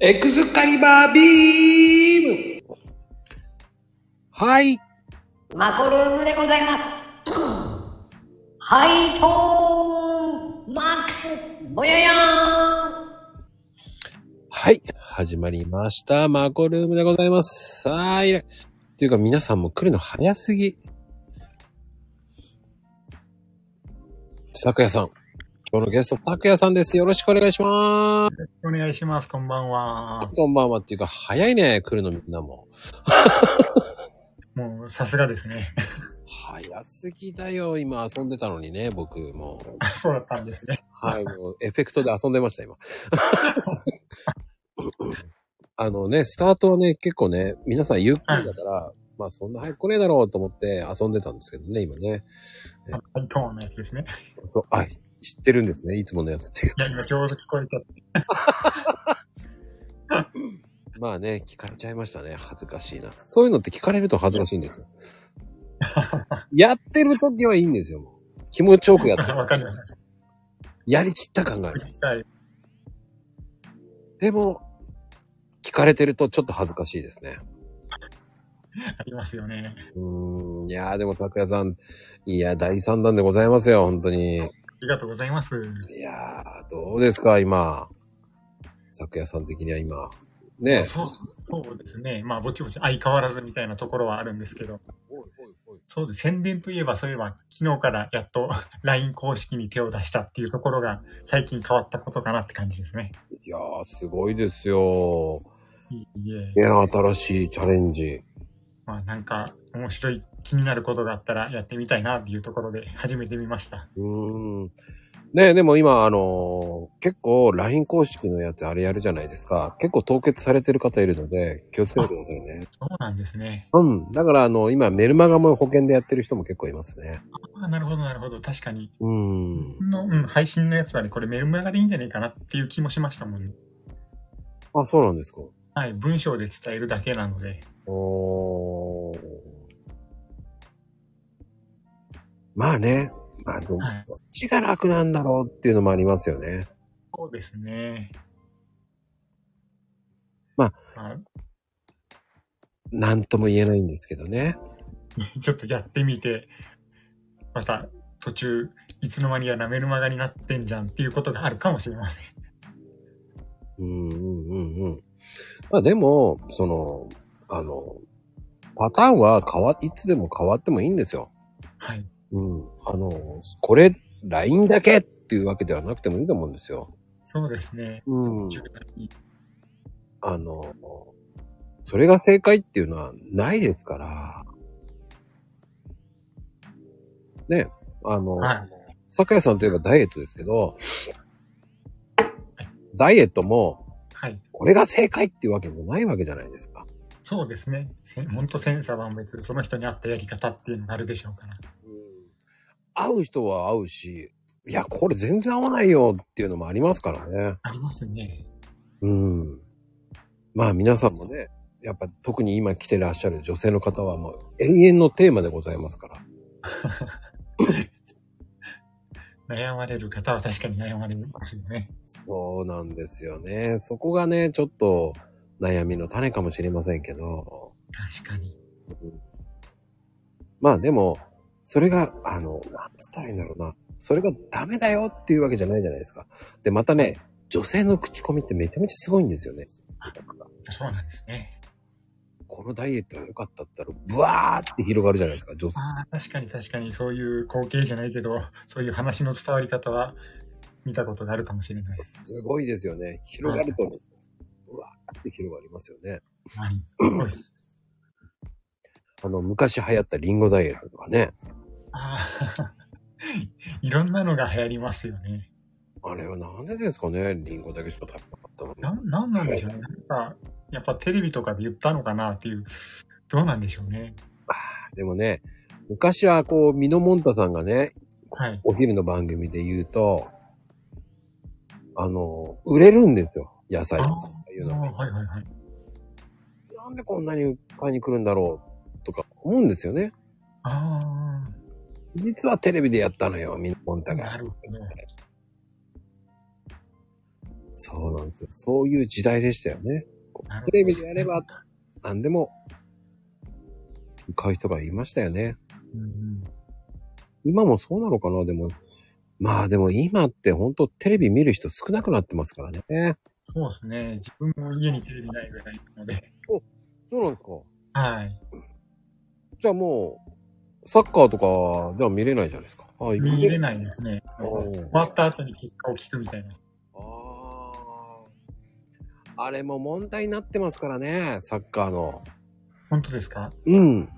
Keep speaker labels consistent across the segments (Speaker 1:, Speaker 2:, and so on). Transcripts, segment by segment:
Speaker 1: エクスカリバービーム
Speaker 2: はい。
Speaker 3: マコルームでございます。ハイトーンマックスぼややーん
Speaker 2: はい。始まりました。マコルームでございます。さあ、いらっていうか皆さんも来るの早すぎ。咲夜さん。今日のゲスト、咲夜さんです。よろしくお願いします。
Speaker 4: お願いします。こんばんは。
Speaker 2: こんばんはっていうか、早いね。来るのみんなも。
Speaker 4: もう、さすがですね。
Speaker 2: 早すぎだよ。今遊んでたのにね、僕もう。
Speaker 4: あそうだったんですね。
Speaker 2: はい、もうエフェクトで遊んでました、今。あのね、スタートはね、結構ね、皆さんゆっくりだから、まあそんな早く来ねえだろうと思って遊んでたんですけどね、今ね。
Speaker 4: ハイトーンのやつですね。
Speaker 2: そう、あ、知ってるんですね、いつものやつっていう
Speaker 4: いや、今ちょうど聞こえちゃって。
Speaker 2: まあね、聞かれちゃいましたね、恥ずかしいな。そういうのって聞かれると恥ずかしいんですよ。やってる時はいいんですよ、もう。気持ちよくやってる
Speaker 4: わかりました。
Speaker 2: やりきった感がある。
Speaker 4: はい。
Speaker 2: でも、聞かれてるとちょっと恥ずかしいですね。
Speaker 4: ありますよね。
Speaker 2: うーん、いやーでも桜さん、いや、第3弾でございますよ、本当に。い
Speaker 4: ありがとうございます。
Speaker 2: やー、どうですか、今。桜さん的には今。ね
Speaker 4: そう、そうですね。まあ、ぼちぼち相変わらずみたいなところはあるんですけど。そうです。宣伝といえば、そういえば、昨日からやっと LINE 公式に手を出したっていうところが、最近変わったことかなって感じですね。
Speaker 2: いやー、すごいですよ。
Speaker 4: いいえ。
Speaker 2: ね新しいチャレンジ。
Speaker 4: まあ、なんか、面白い、気になることがあったらやってみたいなっていうところで始めてみました。
Speaker 2: うーん。ねでも今、あのー結構 LINE 公式のやつあれやるじゃないですか。結構凍結されてる方いるので、気をつけてくださいね。
Speaker 4: そうなんですね。
Speaker 2: うん。だから、あの、今、メルマガも保険でやってる人も結構いますね。
Speaker 4: あなるほど、なるほど。確かに。
Speaker 2: うーん。
Speaker 4: の、うん、配信のやつはね、これメルマガでいいんじゃないかなっていう気もしましたもんね。
Speaker 2: あ、そうなんですか。
Speaker 4: はい、文章で伝えるだけなので。
Speaker 2: おーまあね。まあ、ど、どっ
Speaker 4: はい、
Speaker 2: ちが楽なんだろうっていうのもありますよね。
Speaker 4: そうですね。
Speaker 2: まあ
Speaker 4: あ、
Speaker 2: なんとも言えないんですけどね。
Speaker 4: ちょっとやってみて、また途中、いつの間にやらメルマガになってんじゃんっていうことがあるかもしれません。
Speaker 2: うんうんうんうん。まあでも、その、あの、パターンは変わ、いつでも変わってもいいんですよ。
Speaker 4: はい。
Speaker 2: うん。あの、これ、LINE だけっていうわけではなくてもいいと思うんですよ。
Speaker 4: そうですね。
Speaker 2: うん
Speaker 4: 中断に
Speaker 2: あの、それが正解っていうのはないですから、ね、あの、
Speaker 4: はい。
Speaker 2: 酒屋さんといえばダイエットですけど、ダイエットも、
Speaker 4: はい。
Speaker 2: これが正解っていうわけもないわけじゃないですか。
Speaker 4: そうですね。せんほんと千差万別、その人に合ったやり方っていうのがあるでしょうから。
Speaker 2: 合う人は合うし、いや、これ全然合わないよっていうのもありますからね。
Speaker 4: ありますね。
Speaker 2: うん。まあ皆さんもね、やっぱ特に今来てらっしゃる女性の方はもう永遠のテーマでございますから。
Speaker 4: 悩まれる方は確かに悩まれますよね。
Speaker 2: そうなんですよね。そこがね、ちょっと悩みの種かもしれませんけど。
Speaker 4: 確かに。
Speaker 2: まあでも、それが、あの、なんつったらいいんだろうな。それがダメだよっていうわけじゃないじゃないですか。で、またね、女性の口コミってめちゃめちゃすごいんですよね。
Speaker 4: そうなんですね。
Speaker 2: このダイエットが良かったったら、ブワーって広がるじゃないですか、女性。
Speaker 4: ああ、確かに確かに、そういう光景じゃないけど、そういう話の伝わり方は見たことがあるかもしれないです。
Speaker 2: すごいですよね。広がるとね、ブワーって広がりますよね。
Speaker 4: はい。そうです。
Speaker 2: あの、昔流行ったリンゴダイエットとかね。
Speaker 4: ああ、 いろんなのが流行りますよね。
Speaker 2: あれはなんでですかね、リンゴだけしか食べなかったのに。
Speaker 4: な、なんなんでしょうね。なんか、やっぱテレビとかで言ったのかなっていう、どうなんでしょうね。
Speaker 2: でもね、昔はこう、ミノモンタさんがね、
Speaker 4: はい。
Speaker 2: お昼の番組で言うと、あの、売れるんですよ。野菜
Speaker 4: あー
Speaker 2: とかいうの
Speaker 4: ああ
Speaker 2: は。
Speaker 4: はいはいはい。
Speaker 2: なんでこんなに買いに来るんだろうとか思うんですよね。
Speaker 4: ああ、
Speaker 2: 実はテレビでやったのよ、ミノモンタが。
Speaker 4: なるほど。
Speaker 2: そうなんですよ。そういう時代でしたよね。こう
Speaker 4: なるほど
Speaker 2: テレビでやれば、何でも、買う人がいましたよね。
Speaker 4: うんうん
Speaker 2: 今もそうなのかなでも、まあでも今って本当テレビ見る人少なくなってますからね。
Speaker 4: そうですね。自分も家にテレビないぐらいなので。
Speaker 2: そうなんですか。
Speaker 4: はい。
Speaker 2: じゃあもう、サッカーとか、では見れないじゃないですか。ああ、
Speaker 4: 見れ
Speaker 2: い。
Speaker 4: ないですね。
Speaker 2: お
Speaker 4: 終
Speaker 2: ー
Speaker 4: わった後に結果を聞くみたいな。
Speaker 2: ああ。あれも問題になってますからね、サッカーの。
Speaker 4: 本当ですか
Speaker 2: うん。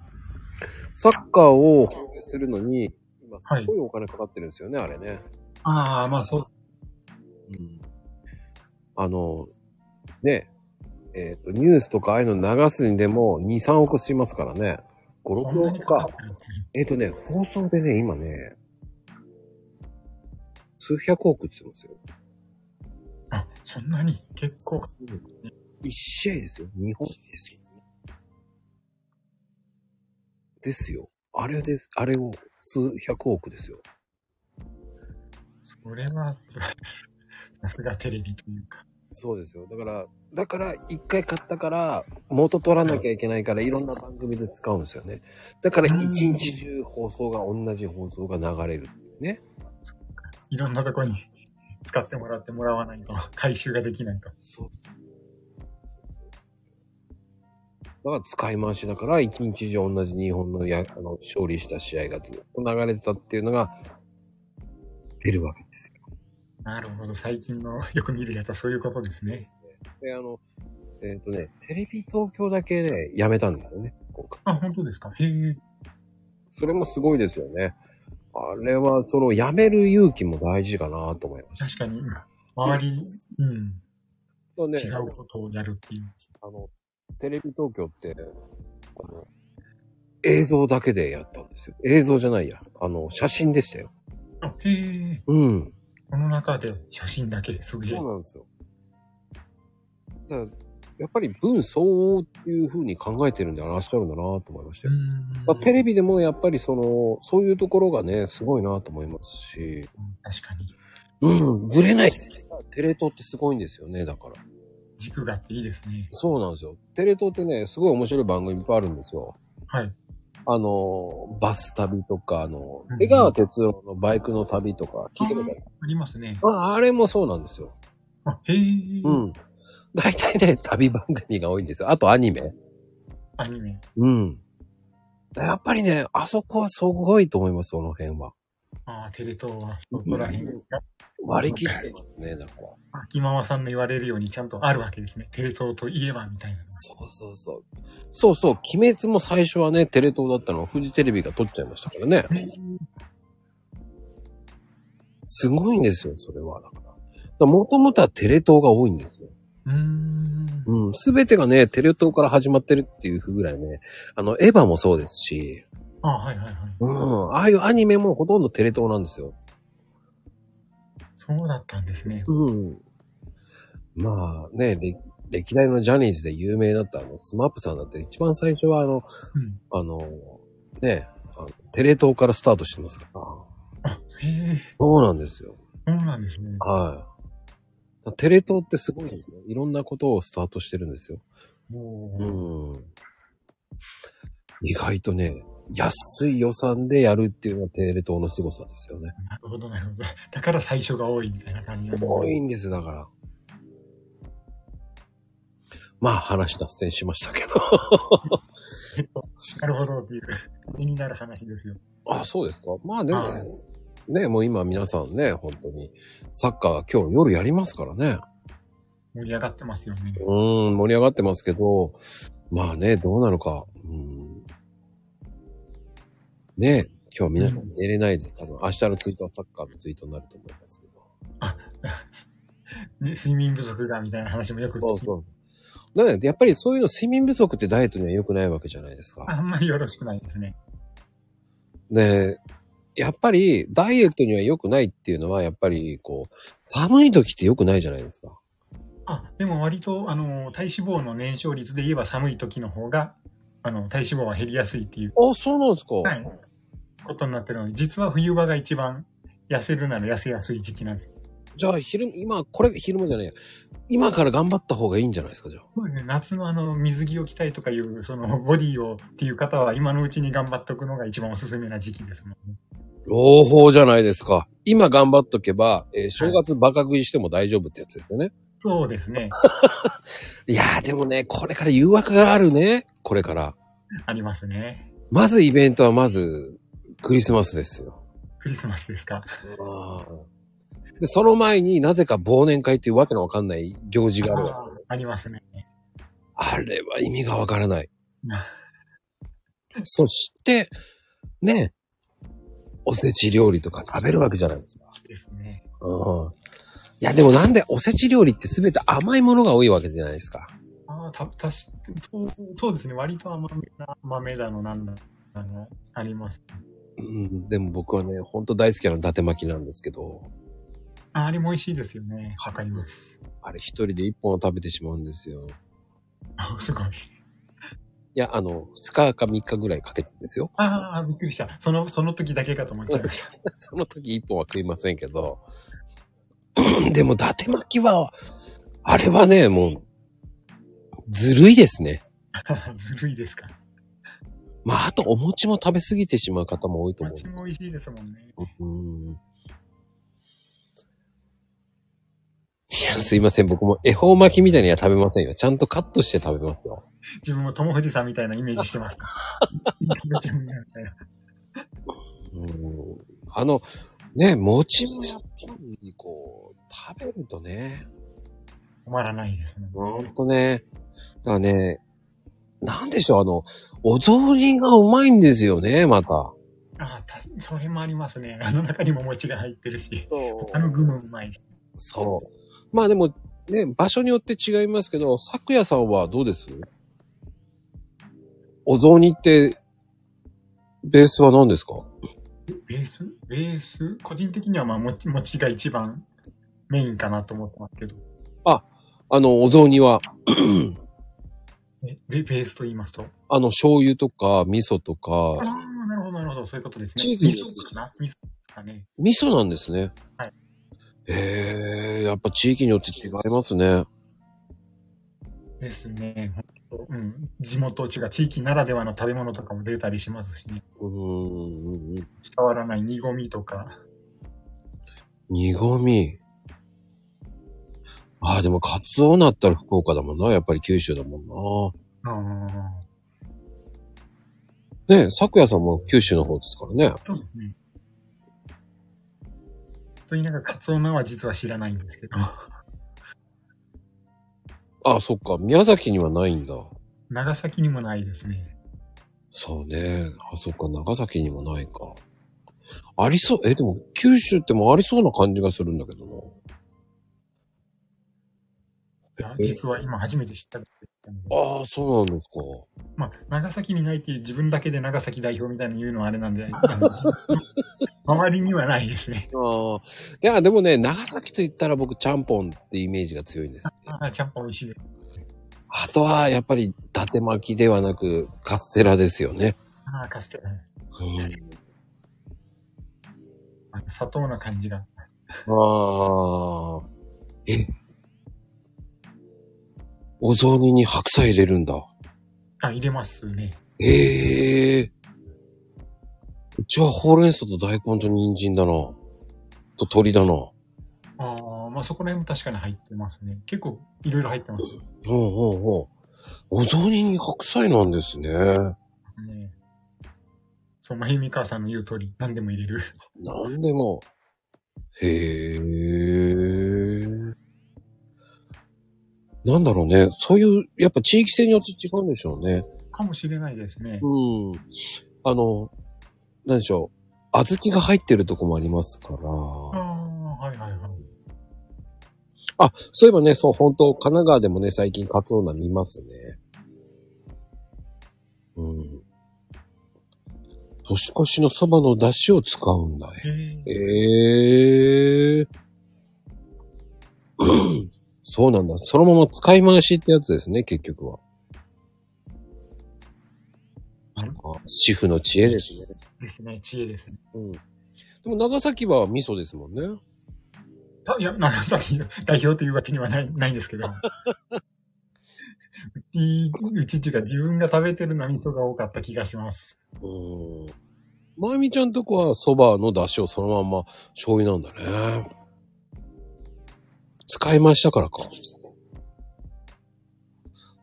Speaker 2: サッカーを放映するのに、今す
Speaker 4: はい
Speaker 2: ごいお金かかってるんですよね、あれね。
Speaker 4: ああ、まあそう。
Speaker 2: うん。あの、ね、えっ、と、ニュースとかああいうの流すにでも2、3億しますからね。5、
Speaker 4: そん
Speaker 2: 6
Speaker 4: なに
Speaker 2: 億
Speaker 4: かか
Speaker 2: か
Speaker 4: っ。てるんですね
Speaker 2: えっ、とね、放送でね、今ね、数百億って言ってますよ。
Speaker 4: あ、そんなに結構。
Speaker 2: 一試合ですよ。日本ですよ。ですよ。あれです。あれを数百億ですよ。
Speaker 4: それは、さすがテレビというか。
Speaker 2: そうですよ。だから、だから、一回買ったから、元取らなきゃいけないから、いろんな番組で使うんですよね。だから、
Speaker 4: うん
Speaker 2: 一日中放送が、同じ放送が流れる。
Speaker 4: いろんなとこに使ってもらってもらわないと、回収ができないと。
Speaker 2: そう。だから使い回しだから、一日中同じ日本のやあの勝利した試合がずっと流れてたっていうのが、出るわけですよ。
Speaker 4: なるほど。最近のよく見るやつはそういうことですね。
Speaker 2: で、あの、えっ、とね、テレビ東京だけね、やめたんですよね、今回。
Speaker 4: あ、本当ですかへえ。
Speaker 2: それもすごいですよね。あれは、その、やめる勇気も大事かなと思いまし
Speaker 4: 確かに、うん周り、うん、
Speaker 2: た。ね
Speaker 4: 違うことをやるっていう。
Speaker 2: あの、テレビ東京って、あの、映像だけでやったんですよ。映像じゃないや。あの、写真でしたよ。
Speaker 4: あ、へえ。
Speaker 2: うん。
Speaker 4: この中で写真だけ、すげえ
Speaker 2: そう。なんですよ。だから、やっぱり分相応っていう風に考えてるんでいらっしゃるんだなと思いましたよ。まあ、テレビでもやっぱりその、そういうところがね、すごいなと思いますし、
Speaker 4: 確かに。
Speaker 2: うん、ぶれない。テレ東ってすごいんですよね、だから。
Speaker 4: 軸があっていいですね。
Speaker 2: そうなんですよ。テレ東ってね、すごい面白い番組いっぱいあるんですよ。
Speaker 4: はい。
Speaker 2: あの、バス旅とか、あの
Speaker 4: う、ん
Speaker 2: 江川哲郎のバイクの旅とか聞いたことある。
Speaker 4: ありますね。
Speaker 2: ああれもそうなんですよ。
Speaker 4: あ、へえ。
Speaker 2: うん。大体ね、旅番組が多いんですよ。あとアニメ。
Speaker 4: アニメ。
Speaker 2: うん。やっぱりね、あそこはすごいと思います、その辺は。
Speaker 4: ああ、テレ東は、そこら辺が、
Speaker 2: 割り切ってますね、なんか。
Speaker 4: 秋ママさんの言われるようにちゃんとあるわけですね。テレ東といえば、みたいな。
Speaker 2: そうそうそう。そうそう、鬼滅も最初はね、テレ東だったのをフジテレビが撮っちゃいましたからね。
Speaker 4: へえ
Speaker 2: すごいんですよ、それは。だから。もともとはテレ東が多いんですよ。
Speaker 4: うーん。
Speaker 2: うん、すべてがね、テレ東から始まってるっていうぐらいね、あの、エヴァもそうですし、
Speaker 4: あはいはいはい。
Speaker 2: うん、ああいうアニメもほとんどテレ東なんですよ。
Speaker 4: そうだったんですね。
Speaker 2: うん。まあね、歴歴代のジャニーズで有名だったあの、スマップさんだって一番最初はあの、
Speaker 4: うん。
Speaker 2: あの、ね、あのテレ東からスタートしてますから。
Speaker 4: あ、へえ、
Speaker 2: そうなんですよ。
Speaker 4: そうなんですね。
Speaker 2: はい。だテレ東ってすごいですよ。いろんなことをスタートしてるんですよ。
Speaker 4: もう、
Speaker 2: うん。意外とね、安い予算でやるっていうのがテレ東の凄さですよね。
Speaker 4: なるほどなるほど。だから最初が多いみたいな感じなんだ
Speaker 2: 多いんです、だから。まあ話脱線しましたけ
Speaker 4: なるほどっていう、気になる話ですよ。
Speaker 2: ど。あ、そうですか。まあでも
Speaker 4: は、
Speaker 2: ね、もう今皆さんね、本当に、サッカーが今日夜やりますからね。
Speaker 4: 盛り上がってますよね。
Speaker 2: うーん、盛り上がってますけど、まあね、どうなるか。うん、ね、今日皆さん寝れないで、多分明日のツイートはサッカーのツイートになると思いますけど。
Speaker 4: ね睡眠不足だみたいな話もよく聞き
Speaker 2: そうそうそう。なので、やっぱりそういうの睡眠不足ってダイエットには良くないわけじゃないですか。
Speaker 4: あんまりよろしくないですね。
Speaker 2: で、やっぱりダイエットには良くないっていうのは、やっぱりこう、寒い時って良くないじゃないですか。
Speaker 4: あ、でも割と、あの、体脂肪の燃焼率で言えば寒い時の方が、あの、体脂肪は減りやすいっていう、
Speaker 2: あ、そうなんですか。
Speaker 4: はい、ことになってるので、実は冬場が一番痩せるなら痩せやすい時期なんです。
Speaker 2: じゃあ、昼、今、これ、昼間じゃねえ。今から頑張った方がいいんじゃないですか、じゃあ。
Speaker 4: そうですね、夏のあの、水着を着たいとかいう、その、ボディをっていう方は、今のうちに頑張っておくのが一番おすすめな時期ですもんね。
Speaker 2: 朗報じゃないですか。今頑張っとけば、えー正月バカ食いしても大丈夫ってやつですよね。
Speaker 4: そうです ね、
Speaker 2: いやー、でもね、これから誘惑があるね。これから。
Speaker 4: ありますね。
Speaker 2: まずイベントはまず、クリスマスですよ。
Speaker 4: クリスマスですか。
Speaker 2: で、その前になぜか忘年会っていうわけのわかんない行事がある。
Speaker 4: あーありますね。
Speaker 2: あれは意味がわから ない。そして、ね、おせち料理とか食べるわけじゃないですか。
Speaker 4: ですね。
Speaker 2: うん。いや、でもなんでおせち料理って全て甘いものが多いわけじゃないですか。
Speaker 4: ああ、た、たし、そうそうですね。割と甘めな、甘めだの、なんだ、あの、あります。
Speaker 2: うん、でも僕はね、ほんと大好きな伊達巻きなんですけど、
Speaker 4: ああれも美味しいですよね。わかります。
Speaker 2: あれ一人で一本を食べてしまうんですよ。
Speaker 4: あすごい。
Speaker 2: いや、あの、二日か三日ぐらいかけてるんですよ。
Speaker 4: ああ、びっくりした。その、その時だけかと思っちゃいました。
Speaker 2: その時一本は食いませんけど。 でも、伊達巻きは、あれはね、もう、ずるいですね。
Speaker 4: ずるいですか。
Speaker 2: まあ、あとお餅も食べ過ぎてしまう方も多いと思
Speaker 4: 餅も美味しいですもんね。
Speaker 2: う。うん。いや、すいません。僕も恵方巻きみたいには食べませんよ。ちゃんとカットして食べますよ。
Speaker 4: 自分も友藤さんみたいなイメージしてま した。めちゃめちゃみたいな
Speaker 2: うん。あの、ね、餅もやっぱり、こう、食べるとね、
Speaker 4: 止まらないですね。
Speaker 2: ほんとね。だからね、なんでしょう、あの、お雑煮がうまいんですよね、また。
Speaker 4: ああ、たそれもありますね。あの中にも餅が入ってるし。あの具もうまいし。
Speaker 2: そう。まあでも、ね、場所によって違いますけど、昨夜さんはどうですお雑煮って、ベースは何ですか
Speaker 4: ベースベース個人的にはまあ餅、餅が一番メインかなと思ってますけど。
Speaker 2: あの、お雑煮は、
Speaker 4: えベベースと言いますと。
Speaker 2: あの、醤油とか、味噌と
Speaker 4: ああ、
Speaker 2: か、
Speaker 4: なるほど、なるほど。そういうことです
Speaker 2: チ
Speaker 4: ね。
Speaker 2: ーズ
Speaker 4: 味噌かな味噌かね。
Speaker 2: 味噌なんですね。
Speaker 4: はい
Speaker 2: へえ、やっぱ地域によって違いますね。
Speaker 4: ですね。ほんとうん。地元違う。地域ならではの食べ物とかも出たりしますしね。
Speaker 2: うーん。
Speaker 4: 伝わらない苦味とか。
Speaker 2: 苦味。ああ、でも、カツオなったら福岡だもんな。やっぱり九州だも
Speaker 4: ああ。
Speaker 2: んな。ねえ、昨夜さんも九州の方ですからね。
Speaker 4: そうですね。本当になんかカツオのは実は知らないんですけ ど、
Speaker 2: ああ、そっか。宮崎にはないんだ。
Speaker 4: 長崎にもないですね。
Speaker 2: そうね。あ、そっか。長崎にもないか。ありそう。え、でも、九州ってもうありそうな感じがするんだけどな。
Speaker 4: いや実は今初めて知ったんですけど。
Speaker 2: ああ、そうなんですか。
Speaker 4: まあ、長崎にないっていう自分だけで長崎代表みたいに言うのはあれなん で、あの周りにはないですね。
Speaker 2: ああ。いや、でもね、長崎と言ったら僕、ちゃんぽんってイメージが強いんです。
Speaker 4: あキャンプ美味しいです。
Speaker 2: あとは、やっぱり、伊達巻きではなく、カステラですよね。
Speaker 4: ああ、カステラ。
Speaker 2: うん
Speaker 4: あの砂糖な感じが。
Speaker 2: ああ。えお雑煮に白菜入れるんだ。
Speaker 4: あ、入れますね。
Speaker 2: ええうちはほうれん草と大根と人参だな。と鶏だな。
Speaker 4: ああ、まあそこら辺も確かに入ってますね。結構いろいろ入ってます
Speaker 2: ほうほうほう。お雑煮に白菜なんですね。
Speaker 4: ね。そう、まゆみかさんの言う通り、何でも入れる。
Speaker 2: なんでも。へえ。なんだろうね。そういう、やっぱ地域性によって違うんでしょうね。
Speaker 4: かもしれないですね。
Speaker 2: うん。あの、何でしょう。小豆が入ってるとこもありますから。
Speaker 4: ああ、はいはいはい。
Speaker 2: あ、そういえばね、そう、本当神奈川でもね、最近カツオーナ見ますね。うん。年越しのそばの出汁を使うんだね。
Speaker 4: へ
Speaker 2: え
Speaker 4: え
Speaker 2: えそうなんだ。そのまま使い回しってやつですね、結局は。
Speaker 4: あれ
Speaker 2: 主婦の知恵ですね。
Speaker 4: ですね、知恵ですね。
Speaker 2: うん。でも長崎は味噌ですもんね。
Speaker 4: たいや、長崎 代表というわけにはないないんですけど。うち、うちっていうか自分が食べてるのは味噌が多かった気がします。
Speaker 2: うーん。まゆみちゃんとこは蕎麦の出汁をそのまんま醤油なんだね。使い回したからか。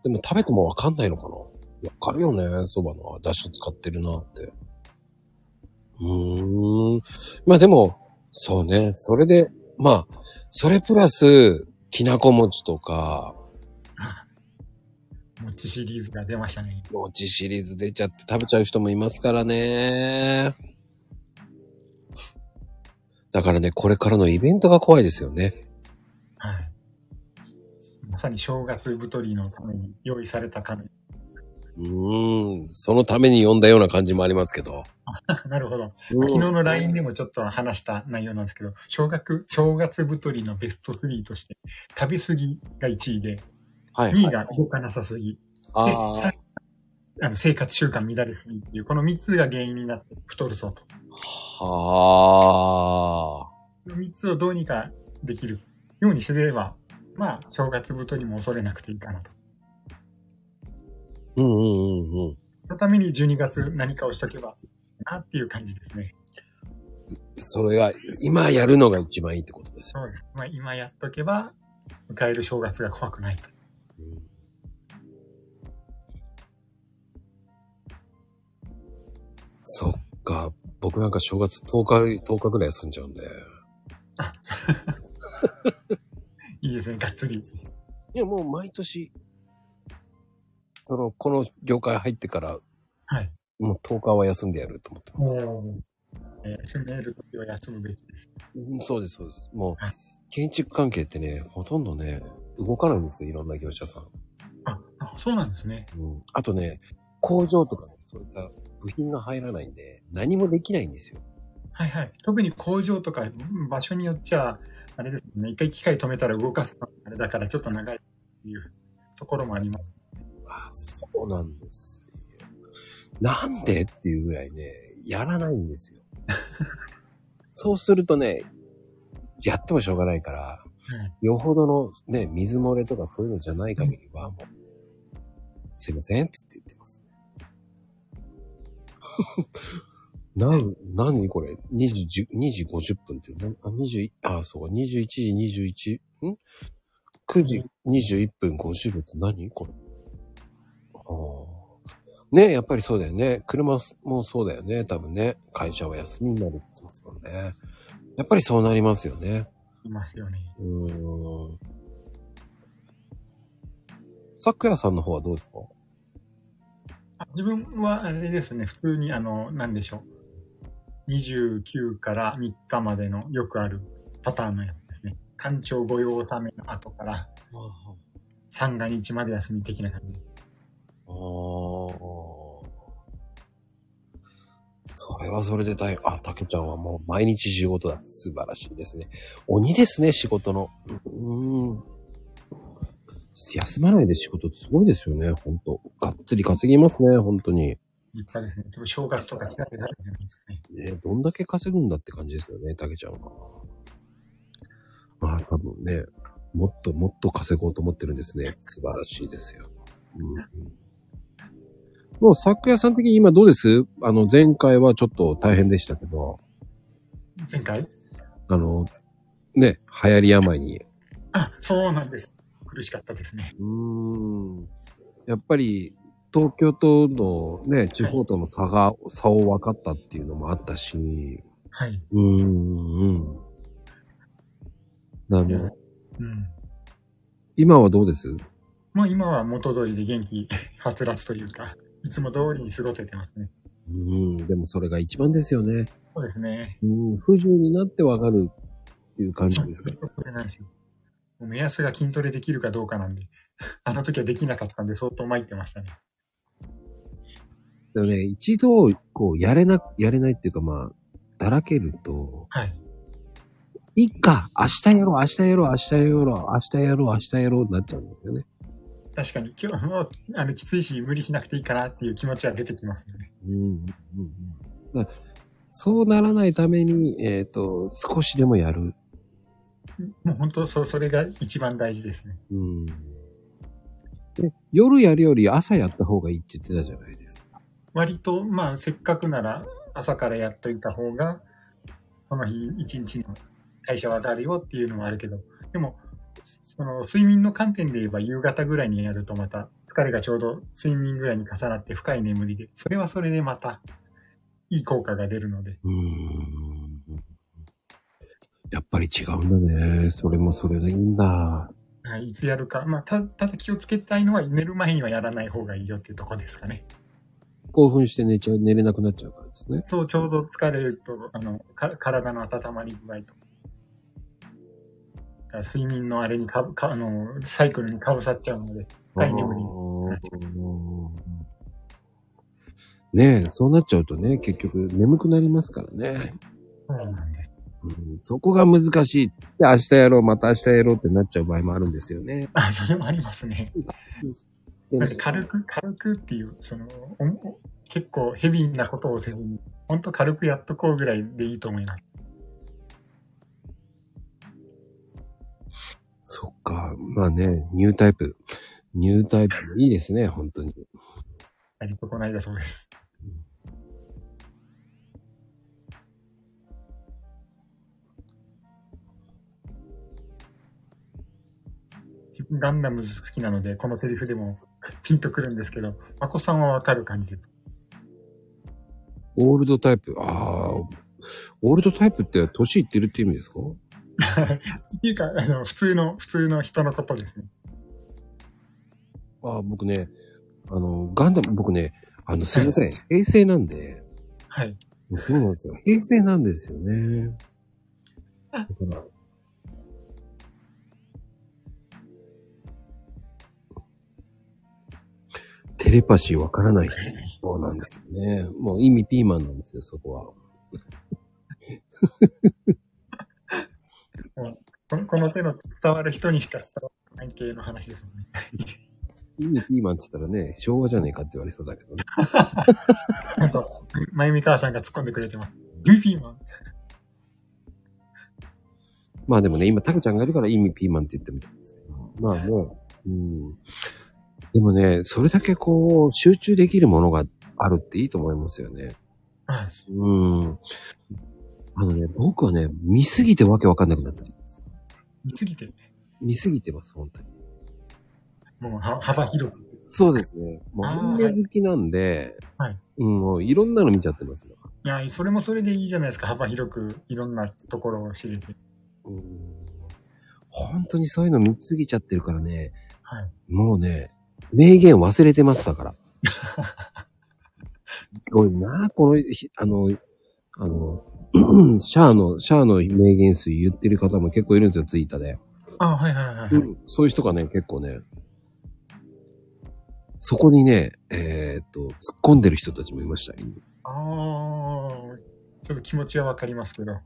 Speaker 2: でも食べてもわかんないのかなわかるよね、蕎麦の出汁を使ってるなって。うーん。まあでも、そうね。それで、まあ、それプラス、きなこ餅とか、
Speaker 4: 餅シリーズが出ましたね。
Speaker 2: 餅シリーズ出ちゃって食べちゃう人もいますからね。だからね、これからのイベントが怖いですよね。
Speaker 4: はい。まさに正月太りのために用意されたカメ
Speaker 2: うーん、そのために読んだような感じもありますけど。
Speaker 4: なるほど。
Speaker 2: 昨
Speaker 4: 昨日の LINE でもちょっと話した内容なんですけど、正月、正月太りのベスト3として、食べ過ぎが1位で、
Speaker 2: はい、
Speaker 4: 2
Speaker 2: はい。
Speaker 4: 位が動かなさすぎ、
Speaker 2: ああ、
Speaker 4: あの生活習慣乱れすぎっていう、この3つが原因になって太るそうと。
Speaker 2: はあ。
Speaker 4: この3つをどうにかできるようにしてれば、まあ、正月太りも恐れなくていいかなと。
Speaker 2: うんうんうんうん。
Speaker 4: そのために12月何かをしとけばなっていう感じですね。
Speaker 2: それが、今やるのが一番いいってことですよ。
Speaker 4: そうです。まあ、今やっとけば、迎える正月が怖くないと。
Speaker 2: うんそっか。僕なんか正月10日、10日ぐらい休んじゃうんで。
Speaker 4: いいですね、がっつり。
Speaker 2: いや、もう毎年、その、この業界入ってから、
Speaker 4: はい。
Speaker 2: もう10日は休んでやると思ってます。
Speaker 4: もう、えー、攻めるときは休むべき。
Speaker 2: うんそうです、そうです。もう
Speaker 4: はい、
Speaker 2: 建築関係ってね、ほとんどね、動かないんですよ、いろんな業者さん。
Speaker 4: あ、あそうなんですね。
Speaker 2: うん、あとね、工場とかね、そういった部品が入らないんで、何もできないんですよ。
Speaker 4: はいはい。特に工場とか、うん場所によっちゃ、あれですね、一回機械止めたら動かすのあれだからちょっと長いっていうところもあります。
Speaker 2: あ、そうなんですよ。なんでっていうぐらいね、やらないんです よ。そうするとね、やってもしょうがないから、
Speaker 4: うん
Speaker 2: よほどのね、水漏れとかそういうのじゃない限りは、もう、すいません、つって言ってますね。 な、何これ ?2 時、2時50分って、なあ、21、あ、そうか、21時21、ん ?9 時21分50分って何これ。ああ。ねやっぱりそうだよね。車もそうだよね。多分ね。会社は休みになるって言ってますもんね。やっぱりそうなりますよね。
Speaker 4: いますよね。
Speaker 2: うーん。さくやさんの方はどうですか
Speaker 4: あ自分はあれですね、普通にあの、なんでしょう。29から3日までのよくあるパターンのやつですね。干潮御用納めの後から三が日まで休み的な感じ。
Speaker 2: ああ。それはそれで大変。あ、たけちゃんはもう毎日仕事だ。素晴らしいですね。鬼ですね、仕事の。うーん。休まないで仕事ってすごいですよね、ほんと。がっつり稼ぎますね、本当に。
Speaker 4: 立派ですね。でも正月とか来たてなるじゃないですか
Speaker 2: ね、
Speaker 4: ね。
Speaker 2: どんだけ稼ぐんだって感じですよね、たけちゃんは。まあ多分ね、もっともっと稼ごうと思ってるんですね。素晴らしいですよ。うん、もう、作家さん的に今どうですあの、前回はちょっと大変でしたけど、
Speaker 4: 前回
Speaker 2: あの、ね、流行り病に。
Speaker 4: あ、そうなんです。苦しかったですね。
Speaker 2: うーん。やっぱり、東京とのね、地方との差が、差を分かったっていうのもあったし、
Speaker 4: はい。
Speaker 2: うーん。なの、
Speaker 4: うん。
Speaker 2: 今はどうです
Speaker 4: まあ今は元通りで元気、 はつらつというか、いつも通りに過ごせてますね。
Speaker 2: うん、でもそれが一番ですよね。
Speaker 4: そうですね。
Speaker 2: うん、不自由になってわかるっていう感じ
Speaker 4: そう
Speaker 2: ですか。
Speaker 4: それなんですよ。もう目安が筋トレできるかどうかなんで、 あの時はできなかったんで相当参ってましたね。
Speaker 2: でもね、一度、こう、やれな、やれないっていうかまあ、だらけると、
Speaker 4: はい。
Speaker 2: いっか、明日やろう、明日やろう、明日やろう、明日やろう、明日やろうになっちゃうんですよね。
Speaker 4: 確かに今日もあのきついし無理しなくていいかなっていう気持ちは出てきますよね。
Speaker 2: うん、うん、うん。だからそうならないために、えっ、と、少しでもやる。
Speaker 4: もう本当そう、それが一番大事ですね。
Speaker 2: うん。で、夜やるより朝やった方がいいって言ってたじゃないですか。
Speaker 4: 割と、まあ、せっかくなら朝からやっといた方が、その日一日の代謝は上がるよっていうのもあるけど、でも、その睡眠の観点で言えば夕方ぐらいにやるとまた疲れがちょうど睡眠ぐらいに重なって深い眠りで、それはそれでまたいい効果が出るので、
Speaker 2: うん。やっぱり違うんだね。それもそれでいいんだ。
Speaker 4: はい、いつやるか。まあ、た、ただ気をつけたいのは寝る前にはやらない方がいいよっていうとこですかね。
Speaker 2: 興奮して寝ちゃう、寝れなくなっちゃうからですね。
Speaker 4: そう、ちょうど疲れると、あの、か体の温まり具合と。だから睡眠のあれにかぶ、か、あの、サイクルにかぶさっちゃうので。はい眠り
Speaker 2: ねえ、そうなっちゃうとね、結局眠くなりますからね。
Speaker 4: そうなんです。
Speaker 2: うん、そこが難しい。で、明日やろう、また明日やろうってなっちゃう場合もあるんですよね。
Speaker 4: あ、それもありますね。
Speaker 2: で
Speaker 4: なんか軽く、軽くっていう、その、おお結構ヘビーなことをせずに、ほんと軽くやっとこうぐらいでいいと思います。
Speaker 2: そっか。まあね、ニュータイプ。ニュータイプ、いいですね、本当に。
Speaker 4: 割とこの間そうです。自分ガンダム好きなので、このセリフでもピンとくるんですけど、まこさんはわかる感じです。
Speaker 2: オールドタイプ。ああ、オールドタイプって年いってるって意味ですか
Speaker 4: っていうか、あの、普通の、普通の人のことですね。
Speaker 2: ああ、僕ね、あの、ガンダム、僕ね、あの、すいません。平成なんで。
Speaker 4: はい。
Speaker 2: そうなんですよ。平成なんですよね。だ
Speaker 3: あ
Speaker 2: から。テレパシーわからない人。そうなんですよね。もう意味ピーマンなんですよ、そこは。
Speaker 4: このこの手の伝わる人にしか伝わらない系の話ですもんね。
Speaker 2: 意味ピーマンって言ったらね、昭和じゃねえかって言われそうだけどね。
Speaker 4: なんか、まゆみ母さんが突っ込んでくれてます。ルフィマン。
Speaker 2: まあでもね、今タコちゃんがいるから意味ピーマンって言ってみたんですけど。まあね、うん。でもね、それだけこう、集中できるものがあるっていいと思いますよね。
Speaker 4: あ、
Speaker 2: うん。あのね、僕はね、見すぎてわけわかんなくなった。
Speaker 4: 見すぎて、
Speaker 2: 見すぎてます、本当に。
Speaker 4: もうは幅広く。
Speaker 2: そうですね。もう
Speaker 4: あー
Speaker 2: アニメ好きなんで、
Speaker 4: はい
Speaker 2: うん、もういろんなの見ちゃってますよ。
Speaker 4: いや、それもそれでいいじゃないですか。幅広くいろんなところを知れて。
Speaker 2: うん、本当にそういうの見すぎちゃってるからね、
Speaker 4: はい。
Speaker 2: もうね、名言忘れてますだ から。すごいな、このひ、あの、あの、 シャアの、シャアの名言数言ってる方も結構いるんですよ、ツイッターで。
Speaker 4: あ、はいはいはい、はい
Speaker 2: そういう人がね、結構ね、そこにね、えーっと、突っ込んでる人たちもいましたね。
Speaker 4: ああ、ちょっと気持ちはわかりますけど、
Speaker 2: あ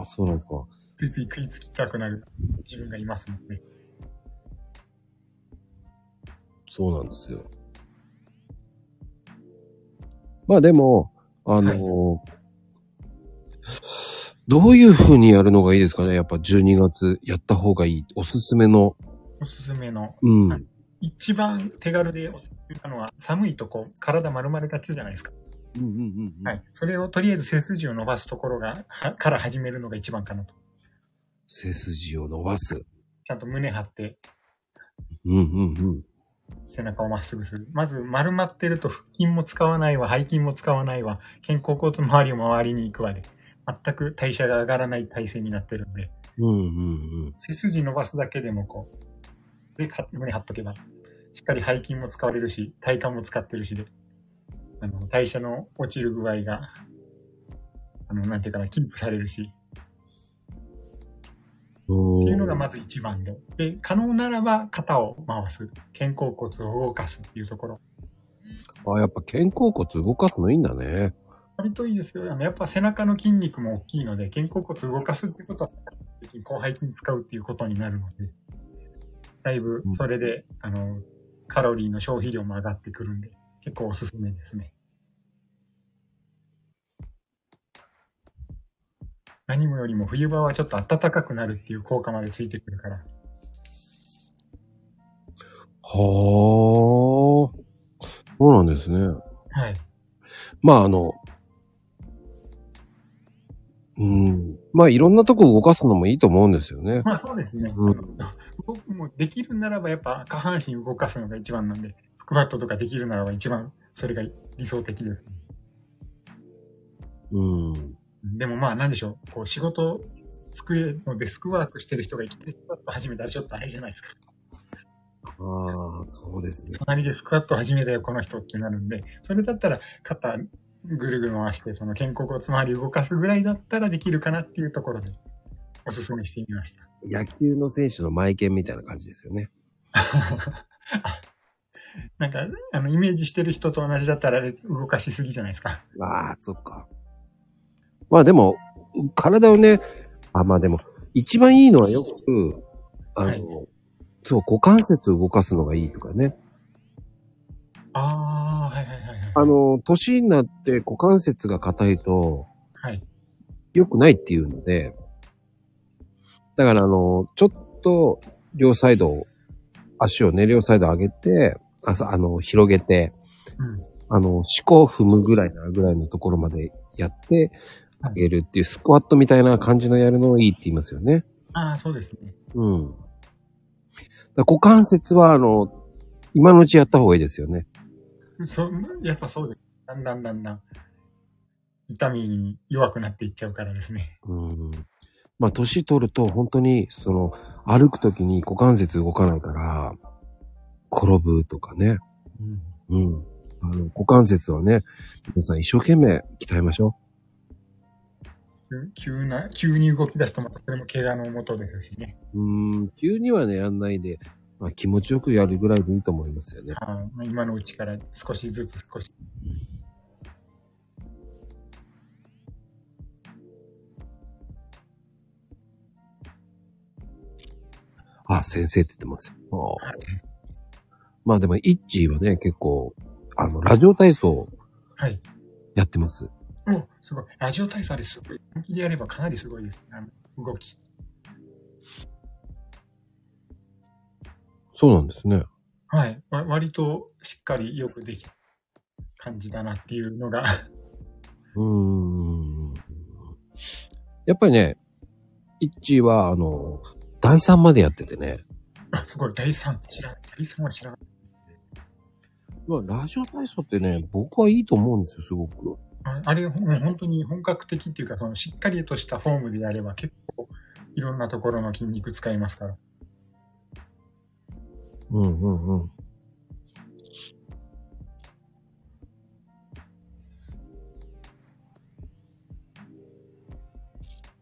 Speaker 2: あ、そうなんですか。
Speaker 4: ついつい食いつきたくなる自分がいますもんね。
Speaker 2: そうなんですよ。まあでも、あのーどういう風にやるのがいいですかねやっぱ12月やった方がいい。おすすめの。
Speaker 4: おすすめの、
Speaker 2: うん。
Speaker 4: はい一番手軽でおすすめなのは、寒いとこ、体丸々立つじゃないですか。
Speaker 2: うんうんうん。
Speaker 4: はい。それをとりあえず背筋を伸ばすところが、はから始めるのが一番かなと。
Speaker 2: 背筋を伸ばす。
Speaker 4: ちゃんと胸張って、
Speaker 2: うんうんうん。
Speaker 4: 背中をまっすぐする。まず丸まってると腹筋も使わないわ、背筋も使わないわ、肩甲骨周りを回りに行くわで、全く代謝が上がらない体勢になってるんで、
Speaker 2: うんうんうん。
Speaker 4: 背筋伸ばすだけでもこう、で、か胸張っとけば、しっかり背筋も使われるし、体幹も使ってるしで、あの、代謝の落ちる具合が、あの、なんていうかな、キープされるし、
Speaker 2: おー
Speaker 4: っていうのがまず一番で。で、可能ならば肩を回す。肩甲骨を動かすっていうところ。
Speaker 2: あ、やっぱ肩甲骨動かすのいいんだね。
Speaker 4: 割といいですよ。あのやっぱ背中の筋肉も大きいので、肩甲骨動かすってことは、後背筋使うっていうことになるので、だいぶそれで、あの、カロリーの消費量も上がってくるんで、結構おすすめですね。何もよりも冬場はちょっと暖かくなるっていう効果までついてくるから。
Speaker 2: はあ。そうなんですね。
Speaker 4: はい。
Speaker 2: まああの、うん。まあいろんなとこ動かすのもいいと思うんですよね。
Speaker 4: まあそうですね。
Speaker 2: うん
Speaker 4: 僕もできるならばやっぱ下半身動かすのが一番なんで、スクワットとかできるならば一番それが理想的です。
Speaker 2: うん。
Speaker 4: でもまあなんでしょう、こう仕事、机のデスクワークしてる人がいきなりスクワット始めたらちょっとあれじゃないですか。
Speaker 2: ああ、そうですね。
Speaker 4: 隣でスクワット始めたよ、この人ってなるんで、それだったら肩ぐるぐる回して、その肩甲骨周り動かすぐらいだったらできるかなっていうところで、おすすめしてみました。
Speaker 2: 野球の選手の前剣みたいな感じですよね。
Speaker 4: なんか、あの、イメージしてる人と同じだったらあれ動かしすぎじゃないですか。
Speaker 2: ああ、そっか。まあでも、体をね、あ、まあでも、一番いいのはよく、あの、
Speaker 4: はい
Speaker 2: そう、股関節を動かすのがいいとかね。
Speaker 4: ああ、はいはいはいはい。
Speaker 2: あの、年になって股関節が硬いと
Speaker 4: はい。
Speaker 2: 良くないっていうので、だからあの、ちょっと両サイドを、足をね、両サイド上げて、あさあの、広げて、
Speaker 4: うん。
Speaker 2: あの、思考を踏むぐらいなぐらいのところまでやってあげるっていう、スクワットみたいな感じのやるのをいいって言いますよね。
Speaker 4: ああ、そうですね。
Speaker 2: うん。だから股関節は、あの、今のうちやった方がいいですよね。
Speaker 4: そう、やっぱそうです。だんだんだんだん、痛みに弱くなっていっちゃうからですね。
Speaker 2: うん。まあ、年取ると本当に、その、歩くときに股関節動かないから、転ぶとかね。
Speaker 4: うん。
Speaker 2: うん。あの、股関節はね、皆さん一生懸命鍛えましょ
Speaker 4: 急な、急に動き出すとまたそれも怪我のもとですしね。
Speaker 2: う。うん、急にはね、やんないで、まあ、気持ちよくやるぐらいでいいと思いますよね。
Speaker 4: あー今のうちから少しずつ少し。
Speaker 2: あ、先生って言ってます。あーまあでも、イッチーはね、結構、あの、ラジオ体操
Speaker 4: はい。
Speaker 2: やってます。
Speaker 4: お、すごい。ラジオ体操ですごい。本気でやればかなりすごいです。あの動き。
Speaker 2: そうなんですね。
Speaker 4: はい。わ割としっかりよくできた感じだなっていうのが。
Speaker 2: うーん。やっぱりね、イッチーは、あの、第3までやっててね、
Speaker 4: あ、すごい。第3。知らん。第3は知らん。
Speaker 2: まあ、ラジオ体操ってね、僕はいいと思うんですよ、すごく。
Speaker 4: ああれ、ほん本当に本格的っていうか、そのしっかりとしたフォームでやれば結構いろんなところの筋肉使いますから。
Speaker 2: うんうんうん。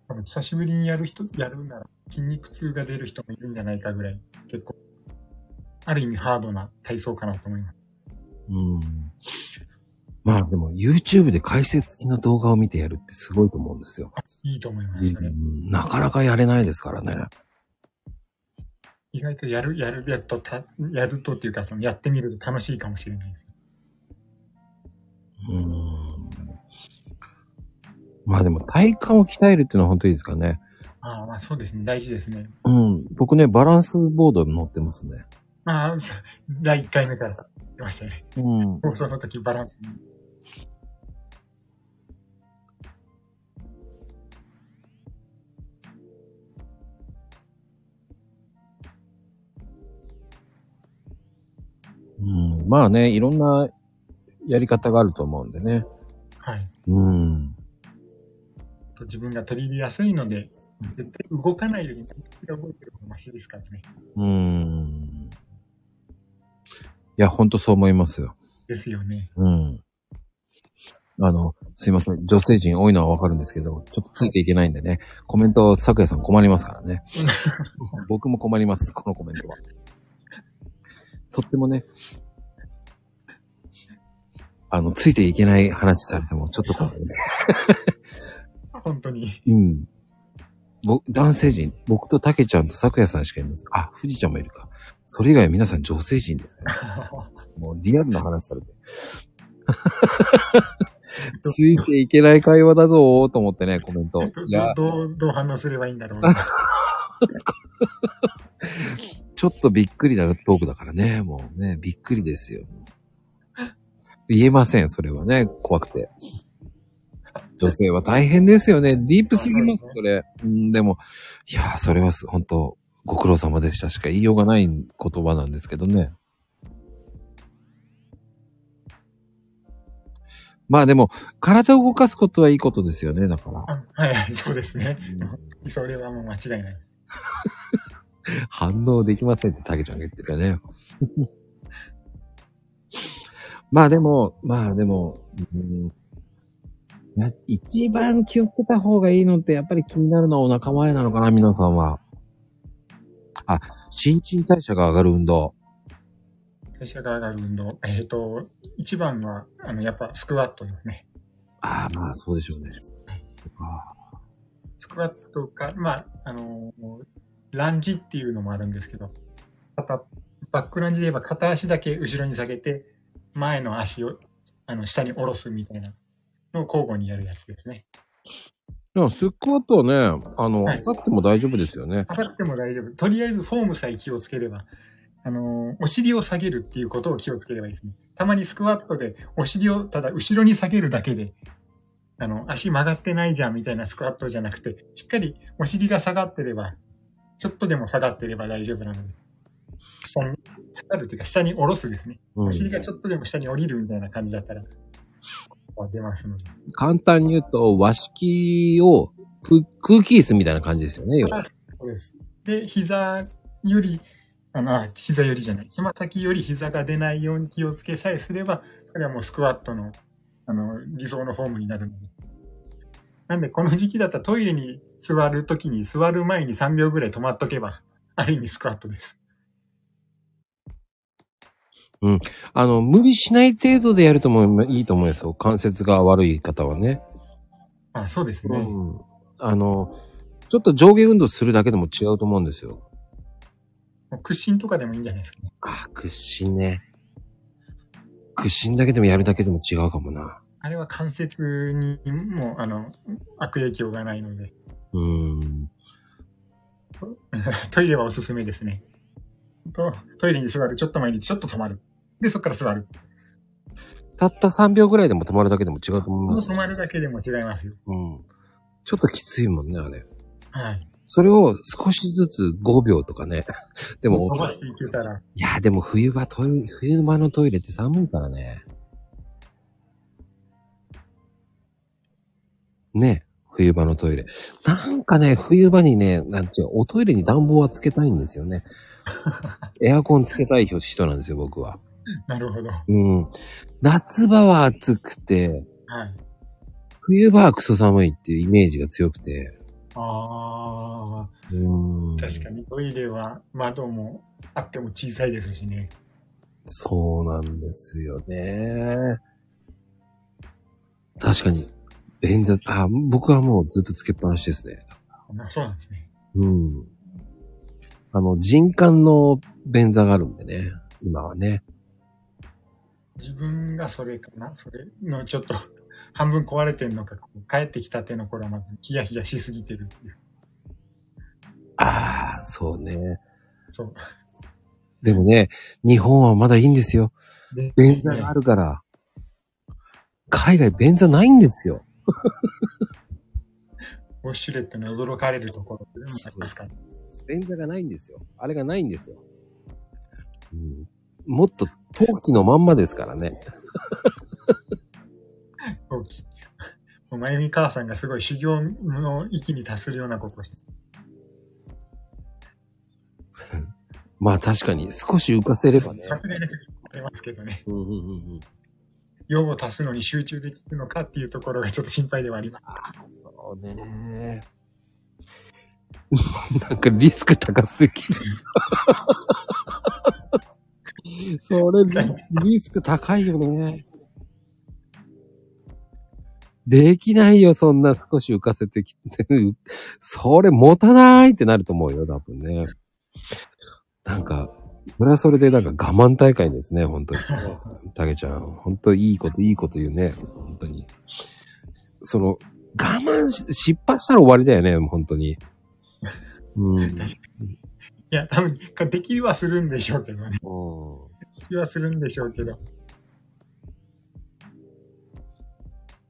Speaker 4: 多分久しぶりにやる人、やるなら筋肉痛が出る人もいるんじゃないかぐらい、結構、ある意味ハードな体操かなと思います。
Speaker 2: うん。まあでも、YouTube で解説付きの動画を見てやるってすごいと思うんですよ。
Speaker 4: いいと思います、そうれ。
Speaker 2: ん、なかなかやれないですからね。
Speaker 4: 意外とやる、やる、やるとた、やるとっていうか、そのやってみると楽しいかもしれないです。
Speaker 2: うんまあでも体幹を鍛えるっていうのは本当にいいですかね。
Speaker 4: ああ、まあそうですね。大事ですね。
Speaker 2: うん。僕ね、バランスボードに乗ってますね。
Speaker 4: まあ、さ 第1回目から言ってましたよね。
Speaker 2: うん。
Speaker 4: 放送の時バランスに。
Speaker 2: うん、まあね、いろんなやり方があると思うんでね。
Speaker 4: はい。
Speaker 2: うん。
Speaker 4: と自分が取り入れやすいので、絶対動かないよりも、動いてる方がマシですからね。
Speaker 2: うん。いや、ほんとそう思いますよ。
Speaker 4: ですよね。
Speaker 2: うん。あの、すいません。女性陣多いのはわかるんですけど、ちょっとついていけないんでね。コメント、昨夜さん困りますからね。僕も困ります、このコメントは。とってもね、あの、ついていけない話されても、ちょっと困るんで。
Speaker 4: 本当に。
Speaker 2: うん。僕、男性陣、僕と竹ちゃんと昨夜さんしかいます。あ、富士ちゃんもいるか。それ以外皆さん 女性陣ですね。もうリアルな話されて。 ついていけない会話だぞーと思ってね、コメント。
Speaker 4: ど
Speaker 2: いや、
Speaker 4: どう、どう反応すればいいんだろうな。
Speaker 2: ちょっとびっくりなトークだからね、もうね、びっくりですよ。言えません、それはね、怖くて。女性は大変ですよね。ディープすぎます、それ。うん、でも、いやー、それはす本当ご苦労様でしたしか言いようがない言葉なんですけどね。まあでも、体を動かすことはいいことですよね、だから。
Speaker 4: あはいはい、そうですね。それはもう間違いないです。
Speaker 2: 反応できませんってタケちゃんが言ってるよね。 まあでも、まあでも、うんいや一番気をつけた方がいいのってやっぱり気になるのはお腹周りなのかな、皆さんは。あ、新陳代謝が上がる運動。
Speaker 4: 代謝が上がる運動。えっ、と、一番は、あの、やっぱスクワットですね。
Speaker 2: ああ、まあそうでしょうね。あ
Speaker 4: スクワットか、まあ、あのーランジっていうのもあるんですけど、片、バックランジで言えば片足だけ後ろに下げて、前の足を、あの、下に下ろすみたいなのを交互にやるやつですね。
Speaker 2: ーでもスクワットはね、あの、
Speaker 4: はい
Speaker 2: あさっても大丈夫ですよね。
Speaker 4: 上がっても大丈夫。とりあえずフォームさえ気をつければ、あのーお尻を下げるっていうことを気をつければいいですね。たまにスクワットでお尻をただ後ろに下げるだけで、あの、足曲がってないじゃんみたいなスクワットじゃなくて、しっかりお尻が下がってれば、ちょっとでも下がってれば大丈夫なので、下に下がるというか下に下ろすですね。
Speaker 2: うん
Speaker 4: お、尻がちょっとでも下に降りるみたいな感じだったら、出ますので。
Speaker 2: 簡単に言うと、和式を空空気椅子みたいな感じですよね。要は
Speaker 4: そうです。で、膝より、あの、あ膝よりじゃない。つま先より膝が出ないように気をつけさえすれば、それはもうスクワットの、あの、理想のフォームになるので。なんで、この時期だったらトイレに座るときに、座る前に3秒ぐらい止まっとけば、ある意味スクワットです。
Speaker 2: あの、無理しない程度でやるともいいと思うんですよ。関節が悪い方はね。
Speaker 4: あ、そうですね。
Speaker 2: うん。あの、ちょっと上下運動するだけでも違うと思うんですよ。
Speaker 4: もう屈伸とかでもいいんじゃないですかね。
Speaker 2: あ、屈伸ね。屈伸だけでもやるだけでも違うかもな。
Speaker 4: あれは関節にも、あの、悪影響がないので、
Speaker 2: うん。
Speaker 4: トイレはおすすめですね。とトイレに座る、ちょっと前にちょっと止まる。で、そこから座る。
Speaker 2: たった3秒ぐらいでも止まるだけでも違うと思います
Speaker 4: 止。まるだけでも違いますよ。
Speaker 2: うん。ちょっときついもんね、あれ。
Speaker 4: はい。
Speaker 2: それを少しずつ5秒とかね。 でも、
Speaker 4: 伸ばしていけたら、
Speaker 2: いや、でも冬場トイレ、冬場のトイレって寒いからね。ね冬場のトイレ。なんかね、冬場にね、なんていうのおトイレに暖房はつけたいんですよ ね。エアコンつけたい人なんですよ、僕は。
Speaker 4: なるほど。は
Speaker 2: うん。夏場は暑くて、
Speaker 4: い。
Speaker 2: 冬場はクソ寒いっていうイメージが強くて。
Speaker 4: あ
Speaker 2: うーん。
Speaker 4: あ、確かにトイレは窓もあっても小さいですしね。
Speaker 2: そうなんですよね。確かに、便座、あ、僕はもうずっとつけっぱなしですね。
Speaker 4: あそうなんですね。
Speaker 2: うん。あの、人間の便座があるんでね、今はね。
Speaker 4: 自分がそれかなそれのちょっと 半分壊れてるのか、こう帰ってきたての頃はまだヒヤヒヤしすぎてるっていう。
Speaker 2: ああ、そうね。
Speaker 4: そう。
Speaker 2: でもね、日本はまだいいんですよ。
Speaker 4: で
Speaker 2: 便座があるから。海外便座ないんですよ。
Speaker 4: ウォッシュレットに驚かれるところでもありますから。
Speaker 2: 便座がないんですよ。あれがないんですよ。うん、もっと陶器のまんまですからね。
Speaker 4: 大きい。もうまゆみ母さんがすごい修行の域に達するようなことをして、
Speaker 2: まあ確かに少し浮かせればね。
Speaker 4: さすがにありますけどね、
Speaker 2: うんうんうんうん。
Speaker 4: 用を足すのに集中できるのかっていうところがちょっと心配ではあります。
Speaker 2: そうね。 なんかリスク高すぎ る。それリリスク高いよね。できないよ、そんな少し浮かせてきて。それ持たないってなると思うよ、多分ね。なんか、それはそれでなんか我慢大会ですね、本 当に。たけちゃん、本当いいこと、いいこと言うね、本当に。その、我慢し、失敗したら終わりだよね、本当に。うん。うん。
Speaker 4: いや、多分、できはするんでしょうけどね。できはするんでしょうけど。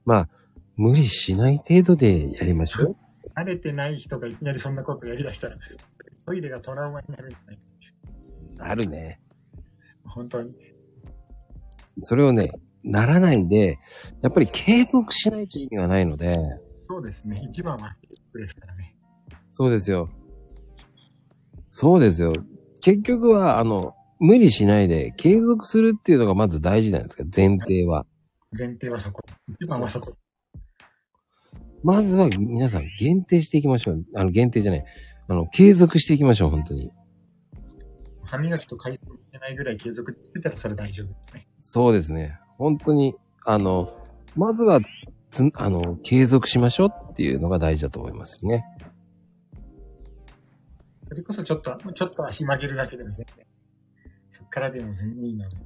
Speaker 2: まあ、無理しない程度でやりましょう。
Speaker 4: 慣れてない人がいきなりそんなことやりだしたら、トイレがトラウマになるんじゃない
Speaker 2: あるね。
Speaker 4: 本当に。
Speaker 2: それをね、ならないで、やっぱり継続しないと意味がないので、
Speaker 4: そうですね。一番はですからね。
Speaker 2: そうですよ。そうですよ。結局は、あの、無理しないで継続するっていうのがまず大事なんですか前提は。
Speaker 4: 前提はそこ。一番はそこ。
Speaker 2: まずは皆さん限定していきましょう。あの、限定じゃない。あの、継続していきましょう、本当に。
Speaker 4: 歯磨きと回数してないぐらい継続してたらそれ大丈夫ですね。
Speaker 2: そうですね。本当に、あの、まずは、つ、あの、継続しましょうっていうのが大事だと思いますね。
Speaker 4: それこそちょっと、ちょっと足曲げるだけでも全然。そっからでも全然いいので。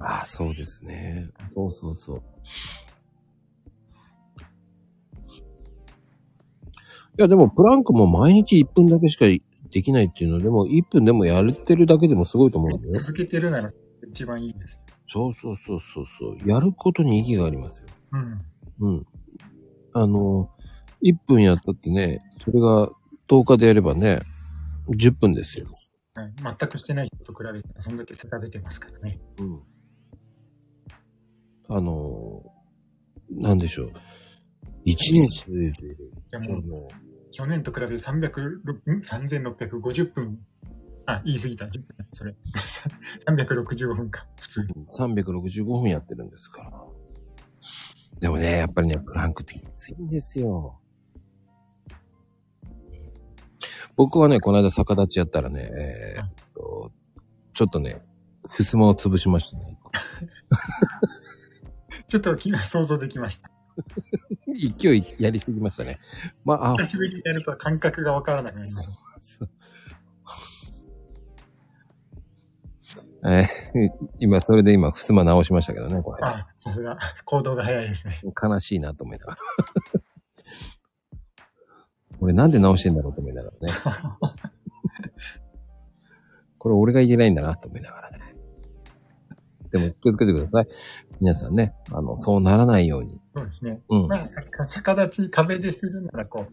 Speaker 2: ああ、そうですね。そうそうそう。いや、でも、プランクも毎日1分だけしかできないっていうのでも、1分でもやれてるだけでもすごいと思うんだよ。
Speaker 4: 続けてるなら一番いいです。
Speaker 2: そうそうそうそうそう。やることに意義がありますよ。
Speaker 4: うん。
Speaker 2: うん。あの、1分やったってね、それが10日でやればね、10分ですよ。
Speaker 4: はい、全くしてない人と比べたら、そんだけ差が出てますからね。
Speaker 2: うん。あの、なんでしょう。1年してるという
Speaker 4: いや
Speaker 2: あ
Speaker 4: もう、
Speaker 2: の、
Speaker 4: 去年と比べて300ん3650分。あ、言い過ぎた。10分それ。365分か。普通に。
Speaker 2: 365分やってるんですから。でもね、やっぱりね、プランクってきついんですよ。僕はね、この間逆立ちやったらね、えーっと、ちょっとね、襖を潰しましたね。
Speaker 4: ちょっと昨日想像できました。
Speaker 2: 勢いやりすぎましたね。まあ、あ
Speaker 4: 久しぶりにやると感覚がわからなくなります。
Speaker 2: そうえー今、それで今、襖直しましたけどね、これ。
Speaker 4: あ、さすが。行動が早いですね。
Speaker 2: 悲しいなと思いながら。 俺なんで直してんだろうと思いながらね。 これ俺が言えないんだなと思いながらね。でも気をつけてください。皆さんね、あの、そうならないように。
Speaker 4: そうですね。
Speaker 2: うん。
Speaker 4: まあ、逆逆立ち壁でするならこう、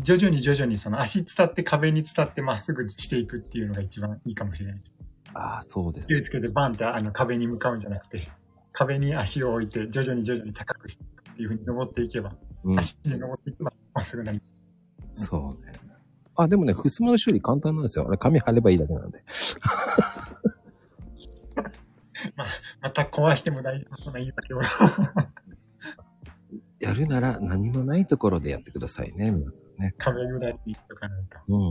Speaker 4: 徐々に徐々にその足伝って壁に伝ってまっすぐしていくっていうのが一番いいかもしれない。
Speaker 2: ああ、そうです
Speaker 4: 気を。つけてバンってあの壁に向かうんじゃなくて、壁に足を置いて徐々に徐々に高くしていくっていうふうに登っていけば、
Speaker 2: うん。
Speaker 4: 足で登っていけばまっすぐなり。
Speaker 2: そうね。あ、でもね、襖の修理簡単なんですよ。あれ、紙貼ればいいだけなんで。
Speaker 4: また壊しても大丈夫ないいだけど、
Speaker 2: やるなら何もないところでやってくださいね、皆さんね。
Speaker 4: 壁ぐらいにとかなんか。
Speaker 2: う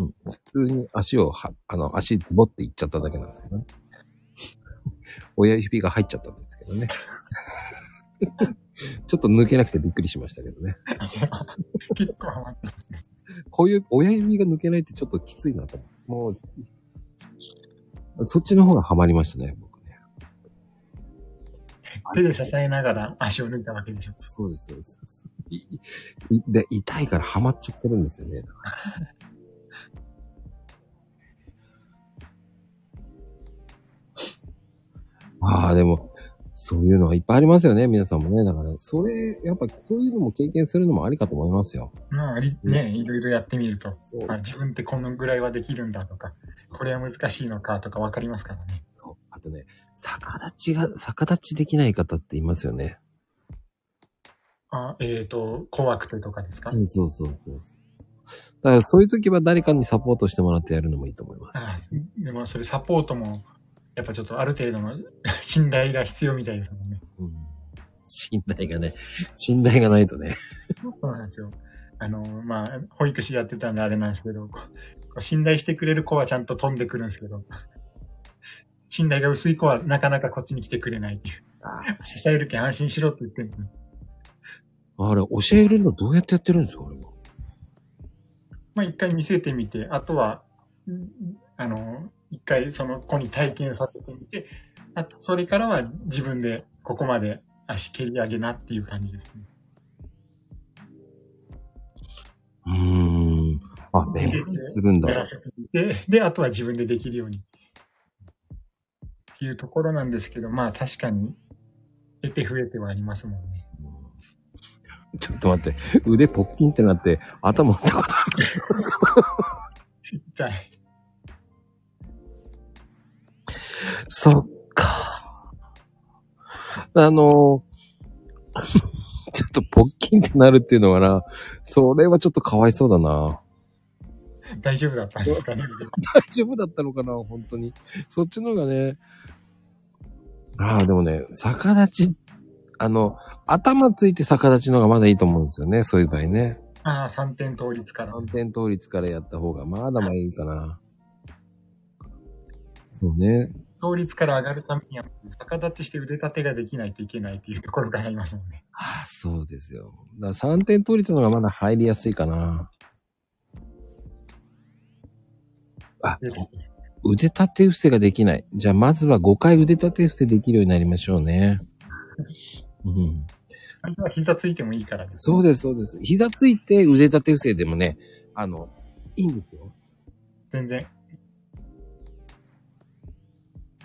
Speaker 2: ん。うん。普通に足をは、あの、足ズボっていっちゃっただけなんですけどね。 親指が入っちゃったんですけどね。 ちょっと抜けなくてびっくりしましたけどね。
Speaker 4: 結構ハマってますね。
Speaker 2: こういう親指が抜けないってちょっときついなと思う。もう、そっちの方がハマりましたね、僕ね。
Speaker 4: 手で支えながら足を抜いたわけでしょ。
Speaker 2: そうです、そうですそうです。いいで、痛いからハマっちゃってるんですよね。 ああ、でも、そういうのはいっぱいありますよね、皆さんもね。だから、それ、やっぱそういうのも経験するのもありかと思いますよ。
Speaker 4: まあ、りね、いろいろやってみると、
Speaker 2: そう
Speaker 4: あ自分ってこのぐらいはできるんだとか、これは難しいのかとかわかりますからね。
Speaker 2: そう。あとね、逆立ちが、逆立ちできない方っていますよね。
Speaker 4: あえっ、と、怖くてとかですか
Speaker 2: そうそうそうそう。だから、そういう時は誰かにサポートしてもらってやるのもいいと思います。
Speaker 4: あでもそれサポートも、やっぱちょっとある程度の 信頼が必要みたいですもんね。
Speaker 2: うん信頼がね、信頼がないとね。
Speaker 4: そうなんですよ。あの、まあ、保育士やってたんであれなんですけど、こうこう信頼してくれる子はちゃんと飛んでくるんですけど、 信頼が薄い子はなかなかこっちに来てくれないっていう。 支えるけん安心しろって言ってるのに
Speaker 2: あれ、教えるのどうやってやってるんですかあれは。
Speaker 4: まあ一回見せてみて、あとは、うんあの、一回その子に体験させてみて、あとそれからは自分でここまで足蹴り上げなっていう感じですね。
Speaker 2: うーん。あ、勉強するん
Speaker 4: やら
Speaker 2: だ。
Speaker 4: せてみて、で、あとは自分でできるように。っていうところなんですけど、まあ確かに、得て増えてはありますもんね。
Speaker 2: ちょっと待って。腕ポッキンってなって、頭打ったことある。
Speaker 4: 痛い。
Speaker 2: そっか。あのー ちょっとポッキンってなるっていうのはな、それはちょっとかわいそうだな。
Speaker 4: 大丈夫だったんですかね。
Speaker 2: 大丈夫だったのかな本当に。そっちの方がね。ああ、でもね、逆立ち、あの、頭ついて逆立ちの方がまだいいと思うんですよね。そういう場合ね。
Speaker 4: ああ、3点倒立から。
Speaker 2: 反転倒立からやった方がまだまだいいかな。そうね。
Speaker 4: 倒立から上がるためには、逆立ちして腕立てができないといけないっていうところがありますもんね。
Speaker 2: ああ、そうですよ。だから3点倒立の方がまだ入りやすいかな。あ、
Speaker 4: で
Speaker 2: 腕立て伏せができない。じゃあ、まずは5回腕立て伏せできるようになりましょうね。うん。
Speaker 4: あれは膝ついてもいいからです。
Speaker 2: そうです、そうです。膝ついて腕立て伏せでもね、あの、いいんですよ。
Speaker 4: 全然。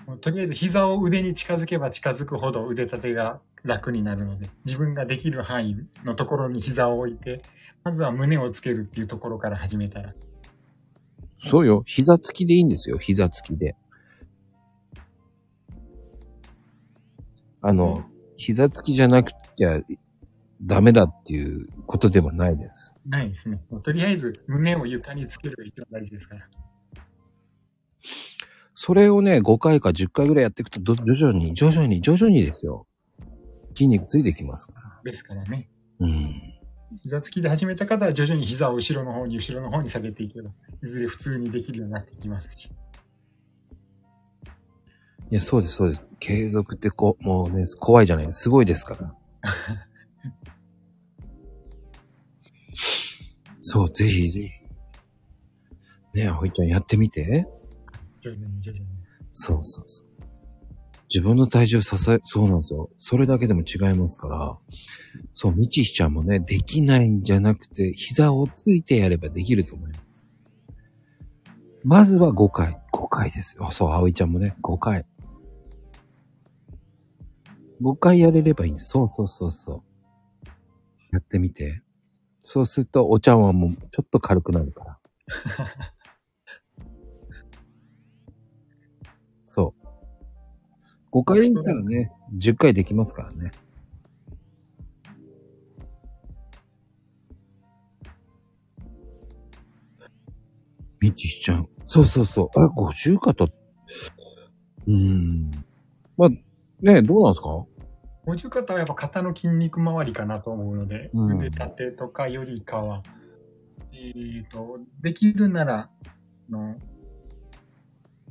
Speaker 4: もうとりあえず膝を腕に近づけば近づくほど腕立てが楽になるので、自分ができる範囲のところに膝を置いて、まずは胸をつけるっていうところから始めたら、
Speaker 2: そうよ。膝つきでいいんですよ。膝つきで。あの、膝つきじゃなくちゃダメだっていうことではないです。
Speaker 4: ないですね。もうとりあえず胸を床につけるが一番大事ですから。
Speaker 2: それをね、5回か10回ぐらいやっていくと、ど徐々に、徐々に、徐々にですよ。筋肉ついてきますから。
Speaker 4: ですからね。
Speaker 2: うん。
Speaker 4: 膝つきで始めた方は徐々に膝を後ろの方に後ろの方に下げていけば、いずれ普通にできるようになってきますし。
Speaker 2: いや、そうです、そうです。継続ってこう、もうね、怖いじゃない。すごいですから。そう、ぜひぜひ。ねえ、ほいちゃんやってみて。
Speaker 4: 徐々に徐々に。
Speaker 2: そうそうそう。自分の体重支え、そうなんですよ。それだけでも違いますから。そう、みちひちゃんもね、できないんじゃなくて、膝をついてやればできると思います。まずは5回。5回ですよ。あそう、葵ちゃんもね、5回。5回やれればいいんです。そうそうそうそう。やってみて。そうすると、お茶碗もちょっと軽くなるから。そう。5回できたらね、10回できますからね。みちひちゃん。そうそうそう。あ、50かと。うーん。まあ、ねどうなんですか
Speaker 4: 五十肩はやっぱ肩の筋肉周りかなと思うので、
Speaker 2: うん
Speaker 4: 腕立てとかよりかは、えー、と、できるなら、あの、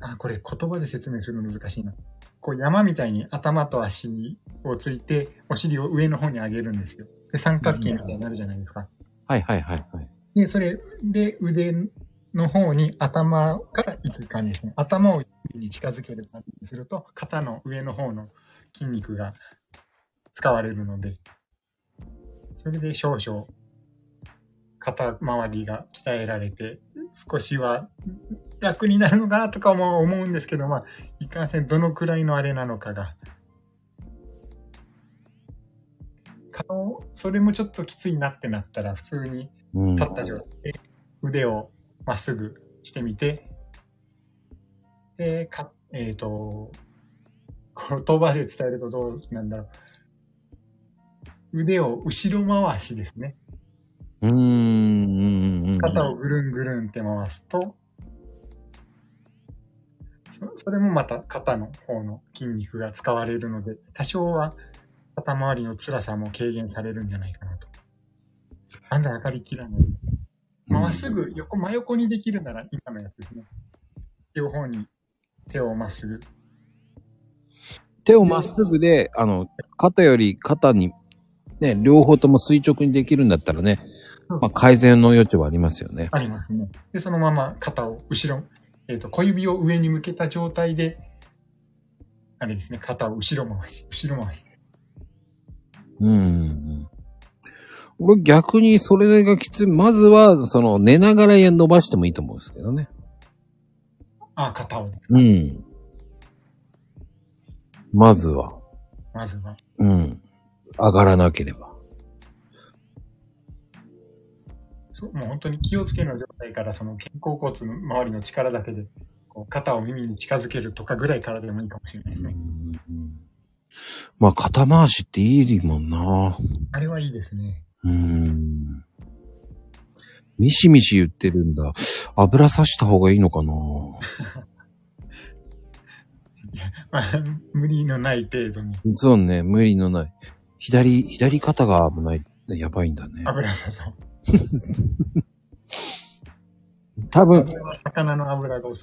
Speaker 4: あ、これ言葉で説明するの難しいな。こう山みたいに頭と足をついて、お尻を上の方に上げるんですよ。で、三角形みたいになるじゃないですか。
Speaker 2: はいはいはいはい。
Speaker 4: で、それで腕の方に頭から行く感じですね。頭を指に近づける感じにすると、肩の上の方の筋肉が使われるので、それで少々肩周りが鍛えられて、少しは楽になるのかなとかも思うんですけど、まあ、いかんせんどのくらいのあれなのかが。顔、それもちょっときついなってなったら、普通に
Speaker 2: うん。
Speaker 4: 立った状態で腕をまっすぐしてみて、で、か、えっ、と、言葉で伝えるとどうなんだろう。腕を後ろ回しですね。
Speaker 2: うーんうん。うん
Speaker 4: 肩をぐるんぐるんって回すと、そそれもまた肩の方の筋肉が使われるので、多少は肩周りの辛さも軽減されるんじゃないかなと。安全当たりきらない。まあ、まっすぐ横、真横にできるなら今のやつですね。両方に手をまっすぐ。
Speaker 2: 手をまっすぐで、あの、肩より肩に、ね、両方とも垂直にできるんだったらね、まあ、改善の余地はありますよね。
Speaker 4: ありますね。で、そのまま肩を後ろ、えっ、と、小指を上に向けた状態で、あれですね、肩を後ろ回し、後ろ回し。
Speaker 2: うんうんうん。俺逆にそれがきつい。まずは、その、寝ながら伸ばしてもいいと思うんですけどね。
Speaker 4: あ、肩を、
Speaker 2: うん。まずは。
Speaker 4: まずは。
Speaker 2: うん。上がらなければ。
Speaker 4: そう、もう本当に気をつけの状態から、その肩甲骨の周りの力だけで、こう、肩を耳に近づけるとかぐらいからでもいいかもしれないですね。
Speaker 2: まあ、肩回しっていいもんな。
Speaker 4: あれはいいですね。
Speaker 2: うん。ミシミシ言ってるんだ。油さした方がいいのかな。
Speaker 4: まあ、無理のない程度に
Speaker 2: そうね、無理のない。左、左肩が危ない。やばいんだね。
Speaker 4: 油さそう。
Speaker 2: 多分、
Speaker 4: 魚の油がお好き。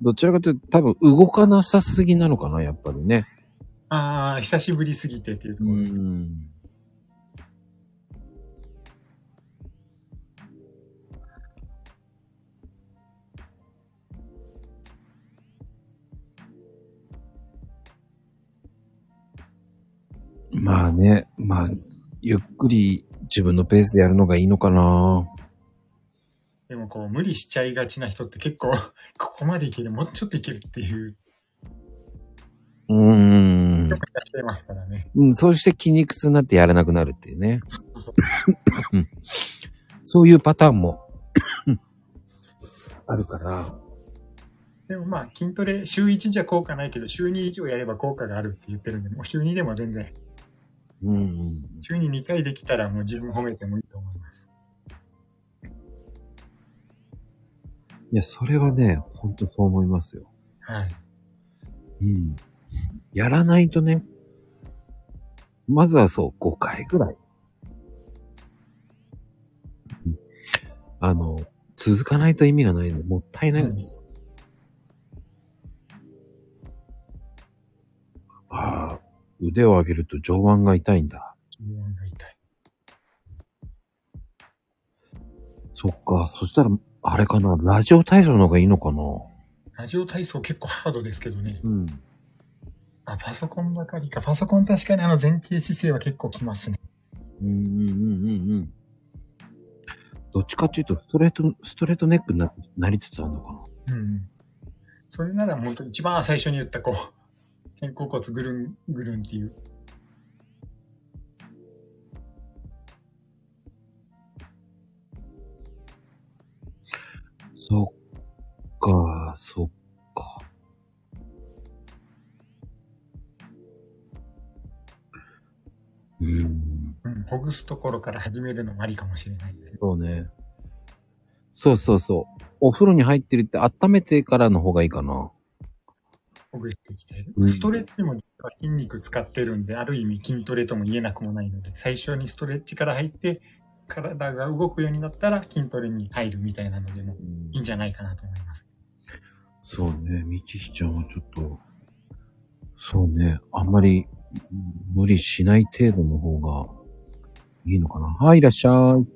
Speaker 2: どちらかというと多分動かなさすぎなのかな、やっぱりね。
Speaker 4: ああ、久しぶりすぎてっていうところ。
Speaker 2: ん。まあね、まあ、ゆっくり自分のペースでやるのがいいのかな。
Speaker 4: でもこう、無理しちゃいがちな人って結構、 ここまでいける、もうちょっといけるっていう、
Speaker 2: うーん
Speaker 4: 人。がいらっしゃいますからね。
Speaker 2: うん、そうして筋肉痛になってやれなくなるっていうね。そういうパターンもあるから。
Speaker 4: でもまあ、筋トレ、週1じゃ効果ないけど、週2以上やれば効果があるって言ってるんで、もう週2でも全然、
Speaker 2: うんうん。
Speaker 4: 週に2回できたらもう自分褒めてもいいと思います。
Speaker 2: いや、それはね、ほんとそう思いますよ。
Speaker 4: はい。
Speaker 2: うん。やらないとね、まずはそう、5回ぐらい。うんあの、続かないと意味がないので、もったいないんです。ああ、腕を上げると上腕が痛いんだ。
Speaker 4: 気分が痛い。
Speaker 2: そっか。そしたら、あれかな。ラジオ体操の方がいいのかな。
Speaker 4: ラジオ体操結構ハードですけどね。
Speaker 2: うん。
Speaker 4: あ、パソコンばかりか。パソコン確かにあの前傾姿勢は結構きますね。
Speaker 2: うんうんうんうんうん。どっちかっていうと、ストレート、ストレートネックにななりつつあるのかな。
Speaker 4: うん。それなら本当に一番最初に言ったこう、肩甲骨ぐるん、ぐるんっていう。
Speaker 2: そっか、そっか。うん。
Speaker 4: うん、ほぐすところから始めるのもありかもしれないですね。
Speaker 2: そうね。そうそうそう。お風呂に入ってるって温めてからの方がいいかな。
Speaker 4: ほぐしてきて
Speaker 2: うん。
Speaker 4: ストレッチも実は筋肉使ってるんで、ある意味筋トレとも言えなくもないので、最初にストレッチから入って、体が動くようになったら筋トレに入るみたいなのでもいいんじゃないかなと思います。
Speaker 2: そうね、みちひちゃんはちょっと、そうね、あんまりうん無理しない程度の方がいいのかな。はい、いらっしゃい。い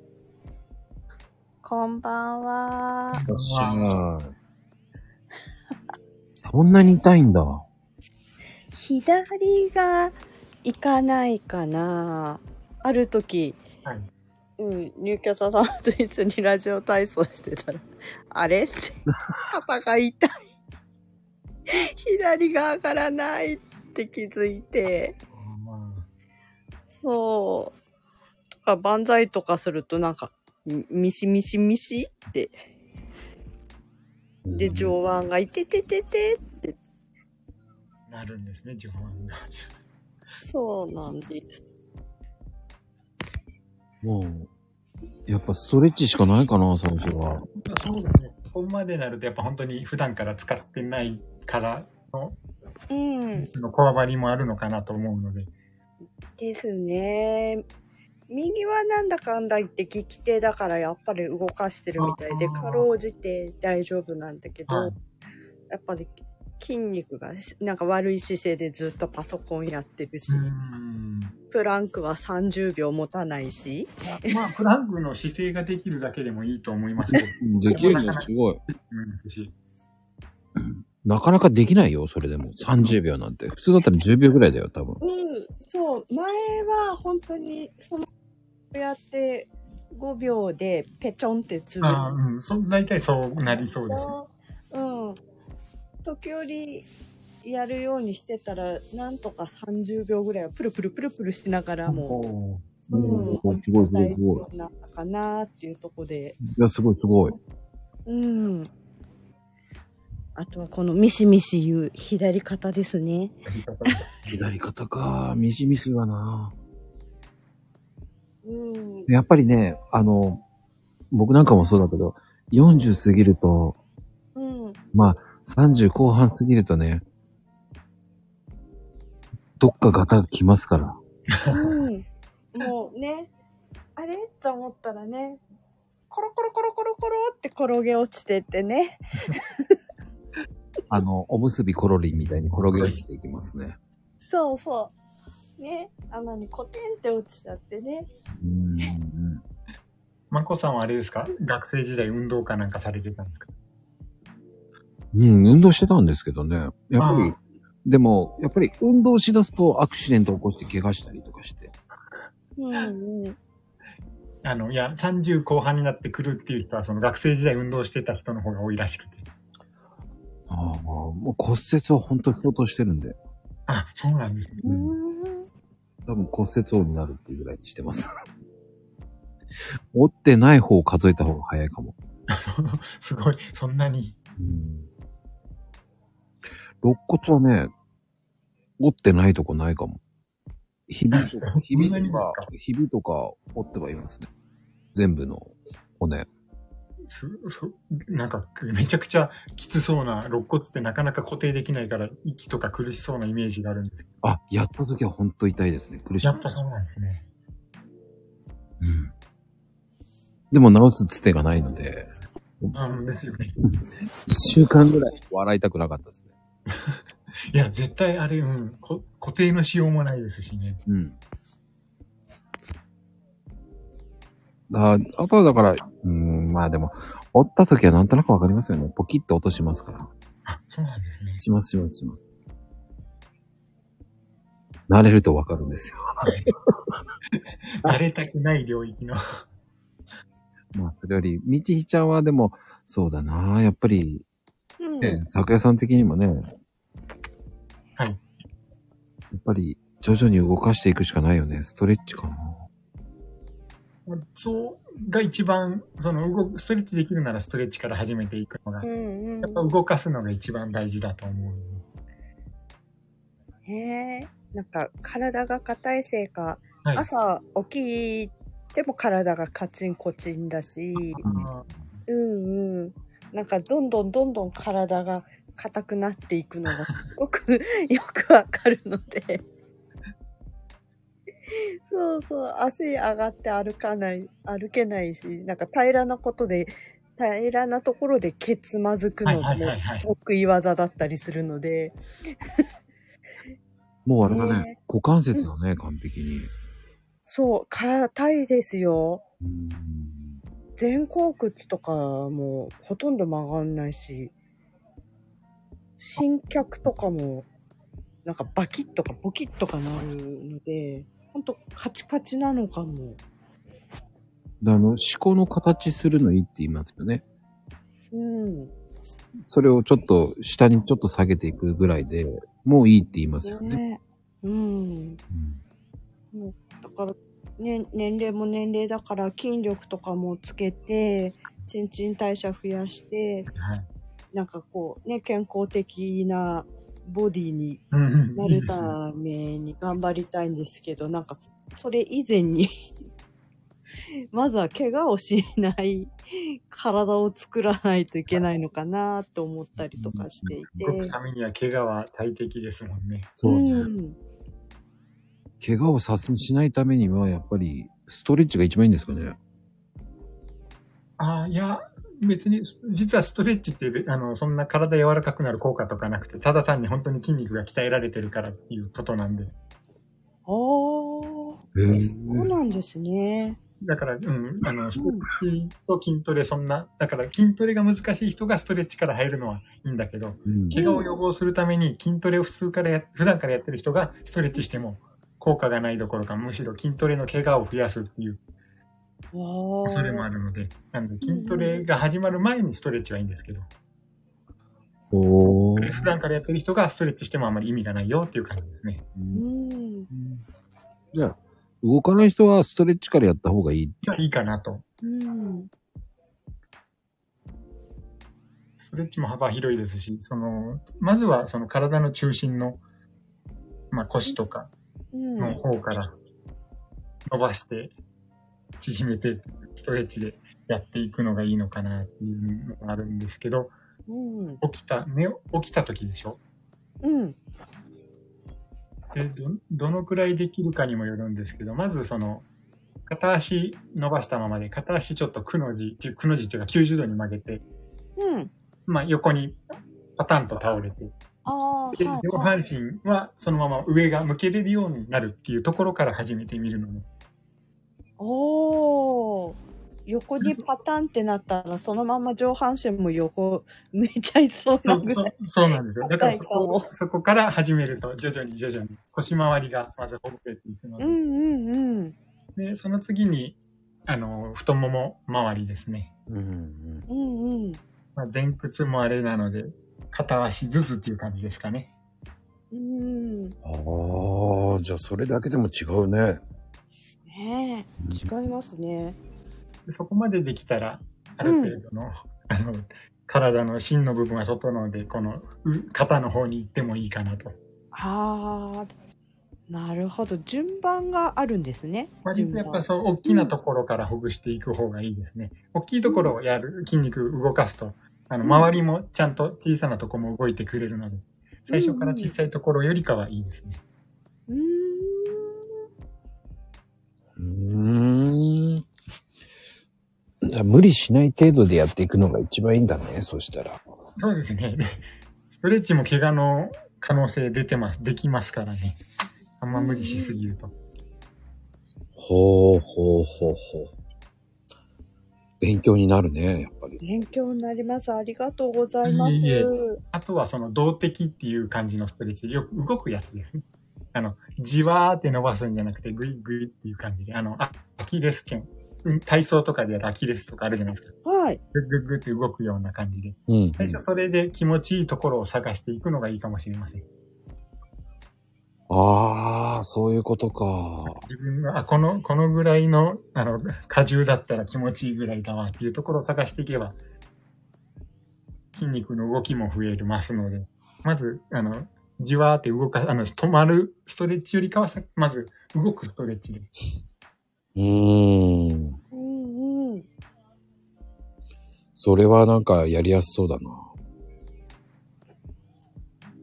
Speaker 5: こんばんは。
Speaker 2: らっしゃい。そんなに痛いんだ。
Speaker 5: 左が行かないかな。ある時、
Speaker 4: はい。
Speaker 5: うん、入居者様と一緒にラジオ体操してたら、 あれって、肩が痛い。左が上がらないって気づいて、
Speaker 4: まあ
Speaker 5: そう。とか、万歳とかするとなんか、みミシミシミシって、で、
Speaker 2: うん
Speaker 5: 上腕がいてててて
Speaker 4: なるんですね、自分が。
Speaker 5: そうなんです。
Speaker 2: もう、やっぱストレッチしかないかな、最初は。
Speaker 4: そうですね。ここまでなると、やっぱ本当に普段から使ってないからの、
Speaker 5: うん。
Speaker 4: のこわばりもあるのかなと思うので、
Speaker 5: ですね。右はなんだかんだ言って利き手だからやっぱり動かしてるみたいで、
Speaker 4: あー
Speaker 5: かろうじて大丈夫なんだけど、
Speaker 4: はい
Speaker 5: やっぱり筋肉がしなんか悪い姿勢でずっとパソコンやってるし、
Speaker 4: うーん
Speaker 5: プランクは30秒持たないし。
Speaker 4: まあ、フラッグの姿勢ができるだけでもいいと思いますけど。
Speaker 2: できるのすごい。
Speaker 4: うんですし
Speaker 2: なかなかできないよ、それでも。30秒なんて。普通だったら10秒ぐらいだよ、多分。
Speaker 5: うん、そう、前は本当に、その、こうやって5秒でペチョンってつぶ
Speaker 4: ああ、うん。そ、大体そうなりそうですね。
Speaker 5: うん。時折やるようにしてたら、なんとか30秒ぐらいはプルプルプルプルしながらも、
Speaker 4: おー
Speaker 5: うん
Speaker 2: おーすごい、すごい、
Speaker 5: 大
Speaker 2: す
Speaker 5: 丈
Speaker 2: ごい。
Speaker 5: 夫になったかなっていうとこで、
Speaker 2: いや、すごい、すごい。
Speaker 5: うん。あとはこのミシミシ言う左肩ですね。
Speaker 2: 左肩か、みじみすはな。
Speaker 5: うん。
Speaker 2: やっぱりね、あの、僕なんかもそうだけど、40過ぎると、
Speaker 5: うん。
Speaker 2: まあ、30後半過ぎるとね、どっか肩が来ますから。
Speaker 5: うんもうね、あれと思ったらね、コロコロコロコロコロって転げ落ちてってね。
Speaker 2: あの、おむすびコロリみたいに転げ落ちていきますね。
Speaker 5: そうそう。ね、穴にコテンって落ちちゃってね。
Speaker 2: うーん。
Speaker 4: マコさんはあれですか学生時代運動かなんかされてたんですか
Speaker 2: うん、運動してたんですけどね。やっぱ
Speaker 4: あ
Speaker 2: り
Speaker 4: あ、
Speaker 2: でも、やっぱり運動しだすとアクシデント起こして怪我したりとかして。
Speaker 5: うんうん。
Speaker 4: あの、いや、30後半になってくるっていう人は、その学生時代運動してた人の方が多いらしくて。
Speaker 2: ああ、もう骨折は本当に相当してるんで、
Speaker 4: あ、そうなんですね。
Speaker 2: 多分骨折王になるっていうぐらいにしてます。 折ってない方を数えた方が早いかも。
Speaker 4: すごい、そんなに。
Speaker 2: うん。肋骨はね、折ってないとこないかも。ひ びとか、ひび
Speaker 4: そんなに
Speaker 2: と
Speaker 4: です
Speaker 2: か
Speaker 4: か、
Speaker 2: ひびとか折ってはいますね。全部の骨。
Speaker 4: す、そ、なんか、めちゃくちゃきつそうな、肋骨ってなかなか固定できないから、息とか苦しそうなイメージがあるんですけ
Speaker 2: あ、やった時は本当痛いですね。苦しい
Speaker 4: ど。やっぱそうなんですね。
Speaker 2: うん。でも直すつてがないので、
Speaker 4: うんですよね。
Speaker 2: 一週間ぐらい笑いたくなかったですね。
Speaker 4: いや、絶対あれ、うん、こ固定のしようもないですしね。
Speaker 2: うん。ああとはだから、うん、まあでも、折った時はなんとなくわかりますよね。ポキッと落としますから。
Speaker 4: あ、そうなんですね。
Speaker 2: しますしますします。慣れるとわかるんですよ。
Speaker 4: 慣れたくない領域の。
Speaker 2: まあ、それより、みちひちゃんはでも、そうだなやっぱり、
Speaker 5: うん。
Speaker 2: ね、酒屋さん的にもね、
Speaker 4: はい
Speaker 2: やっぱり、徐々に動かしていくしかないよね。ストレッチかな。
Speaker 4: そうが一番、その動く、ストレッチできるならストレッチから始めていくのが、
Speaker 5: う
Speaker 4: や
Speaker 5: ん
Speaker 4: っ
Speaker 5: う
Speaker 4: ぱ動かすのが一番大事だと思う。
Speaker 5: ん。ねえ。なんか体が硬いせいか、
Speaker 4: はい。
Speaker 5: 朝起きても体がカチンコチンだし、
Speaker 4: あ
Speaker 5: うんうん。なんかどんどんどんどん体が硬くなっていくの がすごくよくわかるので。そうそう、足上がって歩かない、歩けないし、なんか平らなことで、平らなところでケツまずく
Speaker 4: ーはい
Speaker 5: の
Speaker 4: はいはい
Speaker 5: も
Speaker 4: はい。
Speaker 5: 得意技だったりするので、
Speaker 2: もうあれだね、
Speaker 5: ね
Speaker 2: 股関節だね、完璧に。
Speaker 5: そう、硬いですよ。
Speaker 2: うん
Speaker 5: 前後屈とかもほとんど曲がんないし、新脚とかも、なんかバキッとかボキッとかなるので、ほんとカチカチなのかも。
Speaker 2: であの、思考の形するのいいって言いますよね。
Speaker 5: うん。
Speaker 2: それをちょっと、下にちょっと下げていくぐらいで、もういいって言いますよね。
Speaker 5: ねうん。だから、ね、年齢も年齢だから筋力とかもつけて、新陳代謝増やして、
Speaker 4: はい
Speaker 5: なんかこうね、健康的なボディに
Speaker 4: うんうん
Speaker 5: ない
Speaker 4: い
Speaker 5: る
Speaker 4: ですね
Speaker 5: ために頑張りたいんですけど、なんか、それ以前に、 まずは怪我をしない体を作らないといけないのかなと思ったりとかしてい
Speaker 4: 動く
Speaker 5: て。
Speaker 4: ためには怪我は大敵ですもんね。
Speaker 2: そうね。
Speaker 5: ん。
Speaker 2: 怪我をさせしないためには、やっぱり、ストレッチが一番いいんですかね。
Speaker 4: ああ、いや、別に、実はストレッチって、あの、そんな体柔らかくなる効果とかなくて、ただ単に本当に筋肉が鍛えられてるからっていうことなんで。
Speaker 5: お
Speaker 2: えー
Speaker 5: そうなんですね。
Speaker 4: だから、うん、あの、ストレッチと筋トレ、そんな、だから筋トレが難しい人がストレッチから入るのはいいんだけど、
Speaker 2: うん
Speaker 4: 怪我を予防するために筋トレを普通からや、普段からやってる人がストレッチしても効果がないどころか、むしろ筋トレの怪我を増やすっていう
Speaker 5: わあ。
Speaker 4: 恐れもあるので、なので筋トレが始まる前にストレッチはいいんですけど、
Speaker 2: おー
Speaker 4: 普段からやってる人がストレッチしてもあまり意味がないよっていう感じですね。
Speaker 5: うん。
Speaker 2: じゃあ、動かない人はストレッチからやった方がいい。
Speaker 4: いいかなと。
Speaker 5: うん。
Speaker 4: ストレッチも幅広いですし、その、まずはその体の中心の、まあ、腰とか
Speaker 5: う
Speaker 4: の
Speaker 5: ん。
Speaker 4: 方から伸ばして、縮めて、ストレッチでやっていくのがいいのかなっていうのがあるんですけど、
Speaker 5: うん。
Speaker 4: 起きた、ね、起きた時でしょ
Speaker 5: うん。
Speaker 4: でど、どのくらいできるかにもよるんですけど、まずその、片足伸ばしたままで、片足ちょっとくの字っていう、くの字っていうか90度に曲げて、
Speaker 5: うん。
Speaker 4: まあ横にパタンと倒れて、
Speaker 5: ああー。
Speaker 4: で
Speaker 5: はい
Speaker 4: 上
Speaker 5: はい。
Speaker 4: 半身はそのまま上が向けれるようになるっていうところから始めてみるのも、
Speaker 5: おお。横にパタンってなったら、そのまま上半身も横 向いちゃいそう
Speaker 4: そ
Speaker 5: な
Speaker 4: う
Speaker 5: ぐ
Speaker 4: そ
Speaker 5: ら
Speaker 4: う
Speaker 5: い。
Speaker 4: そうなんですよ。だからそ
Speaker 5: 硬いかも
Speaker 4: こそこから始めると徐々に徐々に腰回りがまずほぐれていくの
Speaker 5: う
Speaker 4: で、
Speaker 5: んうんうん。
Speaker 4: でその次にあの太もも周りですね。
Speaker 2: うん
Speaker 5: うんうん。
Speaker 4: まあ、前屈もあれなので、片足ずつっていう感じですかね。
Speaker 5: うん。
Speaker 2: うん、ああ、じゃあそれだけでも違うね。
Speaker 5: ねえ、違いますね。
Speaker 4: でそこまでできたら、ある程度の、あの、体の芯の部分が外なので、このう肩の方に行ってもいいかなと。
Speaker 5: ああ、なるほど。順番があるんですね。
Speaker 4: 割
Speaker 5: 順
Speaker 4: とや
Speaker 5: 番。
Speaker 4: っぱそう、大きなところからほぐしていく方がいいですね。大きいところをやる、筋肉動かすと、あの、
Speaker 5: うん
Speaker 4: 周りもちゃんと小さなとこも動いてくれるので、最初から小さいところよりかはいいですね。
Speaker 5: うーん。
Speaker 2: うーん。じゃあ無理しない程度でやっていくのが一番いいんだね、そしたら。
Speaker 4: そうですね。でストレッチも怪我の可能性出てます、できますからね。あんま無理しすぎると。
Speaker 2: ほうほうほうほう。勉強になるね、やっぱり。
Speaker 5: 勉強になります。ありがとうございます。
Speaker 4: いえいえあとはその動的っていう感じのストレッチでよく動くやつですね。あの、じわーって伸ばすんじゃなくて、ぐいぐいっていう感じで、あの、あアキレス腱、うん体操とかでやるアキレスとかあるじゃないですか。
Speaker 5: はい。
Speaker 4: ぐっぐっぐって動くような感じで。
Speaker 2: うん。
Speaker 4: 最初それで気持ちいいところを探していくのがいいかもしれません。
Speaker 2: ああ、そういうことか。
Speaker 4: 自分が、あ、この、このぐらいの、あの、荷重だったら気持ちいいぐらいだわっていうところを探していけば、筋肉の動きも増えますので、まず、あの、じわーって動か、あの、止まるストレッチよりかはさ、まず、動くストレッチで。
Speaker 2: うーん。
Speaker 5: うんうん。
Speaker 2: それはなんかやりやすそうだな。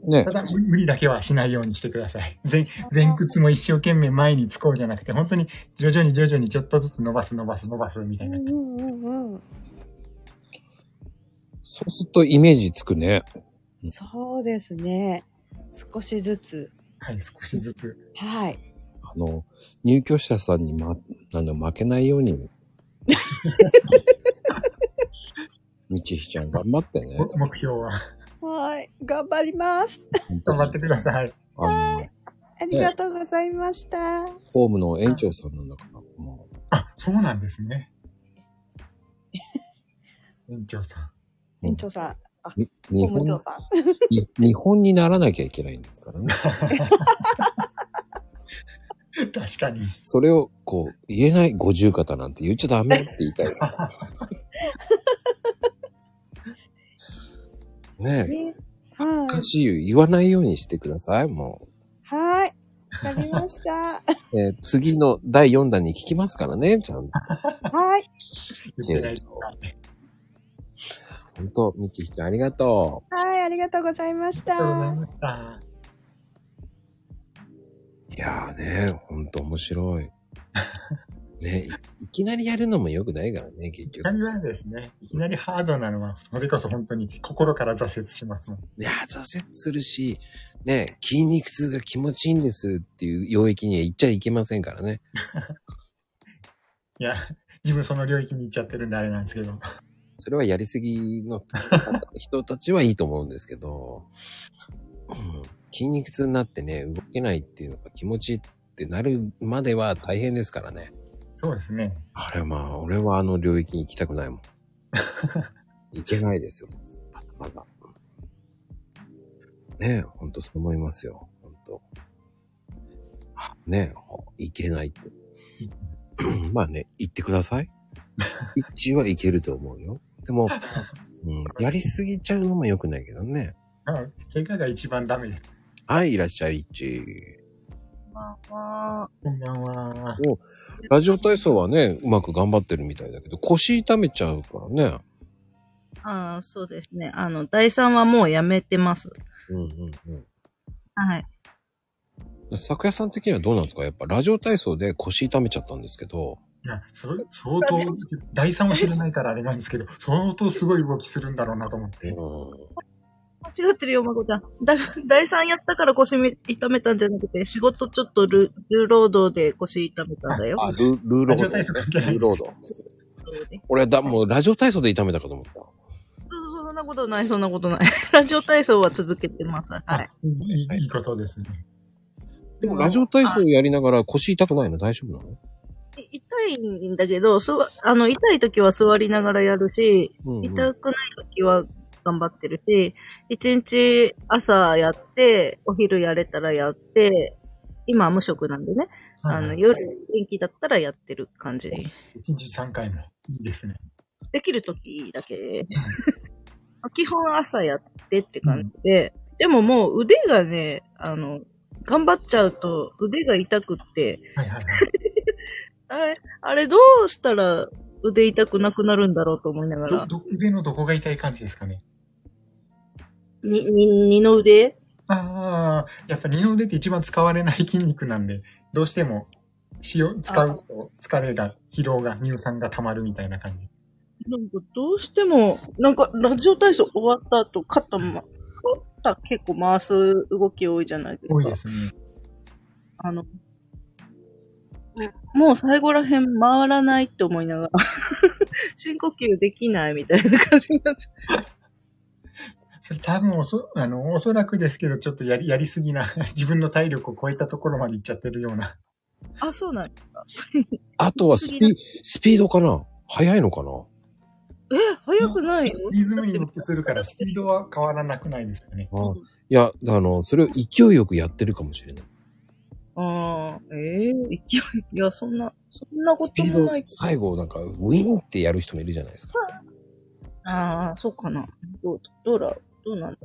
Speaker 2: ね
Speaker 4: ただ、無無理だけはしないようにしてください。前、前屈も一生懸命前につこうじゃなくて、本当に徐々に徐々にちょっとずつ伸ばす伸ばす伸ばすみた
Speaker 5: う
Speaker 4: いな。
Speaker 5: んうんうんうん。
Speaker 2: そうするとイメージつくね。
Speaker 5: そうですね。少しずつ。
Speaker 4: はい、少しずつ。
Speaker 5: はい。
Speaker 2: あの、入居者さんに、ま、あの、負けないよう に。みちひちゃん頑張ってね。
Speaker 4: 目目標は、
Speaker 5: はい。頑張ります。
Speaker 4: 頑張ってください。
Speaker 2: あの、
Speaker 5: ありがとうございました。
Speaker 2: ホームの園長さんなんだから。も
Speaker 4: あ、そうなんです ね。園長さん。
Speaker 2: う
Speaker 5: 園長さん。
Speaker 2: に日
Speaker 5: 本部長
Speaker 2: 本
Speaker 5: さん。
Speaker 2: に、日本にならなきゃいけないんですからね。
Speaker 4: 確かに。
Speaker 2: それを、こう、言えない五十肩なんて言っちゃダメって言い たいな。ねえ、
Speaker 5: ね。は
Speaker 2: お
Speaker 5: い
Speaker 2: か。しいよ言わないようにしてください、も
Speaker 5: はい。わかりました。
Speaker 2: う。えー次の第4弾に聞きますからね、ちゃんと。
Speaker 5: はい。
Speaker 4: 言ってないとかね。
Speaker 2: ほんと、ミキヒちゃんありがと
Speaker 5: はい、ありがとうございまし
Speaker 4: ありがとうござい
Speaker 5: た。
Speaker 4: まし た。
Speaker 2: う。いやーね、ほんと面白い。ね、いいきなりやるのも良くないからね、結
Speaker 4: いき
Speaker 2: 局
Speaker 4: な。りはですね、いきなりハードなのは、それこそ本当に心から挫折しますもん。
Speaker 2: いや、挫折するし、ね、筋肉痛が気持ちいいんですっていう領域には行っちゃいけませんからね。
Speaker 4: いや、 自分その領域に行っちゃってるんであれなんですけど。
Speaker 2: それはやりすぎの人たちはいいと思うんですけど、うん筋肉痛になってね、動けないっていうのが気持ちいいってなるまでは大変ですからね。
Speaker 4: そうですね。
Speaker 2: あれまあ、俺はあの領域に行きたくないも ん。行けないですよ。まだ。ねえ、ほんとそう思いますよ。ほんと。あねえ、ほ行けないって。まあね、行ってください。一致は行けると思うよ。でも、うん、やりすぎちゃうのも良くないけどね。
Speaker 4: あ怪我が一番ダメです。
Speaker 2: はい、いらっしゃい、一致。
Speaker 6: まあまあ、
Speaker 4: こんばんは。
Speaker 2: ラジオ体操はね、うまく頑張ってるみたいだけど、腰痛めちゃうからね。
Speaker 6: ああ、そうですね。あの、第3はもうやめてます。
Speaker 2: うんうんうん。
Speaker 6: はい。
Speaker 2: 昨夜さん的にはどうなんですかやっぱラジオ体操で腰痛めちゃったんですけど、
Speaker 4: いや、そ相当、第3を知らないからあれなんですけど、相当すごい動きするんだろうなと思って。
Speaker 6: 間違ってるよ、まこちゃん。だ、 第3やったから腰み痛めたんじゃなくて、仕事ちょっとル、重労働で腰痛めたんだよ。
Speaker 2: あ、ルルーロード。
Speaker 4: ラジオ体操関係
Speaker 2: ル
Speaker 4: ない
Speaker 2: ーロード。俺はだ、もうラジオ体操で痛めたかと思った。
Speaker 6: そそんなことない、そんなことない。 ラジオ体操は続けてます。はい。
Speaker 4: いいいいことですね。
Speaker 2: でもラジオ体操やりながら腰痛くないの大丈夫なの
Speaker 6: い痛いんだけど、そう、あの、痛い時は座りながらやるし、
Speaker 2: うんうん
Speaker 6: 痛くない時は頑張ってるし、一日朝やって、お昼やれたらやって、今は無職なんでね、あの、
Speaker 4: はい
Speaker 6: 夜元気だったらやってる感じ。
Speaker 4: 1日3回も。いいですね。
Speaker 6: できる時だけ。基本朝やってって感じで、でももう腕がね、あの、頑張っちゃうと腕が痛くって、
Speaker 4: はいはいはい。
Speaker 6: あれ、あれどうしたら腕痛くなくなるんだろうと思いなが
Speaker 4: ど、
Speaker 6: ら、
Speaker 4: ど、腕のどこが痛い感じですかね。
Speaker 6: に、に、二の腕
Speaker 4: ああ、やっぱ二の腕って一番使われない筋肉なんで、どうしても、使用、使うと、疲れが、疲労が、乳酸が溜まるみたいな感じ。
Speaker 6: なんかどうしても、なんかラジオ体操終わった後、肩ま、肩結構回す動き多いじゃないですか。
Speaker 4: 多いで。すね。
Speaker 6: あの、もう最後らへん回らないって思いなが ら、深呼吸できないみたいな感じになって。
Speaker 4: それ多分おそ、あの、おそらくですけど、ちょっとやり、やりすぎな、自分の体力を超えたところまで行っちゃってるような。
Speaker 6: あ、そうなん
Speaker 2: あとはスピスピードかな速いのかな
Speaker 6: え、早くないよ。
Speaker 4: リズムに乗ってするから、スピードは変わらなくないですかね。
Speaker 2: あいや、あの、それを勢いよくやってるかもしれない。
Speaker 6: ああ、ええ勢い、いや、そんな、そんなこ
Speaker 2: ス
Speaker 6: と
Speaker 2: ピー
Speaker 6: も
Speaker 2: ド
Speaker 6: ない、。
Speaker 2: 最後なんか、ウィーンってやる人もいるじゃないですか。
Speaker 6: ああ、そうかな。どう、どうだ、どうなんだ。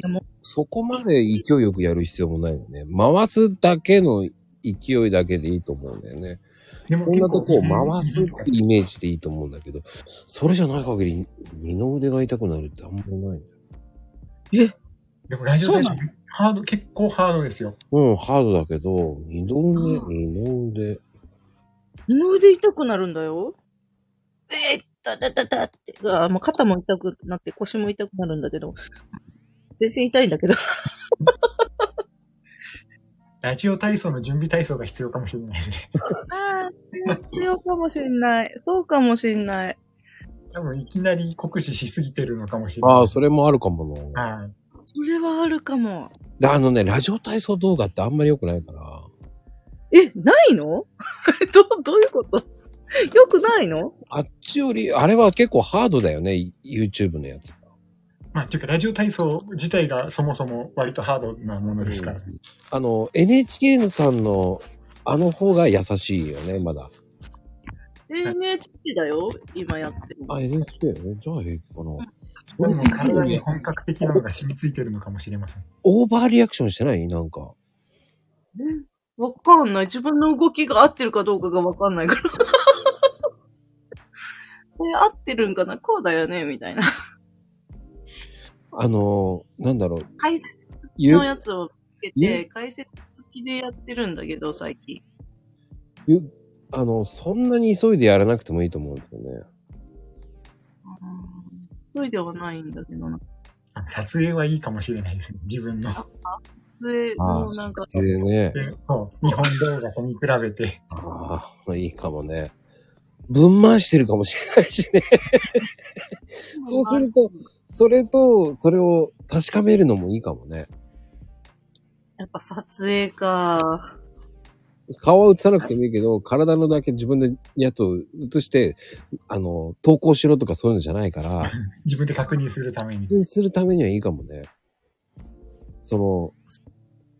Speaker 6: でも
Speaker 2: そこまで勢いよくやる必要もないよね。回すだけの勢いだけでいいと思うんだよね。
Speaker 4: でも
Speaker 2: こんなとこを
Speaker 4: 結構
Speaker 2: 回すってイメージでいいと思うんだけど、それじゃない限り二の腕が痛くなるってあんまりない。
Speaker 4: でもラジオ体
Speaker 6: そ
Speaker 4: 操、ハード、結構ハードですよ。
Speaker 2: うん、ハードだけど、二の腕、二の腕。
Speaker 6: 二の腕痛くなるんだよ。えー、だだだだって。あーもう肩も痛くなって腰も痛くなるんだけど。全然痛いんだけど。
Speaker 4: ラジオ体操の準備体操が必要かもしれないで すね。
Speaker 6: ああ、 必要かもしんない。そうかもしんない。
Speaker 4: 多分、いきなり酷使しすぎてるのかもしれない。
Speaker 2: ああ、それもあるかもな。
Speaker 4: はい。
Speaker 6: それはあるかも。
Speaker 2: であのね、ラジオ体操動画ってあんまり良くないから。
Speaker 6: え、ないの ど、どういうことよくないの
Speaker 2: あっちより、あれは結構ハードだよね、YouTube のやつ。
Speaker 4: まあ、というか、ラジオ体操自体がそもそも割とハードなものですから。
Speaker 2: あの、NHK のさんの、あの方が優しいよね、まだ。
Speaker 6: ?NHK だよ今やってる。
Speaker 2: あ、NHK? じゃあ平気かな。
Speaker 4: でも、体に本格的なのが染みついてるのかもしれません。
Speaker 2: オーバーリアクションしてないなんか。
Speaker 6: わかんない。自分の動きが合ってるかどうかがわかんな いから。これ合ってるんかなこうだよねみたいな。
Speaker 2: あの、なんだろう。
Speaker 6: 解説
Speaker 2: ゆ
Speaker 6: のやつをつけ
Speaker 2: ゆ
Speaker 6: て、解説付きでやってるんだけど、最近。
Speaker 2: あの、そんなに急いでやらなくてもいいと思うんですよね。
Speaker 6: 急いではないんだけどな。
Speaker 4: あ撮影はいいかもしれないですね。自 分の。
Speaker 6: 撮影
Speaker 2: あ
Speaker 6: も
Speaker 2: あ、
Speaker 6: なんか、
Speaker 2: 撮影ね。
Speaker 4: でそう。日本動画と見比べて。
Speaker 2: ああ、いいかもね。ぶん回してるかもしれないしね。そうすると、それと、それを確かめるのもいいかもね。
Speaker 6: やっぱ撮影か。
Speaker 2: 顔は映さなくてもいいけど、体のだけ自分でやつを映して、あの、投稿しろとかそういうのじゃない から、
Speaker 4: 自分で確認するために。
Speaker 2: するためにはいいかもね。そ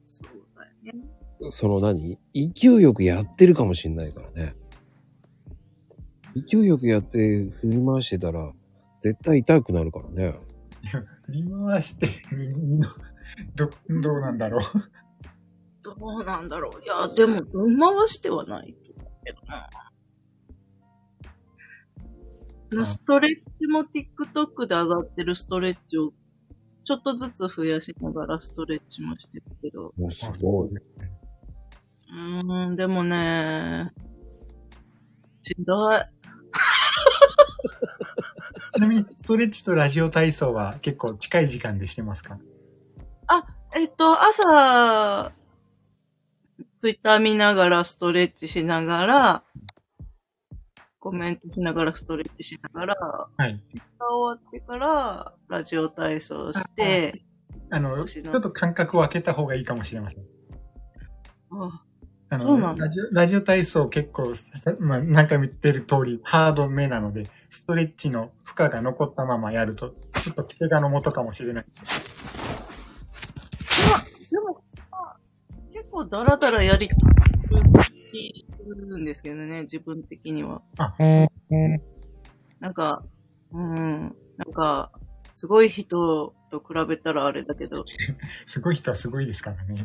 Speaker 6: そうだよね。
Speaker 2: の、その何勢いよくやってるかもしんないからね。勢いよくやって振り回してたら、絶対痛くなるからね。
Speaker 4: 振り回して、にの ど、どうなんだろう。
Speaker 6: どうなんだろう。いや、でも、ぶん回してはないと思うけどな。あ
Speaker 4: うん
Speaker 6: のストレッチも TikTok で上がってるストレッチを、ちょっとずつ増やしながらストレッチもしてるけど。
Speaker 2: もうすごい。
Speaker 6: うーん、でもね、しんどい。
Speaker 4: ちなみに、ストレッチとラジオ体操は結構近い時間でしてますか
Speaker 6: えっと、朝、ツイッター見ながらストレッチしながら、コメントしながらストレッチしながら、
Speaker 4: はい。
Speaker 6: 終わってから、ラジオ体操して、
Speaker 4: あの、ちょっと間隔を空けた方がいいかもしれません。
Speaker 6: あ
Speaker 4: あ
Speaker 6: そうな
Speaker 4: の
Speaker 6: んだ
Speaker 4: ラジオラジオ体操結構、さまあ、何回も言ってる通り、ハードめなので、ストレッチの負荷が残ったままやると、ちょっと癖がのもとかもしれない。
Speaker 6: でも、あ結構ダラダラやり、気するんですけどね、自分的には。
Speaker 4: あ
Speaker 6: なんか、うん、なんか、すごい人と比べたらあれだけど、
Speaker 4: すごい人はすごいですからね。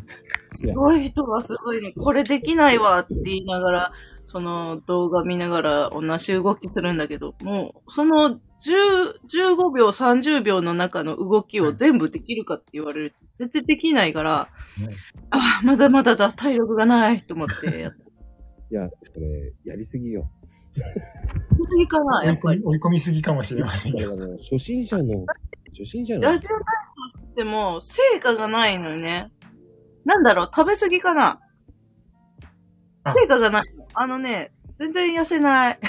Speaker 2: いや
Speaker 6: すごい人はすごいね、これできないわって言いながら、その動画見ながら同じ動きするんだけど、もう、その10、15秒、30秒の中の動きを全部できるかって言われると、全然できないから
Speaker 4: ね、
Speaker 6: ああ、まだまだだ、体力がないと思 ってやって、
Speaker 2: いや、それ、やりすぎよ。
Speaker 6: 本当にかな、
Speaker 4: 追
Speaker 6: や
Speaker 4: い
Speaker 6: っぱ
Speaker 4: 込
Speaker 6: り
Speaker 4: み。追い込みすぎかもしれません
Speaker 2: だ
Speaker 4: よ。
Speaker 2: からね、初心者の、初心者の、
Speaker 6: ラジオ体操しても、成果がないのよね。なんだろう、食べ過ぎかな
Speaker 4: あ
Speaker 6: 成果がない。あのね、全然痩せない。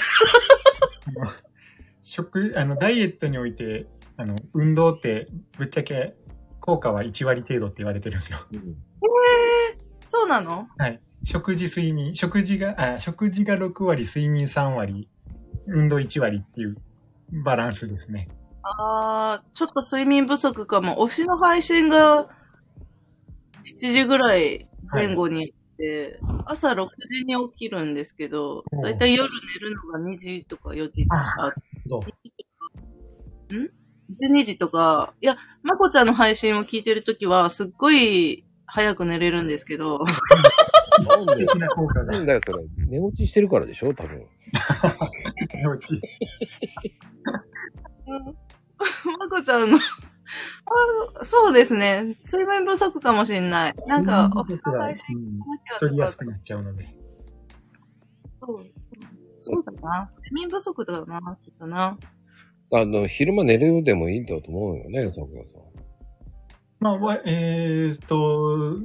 Speaker 4: 食、あの、ダイエットにおいて、あの、運動って、ぶっちゃけ、効果は1割程度って言われてるんですよ。
Speaker 2: うん
Speaker 6: そうなの
Speaker 4: はい。食事、睡眠、食事が、あ食事が6割、睡眠3割、運動1割っていうバランスですね。
Speaker 6: あー、ちょっと睡眠不足かも。推しの配信が7時ぐらい前後にあって、朝6時に起きるんですけど
Speaker 4: お、う
Speaker 6: だいたい夜寝るのが2時とか4時とか、
Speaker 4: どう
Speaker 6: 12時とか、いや、まこちゃんの配信を聞いてるときは、すっごい早く寝れるんですけど、
Speaker 2: なんで
Speaker 4: 的な効果
Speaker 2: な
Speaker 4: が
Speaker 2: んだよ、それ。寝落ちしてるからでしょ多分。
Speaker 4: 寝落ち。
Speaker 6: まこちゃんのあ、そうですね。睡眠不足かもしんない。なんか、
Speaker 4: う
Speaker 6: お
Speaker 4: ん
Speaker 6: しの配信
Speaker 4: うん
Speaker 6: 聞か
Speaker 4: 取り
Speaker 6: な
Speaker 4: や
Speaker 6: きゃ
Speaker 4: すくなっちゃうので。
Speaker 6: そうそうだな。睡眠不足だよな、きっとな。
Speaker 2: あの、昼間寝るでもいいんだと思うよね、桜さん。
Speaker 4: まあ、わえーっと、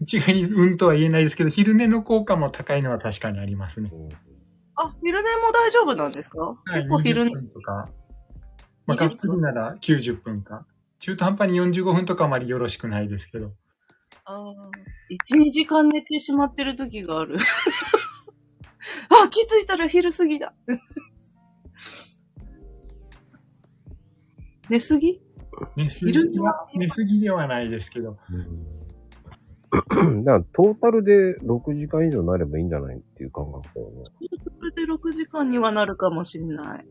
Speaker 4: 一概にうんとは言えないですけど、昼寝の効果も高いのは確かにありますね。
Speaker 2: うん
Speaker 6: あ、昼寝も大丈夫なんですか
Speaker 4: はい、
Speaker 6: 結構昼
Speaker 4: 20
Speaker 6: 寝。
Speaker 4: 分とか。まあ、
Speaker 6: 20
Speaker 4: がっつりなら90分か。中途半端に45分とかあまりよろしくないですけど。
Speaker 6: あ1、2時間寝てしまってる時がある。 あ、気づいたら昼過ぎだ。 寝すぎ
Speaker 4: 寝すぎ
Speaker 6: 昼寝は
Speaker 4: は、寝すぎではないですけど。
Speaker 2: だから、トータルで6時間以上になればいいんじゃないっていう感覚だよね。
Speaker 6: それで6時間にはなるかもしれない。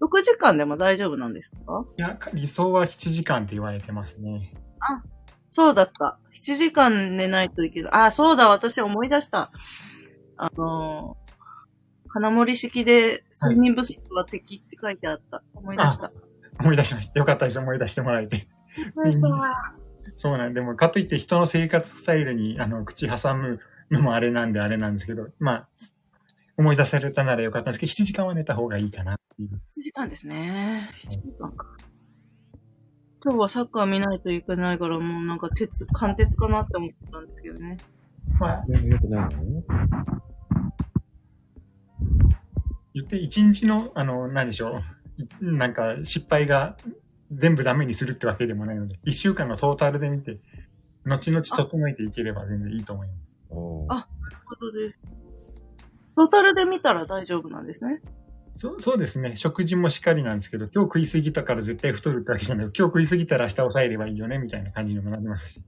Speaker 6: 6時間でも大丈夫なんですか
Speaker 4: いや、理想は7時間って言われてますね。
Speaker 6: そうだった。7時間寝ないといけない。あ、そうだ、私思い出した。あのー、金森式で睡眠不足は敵って書いてあった。思い出した。
Speaker 4: 思い出しました。よかったです。思い出してもらえて。
Speaker 6: 思い出した。
Speaker 4: そうなんでも、かといって人の生活スタイルに、あの、口挟むのもあれなんであれなんですけど、まあ、思い出されたならよかったんですけど、7時間は寝た方がいいかなっていう。
Speaker 6: 1時間ですね。1時間か。今日はサッカー見ないといけないから、もうなんか鉄、貫徹かなって思ったんですけどね。
Speaker 4: まあ、
Speaker 2: 全部良くないの
Speaker 4: 言って一日の、あの、何でしょう。いなんか、失敗が全部ダメにするってわけでもないので、一週間のトータルで見て、後々整えていければ全然いいと思います。
Speaker 7: お
Speaker 6: あということで、トータルで見たら大丈夫なんですね。
Speaker 4: そうそうですね。食事もしっかりなんですけど、今日食い過ぎたから絶対太るってわけじゃなく、今日食い過ぎたら明日抑えればいいよね、みたいな感じにもなりますし、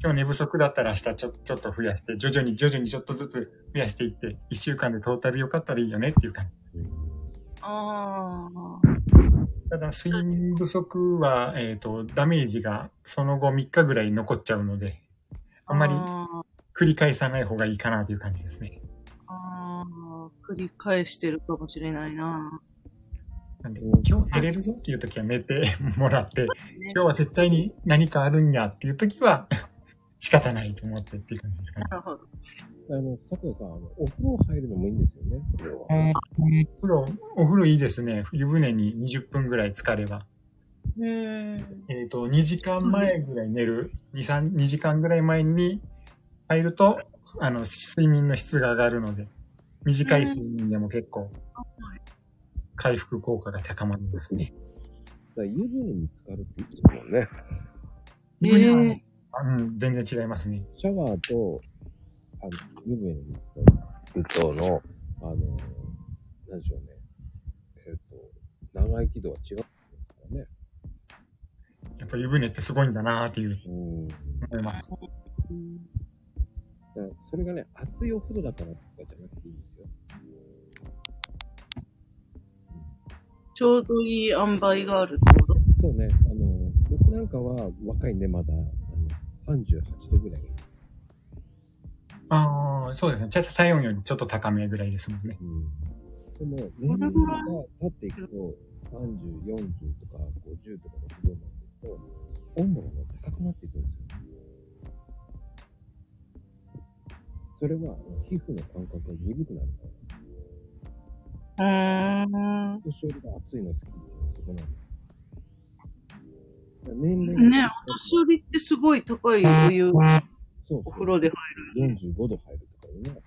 Speaker 4: 今日寝不足だったら明日ちょちょっと増やして、徐々に徐々にちょっとずつ増やしていって、一週間でトータル良かったらいいよねっていう感じ。
Speaker 6: あ
Speaker 4: ただ、睡眠不足は、えっ、と、ダメージがその後3日ぐらい残っちゃうので、
Speaker 6: あ。
Speaker 4: あんまり
Speaker 6: あ
Speaker 4: 繰り返さない方がいいかなという感じですね。
Speaker 6: あ、繰り返してるかもしれないな。
Speaker 4: なんで、今日寝れるぞっていう時は寝て もらって、今日は絶対に何かあるんやっていう時は、 仕方ないと思ってっていう感じですかね。
Speaker 6: なるほど。
Speaker 2: あの、佐藤さん、あの、お風呂入るのもいいんですよね、これは。
Speaker 4: お風呂、お風呂いいですね。湯船に20分ぐらい浸かれば。
Speaker 6: うん。
Speaker 4: えっ、と、2時間前ぐらい寝る、2、3、2時間ぐらい前に入ると、あの、睡眠の質が上がるので、短い睡眠でも結構、回復効果が高まりますね。
Speaker 2: だから湯船に浸かるって言ってたもんね。
Speaker 6: え
Speaker 4: う
Speaker 6: え
Speaker 4: ん、全然違いますね。
Speaker 2: シャワーと、あの、湯船に浸かるとの、あの、なんでしょうね。えっ、と、長生き度は違うんですからね。
Speaker 4: やっぱ湯船ってすごいんだなーっていう
Speaker 2: うん。だか
Speaker 4: 思います。
Speaker 2: らそれがね、熱いお風呂だからとかじゃなくていいんですよ。
Speaker 6: ちょうどいい塩梅があるってこと
Speaker 2: そうね、あの、僕なんかは若いね、まだ、あの、38度ぐらいがいい。
Speaker 4: ああ、そうですね。ちょっと体温よりちょっと高めぐらいですもんね。
Speaker 2: でも、年齢が経っていくと、30、40とか50とか60になっていくと、温度が高くなっていくんですよ。それは、皮膚の感覚が鈍くなるから、
Speaker 6: うーん。
Speaker 2: 年寄りが熱いの好きっていうのはそこなんです。年齢が
Speaker 6: ねえ、私よりってすごい高いお湯、
Speaker 2: そう
Speaker 6: お
Speaker 2: そう
Speaker 6: 風呂で入
Speaker 2: 45度入るとかいうのは、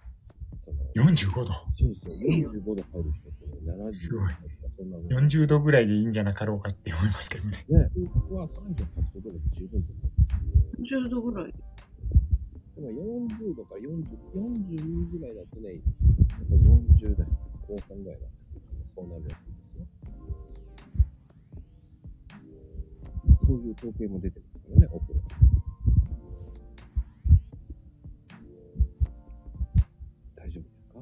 Speaker 2: その、
Speaker 4: 45度。
Speaker 2: そうそう、45度入る人ってね、70
Speaker 4: す
Speaker 2: 度
Speaker 4: ごい
Speaker 2: 入るとか、そんなの。
Speaker 4: 40度ぐらいでいいんじゃなかろうかって思いますけどね。
Speaker 2: ね、僕は38度で十分と思う。
Speaker 6: る。10度ぐらい。
Speaker 2: でも40度から40、42ぐらいだとね、やっぱ40代後半ぐらいだと、そうなるらしいですよ。そういう統計も出てますからね、お風呂。大丈夫ですか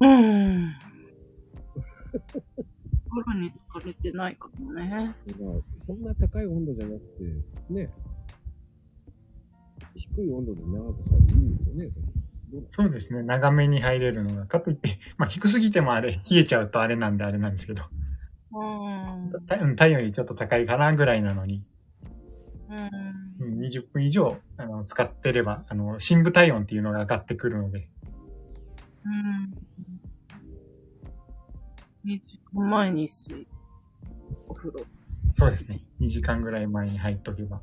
Speaker 6: うん。お風呂に疲れてないかもね。
Speaker 2: だからそんな高い温度じゃなくて、ね、低い温度で長く入るといいですよね、それ。どうなの
Speaker 4: そうですね。長めに入れるのが。かといって、 まあ低すぎてもあれ、 冷えちゃうとあれなんであれなんですけど、
Speaker 6: うん。
Speaker 4: 体うん体温よりちょっと高いかなぐらいなのに、
Speaker 6: うん
Speaker 4: うん20分以上あの使ってれば、あの、深部体温っていうのが上がってくるので、
Speaker 6: うん。2時間前に水、お風呂。
Speaker 4: そうですね。2時間ぐらい前に入っとけば。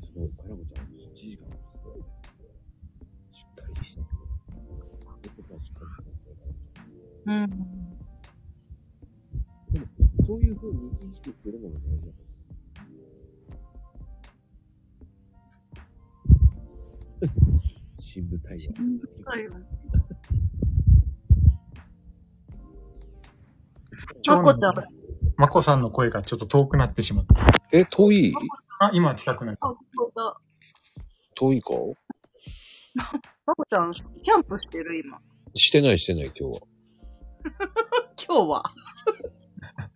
Speaker 2: すごい、かなこちゃん、1時間もすごいです。しっかりしてますね。僕はしっかりしてますね。
Speaker 6: うん。
Speaker 2: でも、そういう風に意識するのが大事だと思う。深部体温。
Speaker 6: はいはい。ま
Speaker 4: 長
Speaker 6: こ
Speaker 4: 男
Speaker 6: ちゃん、
Speaker 4: まこさんの声がちょっと遠くなってしまった。
Speaker 7: え、遠い
Speaker 4: あ、今近くなった。
Speaker 6: あ、そうだ。
Speaker 7: 遠いか
Speaker 6: まこちゃん、キャンプしてる今。
Speaker 7: してないしてない今日は。
Speaker 6: 今日は。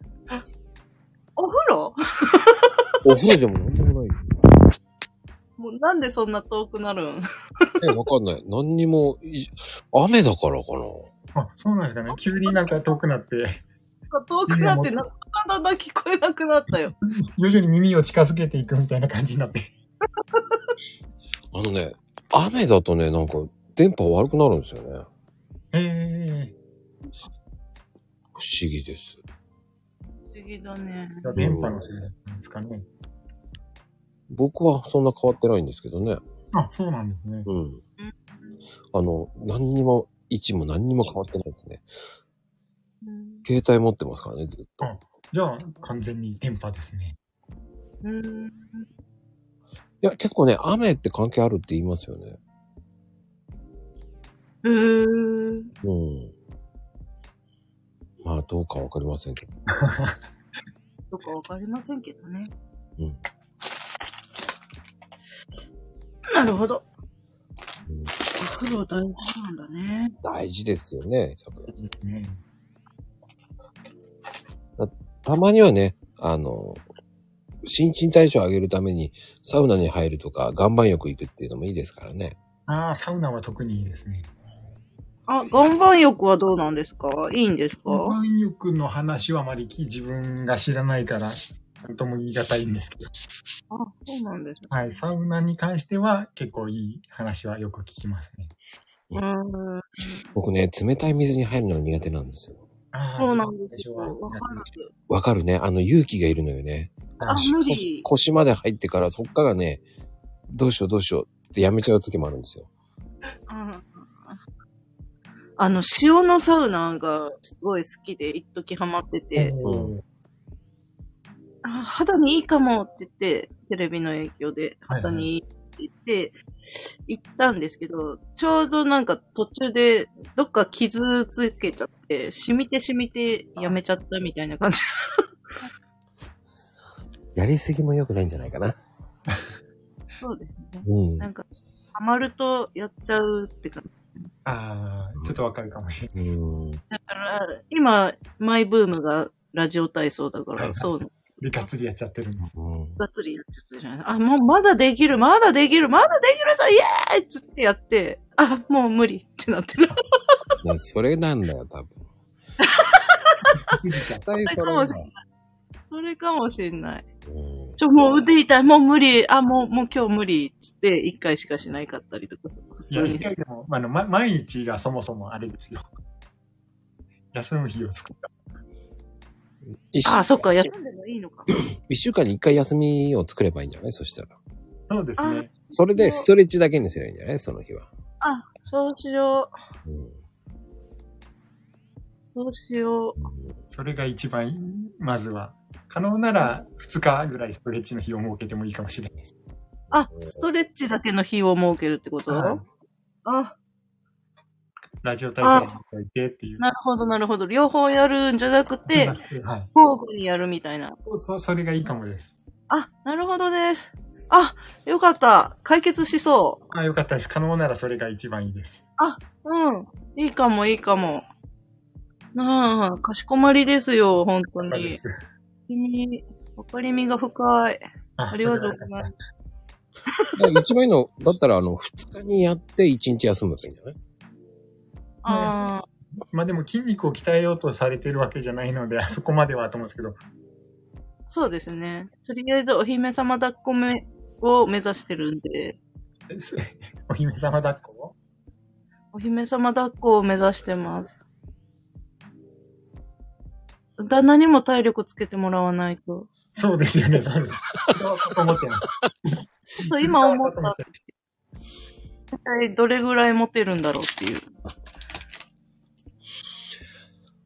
Speaker 6: お風呂
Speaker 7: お風呂でもなんでもないよ。
Speaker 6: もうなんでそんな遠くなるん
Speaker 7: え、わかんない。何にもい、雨だからかな。
Speaker 4: あ、そうなんですかね。急になんか遠くなって、
Speaker 6: か遠くなってな、だんだんだん聞こえなくなったよ。
Speaker 4: 徐々に耳を近づけていくみたいな感じになって。
Speaker 2: あのね、雨だとね、なんか電波悪くなるんですよね。
Speaker 4: ええ
Speaker 2: 不思議です。
Speaker 6: 不思議だね。
Speaker 4: ー。電波のせいなんですかね。
Speaker 2: 僕はそんな変わってないんですけどね。
Speaker 4: あ、そうなんですね。
Speaker 2: うん。あの、何にも、位置も何にも変わってないですね。携帯持ってますからね、ずっと。
Speaker 4: じゃあ、完全に電波ですね。
Speaker 6: うん。
Speaker 2: いや、結構ね、雨って関係あるって言いますよね。
Speaker 6: う
Speaker 2: う
Speaker 6: ーん。
Speaker 2: ん。まあ、どうかわかりませんけど。
Speaker 6: とかわかりませんけどね。
Speaker 2: うん
Speaker 6: なるほど。
Speaker 2: うん
Speaker 6: 苦労大事なんだね。
Speaker 2: 大事ですよね、昨夜
Speaker 4: ね
Speaker 2: たまにはね、あの、新陳代謝を上げるために、サウナに入るとか、岩盤浴行くっていうのもいいですからね。
Speaker 4: ああ、サウナは特にいいですね。
Speaker 6: あ、岩盤浴はどうなんですかいいんですか
Speaker 4: 岩盤浴の話はあまり自分が知らないから、なんとも言い難いんですけど。
Speaker 6: あ、そうなんです。
Speaker 4: はい、サウナに関しては結構いい話はよく聞きますね。
Speaker 6: うーん。
Speaker 2: 僕ね、冷たい水に入るのが苦手なんですよ。
Speaker 4: あー
Speaker 6: そうなんですよ。
Speaker 4: 最初
Speaker 6: わ
Speaker 4: は
Speaker 6: かる。
Speaker 2: わかるね。あの勇気がいるのよね。
Speaker 6: あ、無理。
Speaker 2: 腰まで入ってからそっからね、どうしようどうしようってやめちゃう時もあるんですよ。
Speaker 6: うんあの、塩のサウナがすごい好きで、一時ハマってて、
Speaker 4: うん
Speaker 6: あ、肌にいいかもって言って、テレビの影響で肌にいいって言って、行ったんですけど、ちょうどなんか途中でどっか傷つけちゃって、染みて染みてやめちゃったみたいな感じ。
Speaker 2: やりすぎも良くないんじゃないかな。
Speaker 6: そうですね。
Speaker 2: うん。
Speaker 6: なんか、ハマるとやっちゃうって感じ。
Speaker 4: ああ、ちょっとわかるかもしれない。
Speaker 2: うん。
Speaker 6: だから、今、マイブームがラジオ体操だか
Speaker 4: はいは
Speaker 6: ら、
Speaker 4: い
Speaker 6: そう、
Speaker 4: で、がっつりやっちゃってるんです。
Speaker 2: うん
Speaker 6: がっつりやっちゃったじゃない。あ、もうまだできる、まだできる、まだできるぞ、イエーイっつってやって、あ、もう無理ってなってる。
Speaker 2: ね、それなんだよ、 多分。
Speaker 4: ついちゃう
Speaker 2: 絶対それだよ。
Speaker 6: それかもしれない。
Speaker 2: うん
Speaker 6: ちょ、もう腕痛い、もう無理、あ、もう、もう今日無理っつって、一回しかしないかったりとかする、普
Speaker 4: いや、
Speaker 6: 通
Speaker 4: 一
Speaker 6: に。
Speaker 4: 回でも、あの、ま、毎日がそもそもあれですよ。休む日を作った。
Speaker 2: 一
Speaker 6: あ、
Speaker 2: 週
Speaker 6: そっか、休んでもいいのか。
Speaker 2: 一週間に一回休みを作ればいいんじゃないそしたら。
Speaker 4: そうですね。
Speaker 2: それでストレッチだけにすればいいんじゃないその日は。
Speaker 6: あ、そうしよう。
Speaker 2: うん
Speaker 6: そうしよ
Speaker 4: それが一番、まずは。可能なら、2日ぐらいストレッチの日を設けてもいいかもしれないです。
Speaker 6: う。あ、ストレッチだけの日を設けるってこと、
Speaker 4: はい
Speaker 6: あ、
Speaker 4: ラジオ体操においてっていう。
Speaker 6: なるほど、なるほど。両方やるんじゃなくて、
Speaker 4: はい。
Speaker 6: 交互にやるみたいな。
Speaker 4: そうそう、それがいいかもです。
Speaker 6: あ、なるほどです。あ、よかった。解決しそ
Speaker 4: あ、よかったです。可能ならそれが一番いいです。
Speaker 6: う。うん。いいかも、いいかも。なあ、かしこまりですよ、本当
Speaker 4: そうで
Speaker 6: に。
Speaker 4: す
Speaker 6: 君、わかりみが深い。
Speaker 4: あ。
Speaker 6: ありがとうございますす。
Speaker 2: だから一番いいの、だったら、あの、二日にやって一日休むといいんじゃない
Speaker 6: あ
Speaker 4: まあでも筋肉を鍛えようとされてるわけじゃないので、あそこまではと思うんですけど、
Speaker 6: ーそうですね。とりあえず、お姫様抱っこめを目指してるんで、
Speaker 4: す お姫様抱っこ
Speaker 6: お姫様抱っこを目指してます。旦那にも体力つけてもらわないと。
Speaker 4: そうですよね、そうです。そう思ってます。
Speaker 6: ちょっと今思ったんですけど。一体どれぐらい持てるんだろうっていう。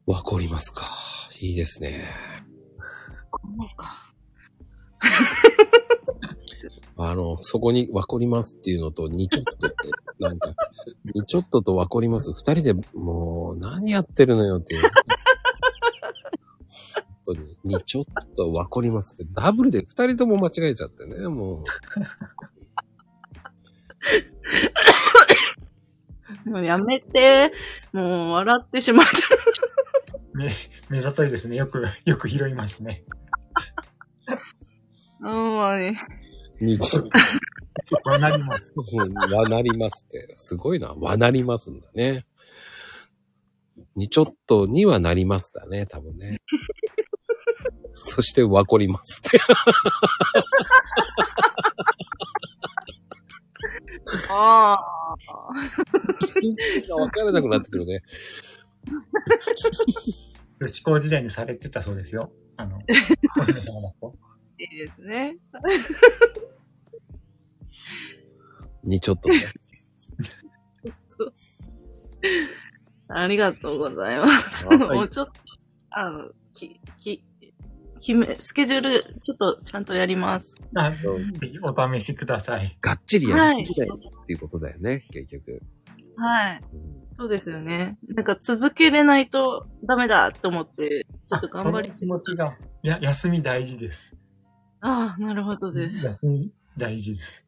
Speaker 2: わかりますか。いいですね。
Speaker 6: ますか。
Speaker 2: あの、そこにわかりますっていうのと、にちょっとって、なんか、 にちょっととわかります。二人でもう、何やってるのよっていう。本当に、にちょっとわかりますって、ダブルで二人とも間違えちゃってね、もう。
Speaker 6: もうやめて。もう笑ってしまった。
Speaker 4: 目、目ざといですね。よく、 よく拾いますね。
Speaker 6: うん、まあね。
Speaker 2: にちょっ
Speaker 4: わなります。
Speaker 2: と、わなりますって、すごいな、わなりますんだね。にちょっとにはなりますだね、多分ね。そして、わこりますって。
Speaker 6: あ
Speaker 2: わからなくなってくるね。
Speaker 4: 女子校時代にされてたそうですよ。あ の、お姫様だと。
Speaker 6: あ、いいですね。
Speaker 2: にちょっとね。
Speaker 6: ありがとうございます。
Speaker 2: あはい
Speaker 6: もうちょっと、あの、き、き、決め、スケジュール、ちょっとちゃんとやります。
Speaker 4: あぜひお試しください。
Speaker 2: がっちりやりたいっていうことだよね、結局。
Speaker 6: はい。
Speaker 2: うん
Speaker 6: そうですよね。なんか続けれないとダメだと思って、ちょっと頑張り
Speaker 4: あその。気持ちが。いや、休み大事です。
Speaker 6: ああ、なるほどです。
Speaker 4: 休み大事です。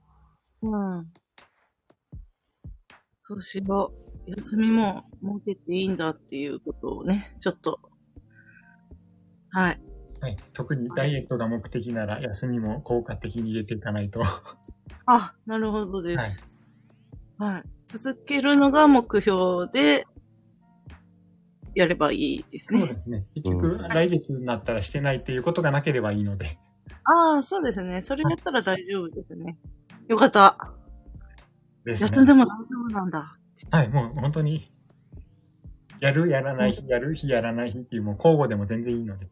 Speaker 6: うん。そうしよう。休みも設けていいんだっていうことをね、ちょっと。はい。
Speaker 4: はい。特にダイエットが目的なら、休みも効果的に入れていかないと。は
Speaker 6: あ、なるほどで
Speaker 4: い。
Speaker 6: す。はい。続けるのが目標で、やればいいです
Speaker 4: そう
Speaker 6: ね。
Speaker 4: ですね。 結局、
Speaker 2: うん
Speaker 4: 来月になったらしてないっていうことがなければいいので。
Speaker 6: ああ、そうですね。それやったら大丈夫ですね。よかった。
Speaker 4: ですね
Speaker 6: 休んでも大丈夫なんだ。
Speaker 4: はい、もう本当に、やる、やらない日、やる日、やらない日っていう、もう交互でも全然いいので。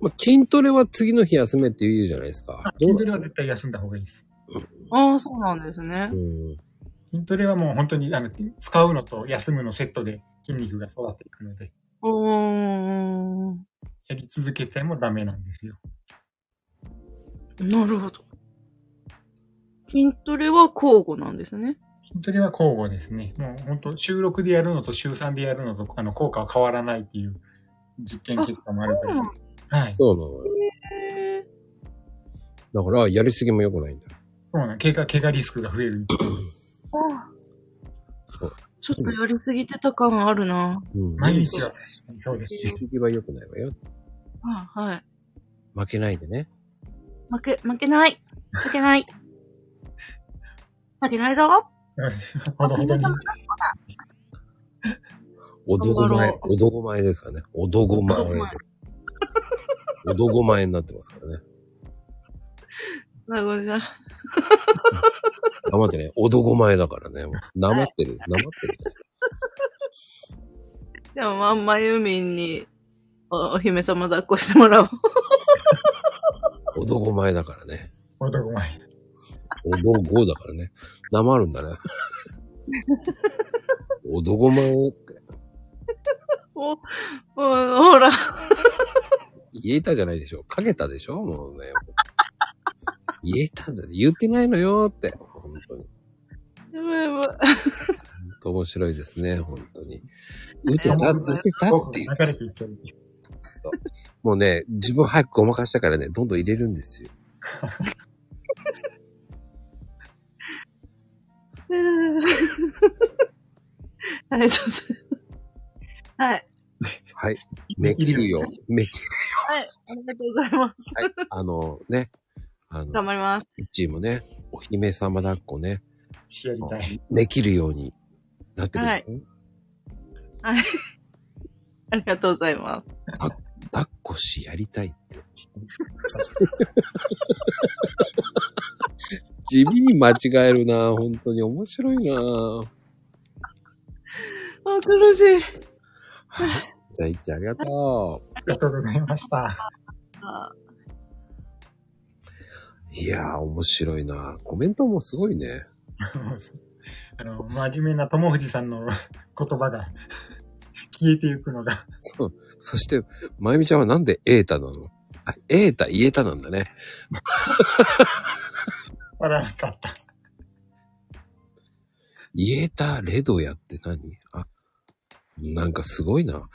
Speaker 2: まあ、筋トレは次の日休めって言うじゃないですか。どう
Speaker 4: 筋
Speaker 2: な
Speaker 4: ト
Speaker 2: んです
Speaker 4: レは
Speaker 2: か
Speaker 4: 絶対休んだ方がいいです。
Speaker 6: ああ、そうなんですね
Speaker 2: う。ん
Speaker 4: 筋トレはもう本当に、あの、使うのと休むのセットで筋肉が育っていくので、
Speaker 6: おー。
Speaker 4: やり続けてもダメなんですよ。
Speaker 6: なるほど。筋トレは交互なんですね。
Speaker 4: 筋トレは交互ですね。もう本当、週6でやるのと週3でやるのと、あの、効果は変わらないっていう実験結果もある
Speaker 6: そうなん
Speaker 4: か
Speaker 6: で
Speaker 4: ら。はい。そ
Speaker 2: そうなのよ。
Speaker 6: すね。
Speaker 2: だから、やりすぎも良くないんだよ。
Speaker 4: うなん怪我、怪我リスクが増える。
Speaker 6: あ
Speaker 2: そう。
Speaker 6: ちょっとやりすぎてた感あるな。
Speaker 2: うん、
Speaker 4: 毎日は。そうで
Speaker 2: し
Speaker 4: す。
Speaker 2: すぎは良くないわよ。
Speaker 6: あはい。
Speaker 2: 負けないでね。
Speaker 6: 負け、負けない。負 けない。負けないだろ
Speaker 4: ほどほどに。
Speaker 2: おどご
Speaker 6: 頑
Speaker 2: 前
Speaker 6: 張ろ、
Speaker 2: おどご前ですかね。おどご前
Speaker 6: おどご前。
Speaker 2: おどご前になってますからね。
Speaker 6: なごめんなさい。
Speaker 2: 頑張ってね。おどご前だからね。もうなまってる。なまってる、ね。
Speaker 6: でも、まんまゆみんに、おお姫様抱っこしてもらおう。
Speaker 2: おどご前だからね。
Speaker 4: 男前。
Speaker 2: おどごだからね。なまるんだね。おどご前って
Speaker 6: お、おほら。
Speaker 2: 言えたじゃないでしょ。かけたでしょもうね。言えたじゃ、言ってないのよって。本当に。
Speaker 6: やばいやば
Speaker 2: 本
Speaker 6: い。
Speaker 2: 当面白いですね。本当に。打てた、打てたっていう。
Speaker 4: 流れていっちゃう。
Speaker 2: もうね、自分早くごまかしたからね、どんどん入れるんですよ。
Speaker 6: ありがとうございます。はい。
Speaker 2: はい。めきるよ。めき、
Speaker 6: はい。ありがとうございます。
Speaker 2: はい。あのね、あの、
Speaker 6: 頑張ります。
Speaker 2: チームね、お姫様抱っこね、
Speaker 4: しやりたい。
Speaker 2: めきるようになってる、ね
Speaker 6: はいありがとうございます。
Speaker 2: 抱っこしやりたいって。 地味に間違えるな本当に面白いな
Speaker 6: あ、苦しい。
Speaker 2: はい。じゃあ、いっちゃんありがと
Speaker 4: ありがとうございました。
Speaker 6: あ
Speaker 2: う。いやー、面白いなコメントもすごいね。
Speaker 4: あの、真面目な友藤さんの 言葉が消えていくのが、
Speaker 2: そう。そして、まゆみちゃんはなんでエータなのあ、エータ、イエタなんだね。
Speaker 4: 笑わなかった。
Speaker 2: イエタ、レドヤって何あ、なんかすごいな。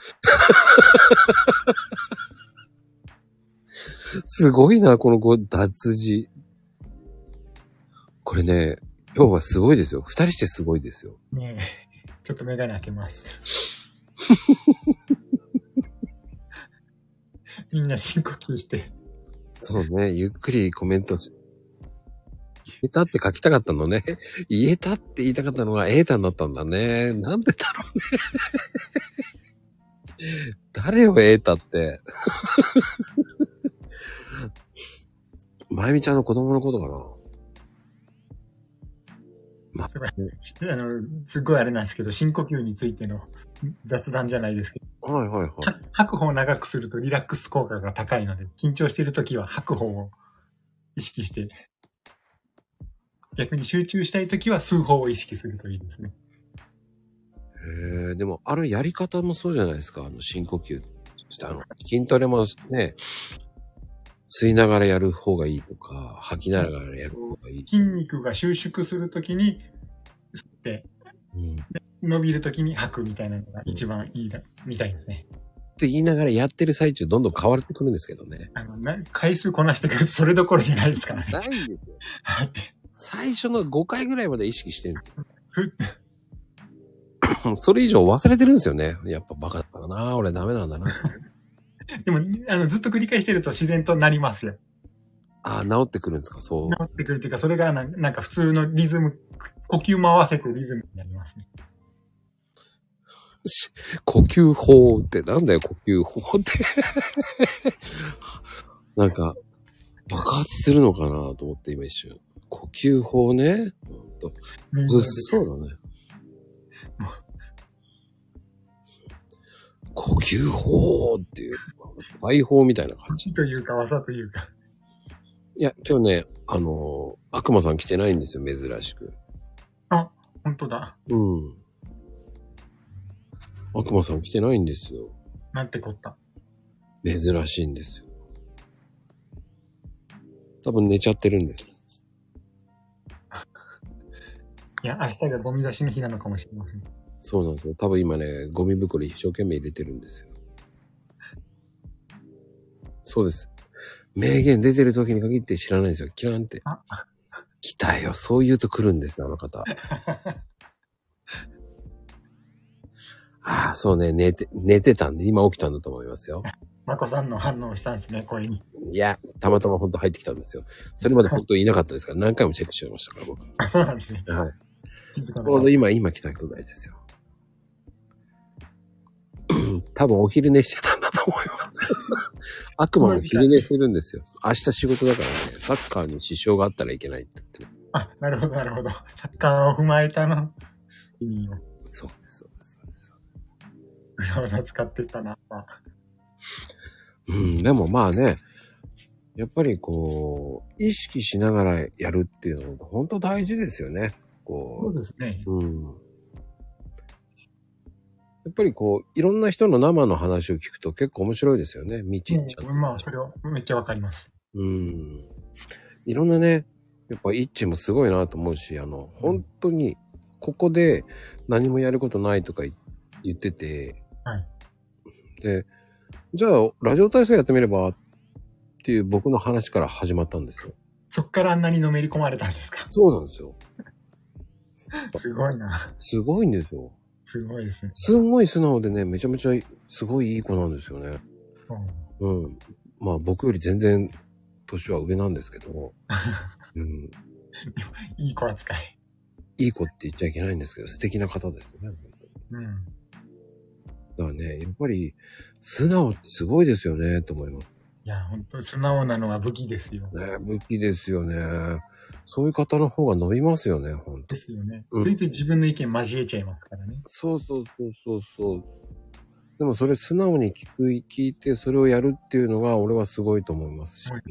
Speaker 2: すごいな、この子、脱字。これね、今日はすごいですよ。二人してすごいですよ。
Speaker 4: ねえ、ちょっとメガネ開けます。みんな深呼吸して。
Speaker 2: そうね、ゆっくりコメントしえたって書きたかったのね。 言えたって言いたかったのがえたになったんだね。なんでだろうね。 誰をえたって。まゆみちゃんの子供のことかな
Speaker 4: すごいあの、すごいあれなんですけど、深呼吸についての雑談じゃないですけど、
Speaker 2: はいはいはい。
Speaker 4: 吐く方を長くするとリラックス効果が高いので、緊張しているときは吐く方を意識して、逆に集中したいときは吸う方を意識するといいですね。
Speaker 2: へえ、でも、あれやり方もそうじゃないですか。あの、深呼吸して、あの、筋トレもね、吸いながらやる方がいいとか、吐きながらやる方がいい。
Speaker 4: 筋肉が収縮するときに吸って、
Speaker 2: うん、って
Speaker 4: 伸びるときに吐くみたいなのが一番いいだ、みたいですね。
Speaker 2: 言いながらやってる最中、どんどん変わってくるんですけどね。
Speaker 4: あの、な回数こなしてくるとそれどころじゃないですからね。
Speaker 2: ないんですよ。 最初の5回ぐらいまで意識してるんですよ。もう それ以上忘れてるんですよね。やっぱバカだからな。俺ダメなんだな。
Speaker 4: でも、あの、ずっと繰り返してると自然となりますよ。
Speaker 2: ああ、治ってくるんですか。そう。
Speaker 4: 治ってくるというか、それがなんなんか普通のリズム、呼吸も合わせてリズムになりますね。
Speaker 2: し呼吸法ってなんだよ、呼吸法って。 なんか、爆発するのかなと思って今一瞬。呼吸法ね。
Speaker 4: みんな
Speaker 2: 物
Speaker 4: で
Speaker 2: 騒だね。呼吸法っていう、解法みたいな感じ。
Speaker 4: 時というか、技というか。
Speaker 2: いや、今日ね、あのー悪魔さん来てないんですよ、珍しく。
Speaker 4: 本当だ。
Speaker 2: うん。悪魔さん来てないんですよ。
Speaker 4: なんてこった。
Speaker 2: 珍しいんですよ。多分寝ちゃってるんです。
Speaker 4: いや、明日がゴミ出しの日なのかもしれません。
Speaker 2: そうなんですよ。多分今ね、ゴミ袋一生懸命入れてるんですよ。そうです。名言出てる時に限って知らないんですよ。キランって
Speaker 4: あ。
Speaker 2: 来たよ。そう言うと来るんですよ、あの方。ああ、そうね。寝て、寝てたんで、今起きたんだと思いますよ。
Speaker 4: まこさんの反応をしたんですね、声に。
Speaker 2: いや、たまたま本当入ってきたんですよ。それまで本当いなかったですから、何回もチェックしてましたから、僕。
Speaker 4: あ、そうなんですね。
Speaker 2: はい。
Speaker 4: 気づか
Speaker 2: ちょうど
Speaker 4: ない。
Speaker 2: 今、今来たぐらいですよ。 多分お昼寝してたんだと思い ます。悪魔も昼寝してるんですよ。明日仕事だからね、サッカーに支障があったらいけないって言ってね。
Speaker 4: あ、なるほど、なるほど。サッカーを踏まえたの。意味を
Speaker 2: そうです、そうです、そうです。
Speaker 4: 裏技使ってたな。あ
Speaker 2: うん、でもまあね、やっぱりこう、意識しながらやるっていうのも本当大事ですよね。こ
Speaker 4: そうですね。
Speaker 2: う、うん。やっぱりこう、いろんな人の生の話を聞くと結構面白いですよね。みちっちゃんと
Speaker 4: うんまあ、それはめっちゃわかります。
Speaker 2: うん。いろんなね、やっぱイッチもすごいなと思うし、あの、本当に、ここで何もやることないとかい言ってて、
Speaker 4: はい
Speaker 2: で、じゃあ、ラジオ体操やってみればっていう僕の話から始まったんですよ。
Speaker 4: そっからあんなにのめり込まれたんですか。
Speaker 2: そうなんですよ。
Speaker 4: すごいな。
Speaker 2: すごいんですよ。
Speaker 4: すごいですね。
Speaker 2: すんごい素直でね、めちゃめちゃすごいいい子なんですよね。
Speaker 4: うん
Speaker 2: うん。まあ僕より全然年は上なんですけ ど、うん、
Speaker 4: いい子扱い。
Speaker 2: いい子って言っちゃいけないんですけど、素敵な方ですね。
Speaker 4: うん。
Speaker 2: だからね、やっぱり、素直ってすごいですよね、と思います。
Speaker 4: いや、本当素直なのは武器ですよ。
Speaker 2: ね、武器ですよね。そういう方の方が伸びますよね、ほんと。
Speaker 4: ですよね。
Speaker 2: うん
Speaker 4: ついつい自分の意見交えちゃいますからね。
Speaker 2: そうそうそうそうそう。でもそれ素直に聞く、聞いて、それをやるっていうのが、俺はすごいと思いますし
Speaker 4: はい。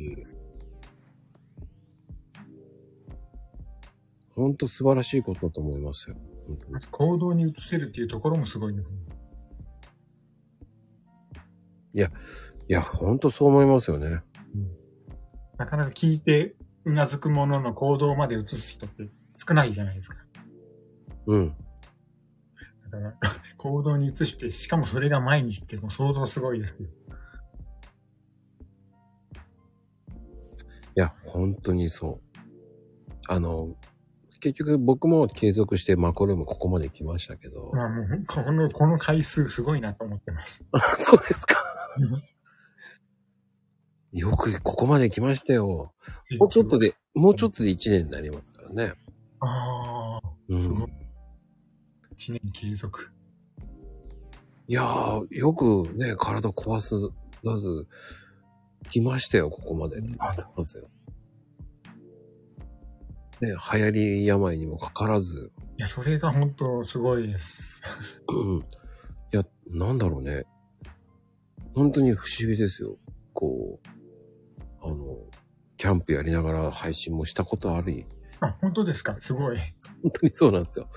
Speaker 2: ほんと素晴らしいことだと思いますよ。本当に
Speaker 4: 行動に移せるっていうところもすごいですね。
Speaker 2: いや、ほんとそう思いますよね。
Speaker 4: なかなか聞いて、うなずくものの行動まで移す人って少ないじゃないですか。
Speaker 2: うん。
Speaker 4: だから、行動に移して、しかもそれが前にして、もう相当すごいですよ。
Speaker 2: いや、本当にそう。あの、結局僕も継続してマコルームここまで来ましたけど。
Speaker 4: まあもう、この、この回数すごいなと思ってます。
Speaker 2: そうですか。よくここまで来ましたよ。もうちょっとで、もうちょっとで1年になりますからね。
Speaker 4: ああ、
Speaker 2: う
Speaker 4: すご
Speaker 2: ん
Speaker 4: い。。一年継続。
Speaker 2: いやー、よくね、体壊す、だず、来ましたよ、ここまで。あ、ますよ。ね、流行り病にもかからず、
Speaker 4: いや、それが本当すごいです。
Speaker 2: うんいや、なんだろうね。本当に不思議ですよ。こう、あの、キャンプやりながら配信もしたことあり、
Speaker 4: あ、本当ですかすごい。
Speaker 2: 本当にそうなんですよ。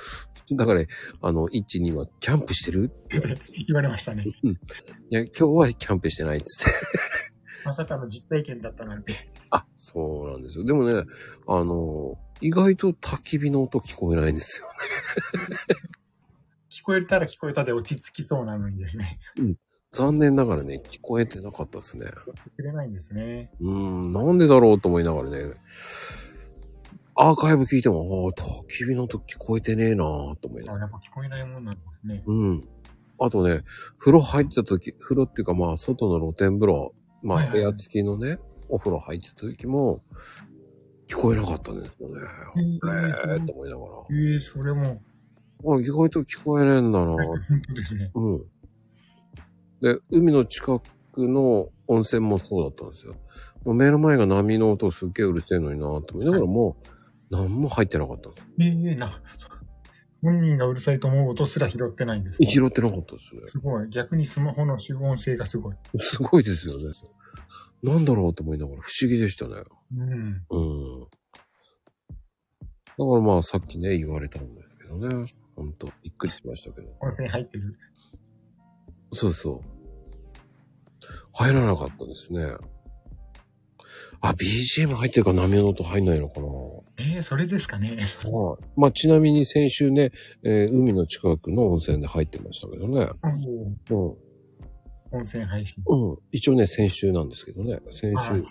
Speaker 2: だから、あの、イッチにはキャンプしてる
Speaker 4: 言われましたね。
Speaker 2: いや、今日はキャンプしてないっつって。
Speaker 4: まさかの実体験だったなんて。
Speaker 2: あ、そうなんですよ。でもね、あの、意外と焚き火の音聞こえないんですよ。
Speaker 4: 聞こえたら聞こえたで落ち着きそうなのにですね。
Speaker 2: 残念ながらね、聞こえてなかったですね。
Speaker 4: くれないんですね。
Speaker 2: うーん、なんでだろうと思いながらね、アーカイブ聞いても、ああ、焚き火の音聞こえてねえなぁと思い
Speaker 4: あ、
Speaker 2: ながら。
Speaker 4: やっぱ聞こえないもんなんですね。
Speaker 2: うん。あとね、風呂入ってた時、風呂っていうかまあ、外の露天風呂、ま
Speaker 4: はい
Speaker 2: あ、
Speaker 4: はい
Speaker 2: 部屋付きのね、お風呂入ってた時も、聞こえなかったんですよね。ええー、と思いながら。あ
Speaker 4: ええそれも、
Speaker 2: 意外と聞こえねえんだなぁ
Speaker 4: 本当ですね。
Speaker 2: うん。で、海の近くの温泉もそうだったんですよ。もう目の前が波の音すっげえうるせえのになぁと思いながらもう、何も入ってなかったんですよ。
Speaker 4: ええな、本人がうるさいと思う音すら拾ってないんですか
Speaker 2: 拾ってなかったですね。
Speaker 4: すごい。逆にスマホの集音性がすごい。
Speaker 2: すごいですよね。なんだろうと思いながら不思議でしたね。
Speaker 4: うん。
Speaker 2: うん。だからまあさっきね、言われたんですけどね。ほんと、びっくりしましたけど。
Speaker 4: 温泉入ってる。
Speaker 2: そうそう。入らなかったですね。あ、BGM 入ってるから波の音入んないのかな
Speaker 4: ええそれですかね。
Speaker 2: はい。まあ、ちなみに先週ね、えー海の近くの温泉で入ってましたけどね。うん。
Speaker 4: 温泉配信。
Speaker 2: うん。一応ね、先週なんですけどね。先
Speaker 4: はい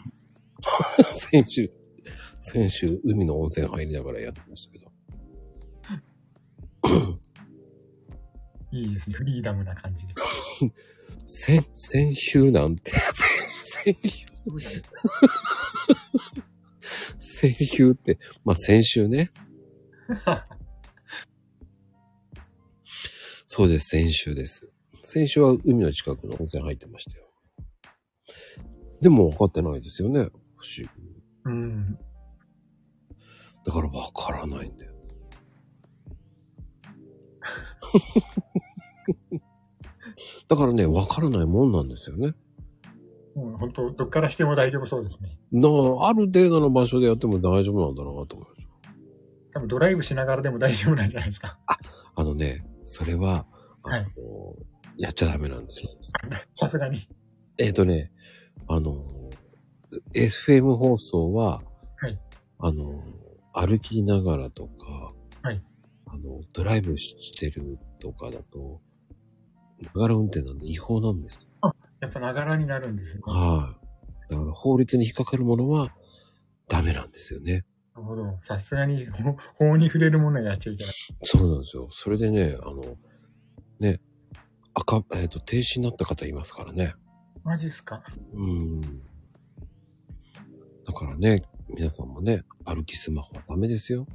Speaker 2: 週。 先週。先週、海の温泉入りながらやってましたけど。
Speaker 4: いいですね。フリーダムな感じで。
Speaker 2: 先、先週なんて。先先週。先週って、まあ、先週ね。そうです、先週です。先週は海の近くの温泉入ってましたよ。でも分かってないですよね。不思議。
Speaker 4: うん。
Speaker 2: だから分からないんだよ。だからね、分からないもんなんですよね。
Speaker 4: もう本当、どっからしても大丈夫そうですね。
Speaker 2: なあ、ある程度の場所でやっても大丈夫なんだなと思います。
Speaker 4: 多分ドライブしながらでも大丈夫なんじゃないですか。
Speaker 2: あのね、それは、あの
Speaker 4: はい
Speaker 2: やっちゃダメなんですよ。
Speaker 4: さすがに。
Speaker 2: えっ、とね、あの、FM 放送は、
Speaker 4: はい
Speaker 2: あの、歩きながらとか、
Speaker 4: はい
Speaker 2: あの、ドライブしてるとかだと、ながら運転なんで違法なんですよ。
Speaker 4: やっぱながらになるんですね。
Speaker 2: はい。だから法律に引っかかるものはダメなんですよね。
Speaker 4: なるほど。さすがに法法に触れるものはやっちゃいけない。
Speaker 2: そうなんですよ。それでね、あの、ね、赤、えっ、と、停止になった方いますからね。
Speaker 4: マジっすか
Speaker 2: うん。だからね、皆さんもね、歩きスマホはダメですよ。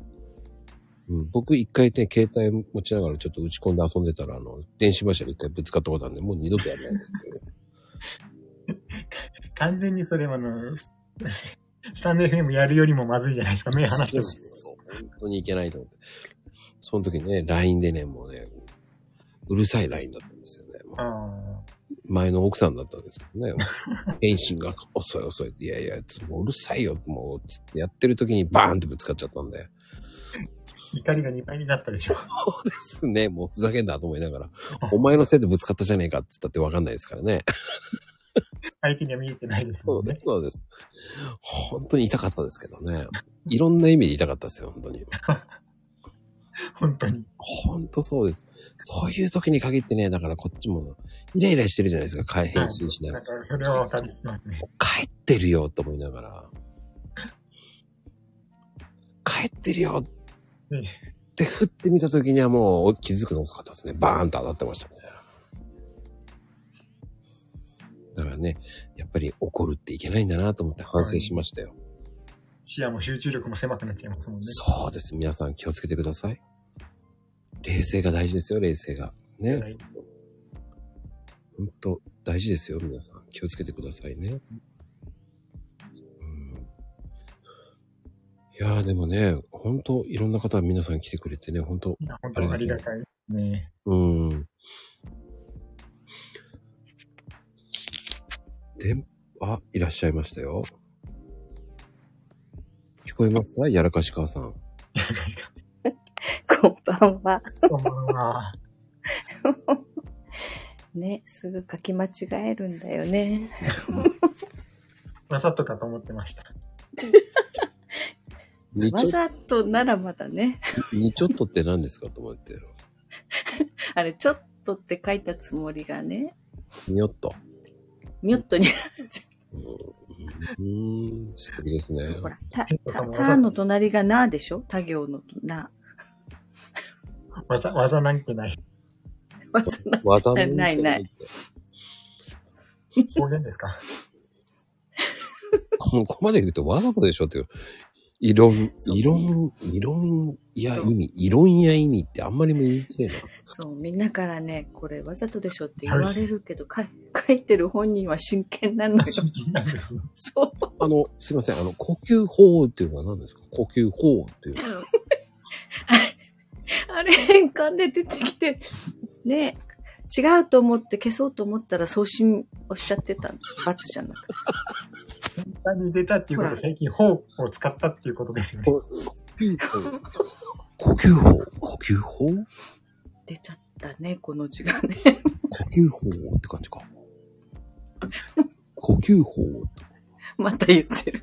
Speaker 2: うん、僕一回ね、携帯持ちながらちょっと打ち込んで遊んでたら、あの、電子柱一回ぶつかったことあるんで、もう二度とやらないんです けど。
Speaker 4: 完全にそれはあの、ススタンド FM やるよりもまずいじゃないですか。目離してる。
Speaker 2: 本当にいけないと思って。その時ね、LINE でね、もうね、うるさい LINE だったんですよね。
Speaker 4: ああ。
Speaker 2: 前の奥さんだったんですけどね。 返信が遅い遅いって、いやいや、もううるさいよ、もう、つってやってる時にバーンってぶつかっちゃったんで。
Speaker 4: 怒りが2倍になったでしょ。
Speaker 2: そうですね、もうふざけんなと思いなが ら、お前のせいでぶつかったじゃねえかって言ったってわかんないですからね。
Speaker 4: 相手には見えてないで す
Speaker 2: そ
Speaker 4: も
Speaker 2: うんで
Speaker 4: ね
Speaker 2: す、。そうです。本当に痛かったですけどね。いろんな意味で痛かったですよ、本当に。
Speaker 4: 本当に。
Speaker 2: ほんとそうです。そういう時に限ってね、だからこっちもイライラしてるじゃないですか、返返信しな
Speaker 4: な
Speaker 2: が
Speaker 4: ん
Speaker 2: ら。
Speaker 4: か、それはわかりますね。
Speaker 2: 帰ってるよと思いながら。帰ってるよ
Speaker 4: うん
Speaker 2: って振ってみた時にはもうお気づくの遅かったですね。バーンと当たってましたね。だからね、やっっぱり怒るっていけないんだなと思って反省しましたよ。
Speaker 4: 視野も集中力も狭くなっちゃいますもんね。
Speaker 2: そうです。皆さん気をつけてください。冷静が大事ですよ、冷静が。ね。
Speaker 4: はい
Speaker 2: ほんと、大事ですよ、皆さん。気をつけてくださいね。うんいやーでもね、本当いろんな方皆さん来てくれてね、本当
Speaker 4: いや本当にありがたいですね。
Speaker 2: うん。で、あ、いらっしゃいましたよ。聞こえますかやらかし母さん。
Speaker 8: こんばんは。
Speaker 4: こんばんは。
Speaker 8: ね、すぐ書き間違えるんだよね。
Speaker 4: わざとかと思ってました。
Speaker 2: に
Speaker 8: わ
Speaker 2: ちょ、
Speaker 8: ざとならまだね。
Speaker 2: にちょっとって何ですかと思って。
Speaker 8: あれ、ちょっとって書いたつもりがね、
Speaker 2: にょっと。
Speaker 8: にょっとに、
Speaker 2: うんうーん、素敵ですね。
Speaker 8: ほら、た、た、たの隣がなでしょた行のな。
Speaker 4: わざ、わざなんてない。
Speaker 8: わざな
Speaker 2: 技の
Speaker 8: ないない。
Speaker 4: 方言ですか
Speaker 2: もうここまで言うとわざとでしょっていう。異論、異論、異論や
Speaker 8: そう
Speaker 2: 意味、異論や意味ってあんまりも言いづらいな。
Speaker 8: そう、みんなからね、これわざとでしょって言われるけど、か書いてる本人は真剣なのよ。
Speaker 4: 真剣なんですね。
Speaker 8: そう。
Speaker 2: あの、すいません、あの、呼吸法っていうのは何ですか呼吸法っていう。
Speaker 8: あれ、変換で出てきて、ね違うと思って消そうと思ったら送信おっしゃってたの。罰じゃなくて。
Speaker 4: 簡単に出たっていうことは最近、ホーを使ったっていうことですよね。
Speaker 2: 呼吸法呼吸法
Speaker 8: 出ちゃったね、この字がね。
Speaker 2: 呼吸法って感じか。呼吸法
Speaker 8: また言ってる。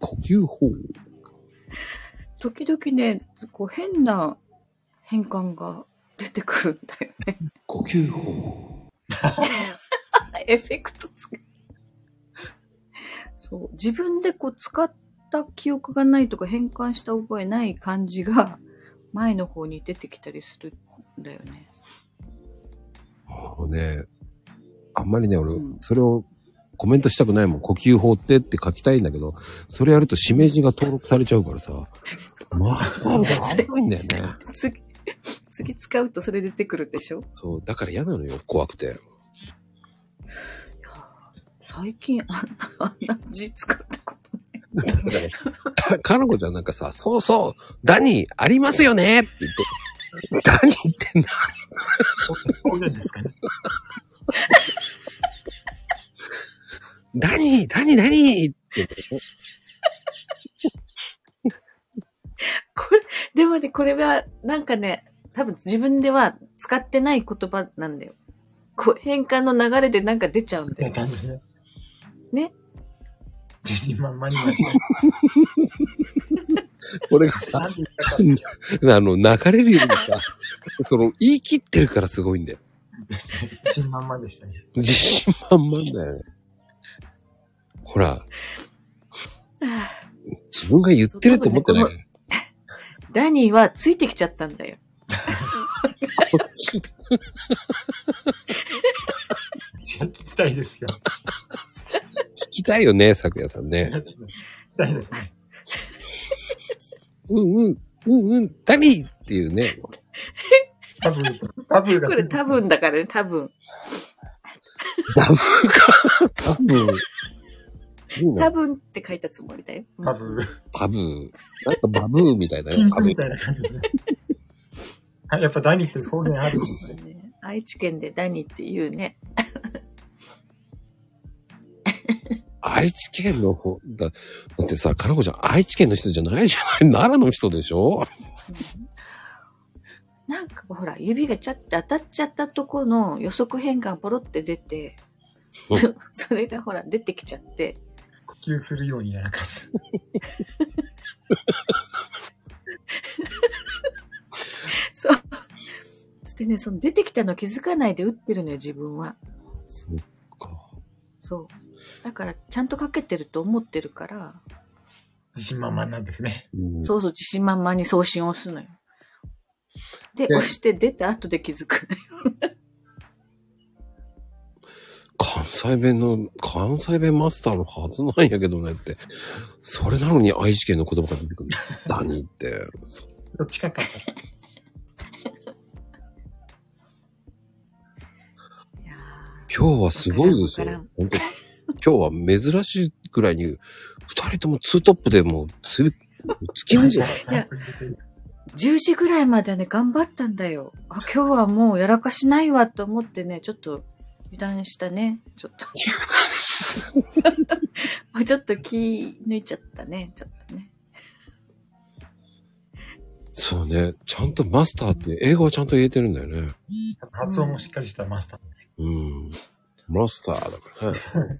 Speaker 2: 呼吸法
Speaker 8: 時々ね、こう変な変換が出てくるんだよね。
Speaker 2: 呼吸法
Speaker 8: エフェクトつけそう。自分でこう使った記憶がないとか変換した覚えない感じが前の方に出てきたりするんだよね。
Speaker 2: あのね、あんまりね、俺
Speaker 8: うん、
Speaker 2: それをコメントしたくないもん。呼吸法ってって書きたいんだけど、それやると指名字が登録されちゃうからさ。まあ、そうなるから危ないんだよね。
Speaker 8: 次、次使うとそれ出てくるでしょ
Speaker 2: そう、だから嫌なのよ、怖くて。
Speaker 8: 最近あんな、あんな字使ったことない。
Speaker 2: だからね、か、かのこちゃんなんかさ、そうそう、ダニーありますよねって言って、ダニーってな、
Speaker 4: 方言ですかね。
Speaker 2: ダニー、ダニー、ダニーって、
Speaker 8: これ、でもね、これは、なんかね、多分自分では使ってない言葉なんだよ。こう、変換の流れでなんか出ちゃうん
Speaker 4: みた
Speaker 8: だ
Speaker 4: いな。
Speaker 8: よ
Speaker 4: 感じですね。
Speaker 8: ね。
Speaker 4: 自信満々になっ
Speaker 2: 俺がさ、あの、流れるよりもさ、その、言い切ってるからすごいんだよ。
Speaker 4: ですね。自信満々でしたね。
Speaker 2: 自信満々だよね。ほら、自分が言ってると思ってない、ね、
Speaker 8: ダニーはついてきちゃったんだよ。
Speaker 2: こっち。
Speaker 4: 聞きたいですよ。
Speaker 2: 聞きたいよね、咲夜さんね。
Speaker 4: 聞きたいですね。
Speaker 2: うんうん、うんうん、ダニーっていうね。
Speaker 4: 多分、多分
Speaker 8: こ
Speaker 4: が
Speaker 8: れ多分だからね、多分。
Speaker 2: ダブか。ダブ。いいな
Speaker 8: 多。分って書いたつもりだよ。うん
Speaker 4: 多分、
Speaker 2: バブー。なんかバブーみたいな
Speaker 4: ピ
Speaker 2: ね
Speaker 4: ン。
Speaker 2: バ
Speaker 4: ク
Speaker 2: ブー
Speaker 4: みたいな感じですね。はいやっぱダニーって方言あるんですね。
Speaker 8: ね愛知県でダニーって言うね。
Speaker 2: 愛知県の方だ。だってさ、かなこちゃん、愛知県の人じゃないじゃない。奈良の人でしょ
Speaker 8: なんかほら、指がちゃって当たっちゃったとこの予測変換ポロって出て、
Speaker 2: うん
Speaker 8: そ それがほら、出てきちゃって、
Speaker 4: 呼吸するようにやらかす。
Speaker 8: そう。でね、その出てきたの気づかないで打ってるのよ、自分は。
Speaker 2: そっか。
Speaker 8: そう。だから、ちゃんとかけてると思ってるから、
Speaker 4: 自信満々なんですね。
Speaker 2: うん
Speaker 8: そうそう、自信満々に送信を押すのよ。で、
Speaker 2: で
Speaker 8: 押して出た後で気づく。
Speaker 2: 関西弁の、関西弁マスターのはずなんやけどねって。それなのに愛知県の言葉が出てくる。ダニって。そ
Speaker 4: どっちかかった。
Speaker 8: いや
Speaker 2: 今日はすごいです
Speaker 8: わから
Speaker 2: よ
Speaker 8: ん。
Speaker 2: 本当今日は珍しいくらいに、二人ともツートップでもう、つ、付き合いじ ゃん。
Speaker 8: いやー10時ぐらいまでね、頑張ったんだよ。あ、今日はもうやらかしないわと思ってね、ちょっと油断したね。ちょっと。 もうちょっと気抜いちゃったね。ちょっとね。
Speaker 2: そうね。ちゃんとマスターって英語はちゃんと言えてるんだよね。
Speaker 4: 発音もしっかりしたマスターです。
Speaker 2: うん。マスターだからね。
Speaker 8: 勝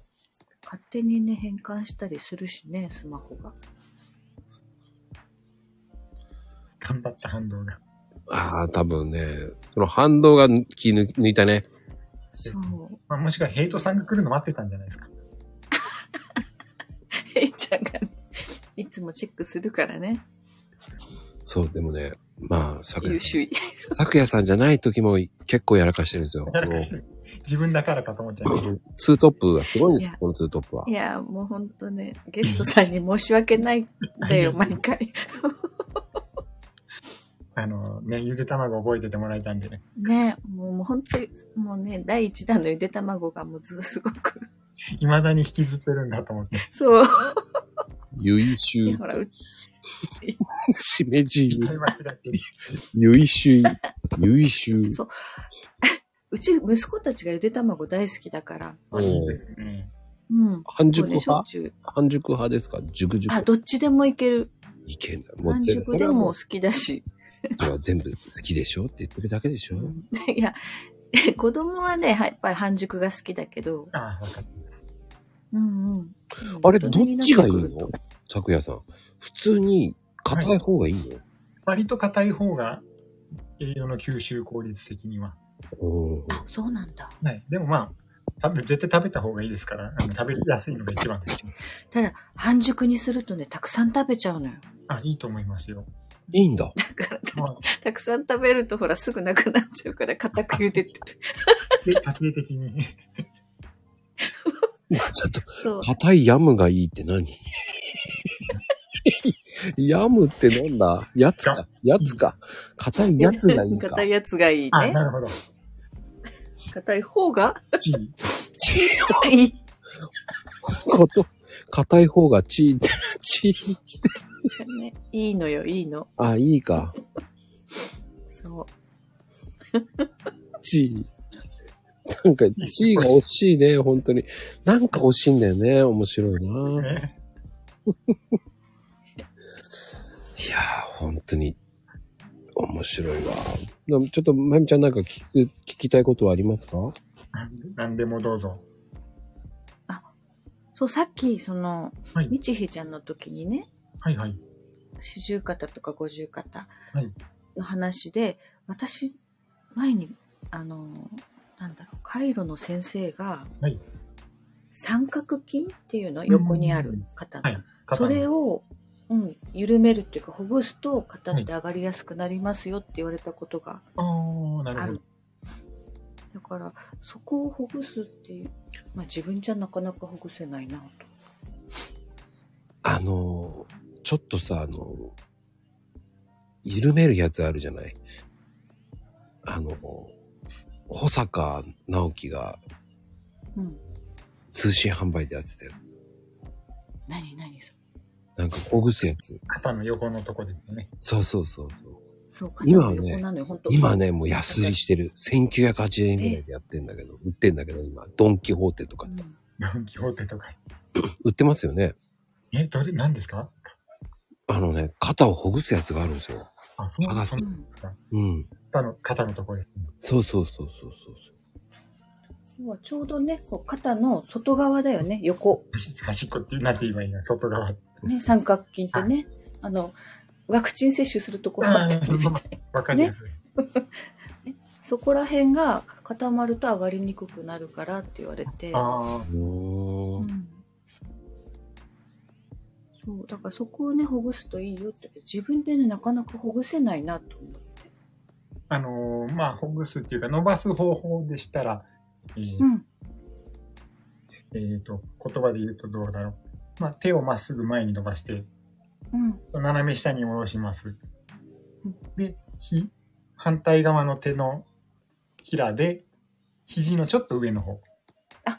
Speaker 8: 手にね、変換したりするしね、スマホが。
Speaker 4: 頑張った反動が。
Speaker 2: ああ、多分ね、その反動が気抜抜いたね。
Speaker 8: そう。
Speaker 4: まあ、もしくはヘイトさんが来るの待ってたんじゃないですか。
Speaker 8: えいちゃんがね、いつもチェックするからね。
Speaker 2: そう、でもね、まあ、昨
Speaker 8: 優
Speaker 2: 夜さん
Speaker 8: 秀。
Speaker 2: 昨夜さんじゃない時も結構やらかしてるんですよ。この
Speaker 4: 自分だからかと思っちゃいました。
Speaker 2: ツートップがすごいんです
Speaker 8: い
Speaker 2: よ
Speaker 8: や、。
Speaker 2: このツートップはい
Speaker 8: や、もうほんとね、ゲストさんに申し訳ないんだよ、毎回。
Speaker 4: あの、ね、ゆで卵覚えててもらえたんでね。
Speaker 8: ね、もうもう本当に、もうね、第一弾のゆで卵がもうずすごく、
Speaker 4: 未だに引きずってるんだと思って。
Speaker 8: そう、
Speaker 2: 優秀。
Speaker 8: ほら、う
Speaker 2: しめじ、
Speaker 4: 会話違ってる。
Speaker 2: 優秀、優秀。
Speaker 8: そううち息子たちがゆで卵大好きだから、
Speaker 2: お
Speaker 4: いい
Speaker 2: ー
Speaker 4: ですね。
Speaker 8: うん。
Speaker 2: 半
Speaker 8: も
Speaker 2: 熟
Speaker 8: うね、しょっ
Speaker 2: 派
Speaker 8: ちゅう。
Speaker 2: 半熟派ですか熟熟
Speaker 8: あ、どっちでもいける。
Speaker 2: いけんだ。も
Speaker 8: 半
Speaker 2: う全部、そ
Speaker 8: 熟で
Speaker 2: れはも
Speaker 8: も
Speaker 2: う
Speaker 8: 好きだし。
Speaker 2: それは全部好きでしょって言ってるだけでしょ、
Speaker 8: いや、子供はね、やっぱり半熟が好きだけど、
Speaker 4: ああ、わかった。
Speaker 8: うんうん。
Speaker 2: あれ、どっちがいい
Speaker 8: 大人になてくる
Speaker 2: の昨夜さん。普通に硬い方がいいの、
Speaker 4: 割と硬い方が栄養の吸収効率的には。
Speaker 2: うん
Speaker 8: とあ、そうなんだ。
Speaker 4: はい。でもまあ、食べ絶対食べた方がいいですから、あの食べやすいのが一番です。
Speaker 8: ただ、半熟にするとね、たくさん食べちゃうのよ。
Speaker 4: あ、いいと思いますよ。
Speaker 2: いいん だ。
Speaker 8: だから、
Speaker 4: まあ、
Speaker 8: たくさん食べるとほら、すぐなくなっちゃうから、固く茹でてる。
Speaker 4: で家庭的に。
Speaker 2: ちょっと、
Speaker 8: そう。
Speaker 2: 硬いヤムがいいって何 ヤムってなんだやつか。やつか。硬いやつがい いか
Speaker 8: 硬。いやつがいい
Speaker 4: あ、
Speaker 8: ね。
Speaker 4: なるほど。
Speaker 8: 硬い方が
Speaker 4: チー。
Speaker 8: いい。
Speaker 2: こと、硬い方がチーって、チー。
Speaker 8: ねいいのよ、いいの。
Speaker 2: あ、いいか。
Speaker 8: そう。
Speaker 2: チー。なんか、チーが惜しいね、本当に。なんか惜しいんだよね、面白いな。いや
Speaker 4: ね
Speaker 2: ー、本当に、面白いわ。でもちょっと、まゆみちゃんなんか聞く、聞きたいことはありますか
Speaker 4: なんでもどうぞ。
Speaker 8: そう、さっき、その、
Speaker 4: はい
Speaker 8: みちひちゃんの時にね、
Speaker 4: はいはい。
Speaker 8: 四十肩とか五十肩
Speaker 4: はい
Speaker 8: の話で、私、前に、あの、なんだろう、カイロの先生が、
Speaker 4: はい
Speaker 8: 三角筋っていうの、横にあ
Speaker 4: うんうん
Speaker 8: る肩の
Speaker 4: はい
Speaker 8: それ
Speaker 4: を。
Speaker 8: を、うん、緩めるっていうか、ほぐすと肩って上がりやすくなりますよって言われたことが
Speaker 4: ああ、なる
Speaker 8: あ
Speaker 4: ほ
Speaker 8: る。
Speaker 4: ど。
Speaker 8: だから、そこをほぐすっていう、まあ自分じゃなかなかほぐせないなと。
Speaker 2: あのー、ちょっとさ、あのー、緩めるやつあるじゃない。あのー、保坂直樹が
Speaker 8: うん。
Speaker 2: 通信販売でやってたやつ。
Speaker 8: 何何それ
Speaker 2: なんかほぐすやつ。
Speaker 4: 肩の横のとこですね。
Speaker 2: そうそうそうそう。
Speaker 8: そう、
Speaker 2: 今はね
Speaker 8: 肩の横なのよ、本当
Speaker 2: 今ね、もう安売りしてる。1980円ぐらいでやってんだけど、売ってんだけど今、ドンキホーテとか
Speaker 8: うん
Speaker 4: ドンキホーテとか。
Speaker 2: 売ってますよね。
Speaker 4: え、どれ、何ですか
Speaker 2: あのね、肩をほぐすやつがあるんですよ。
Speaker 4: あ、そう
Speaker 2: 剥がす
Speaker 4: その
Speaker 8: うん
Speaker 2: うん。
Speaker 4: 肩の、肩のとこですね。
Speaker 2: そうそうそうそうそうそう。
Speaker 8: 要はちょうどね、こう肩の外側だよね、横。
Speaker 4: 端っこっていう、なんて言えばいいの外側。
Speaker 8: ね、三角筋ってね、あの、ワクチン接種するところあったりみたいな。
Speaker 4: わかりやすい。
Speaker 8: そこら辺が固まると上がりにくくなるからって言われて。
Speaker 4: ああ、
Speaker 2: うーん
Speaker 8: そう、だからそこをね、ほぐすといいよって。自分でね、なかなかほぐせないなと思って。
Speaker 4: あのーまあ、ほぐすっていうか、伸ばす方法でしたら、えー
Speaker 8: うん。
Speaker 4: えっ、と、言葉で言うとどうだろう。まあ、手をまっすぐ前に伸ばして、
Speaker 8: うん。
Speaker 4: 斜め下に下ろします。で、ひ、反対側の手のひらで、肘のちょっと上の方。
Speaker 8: あ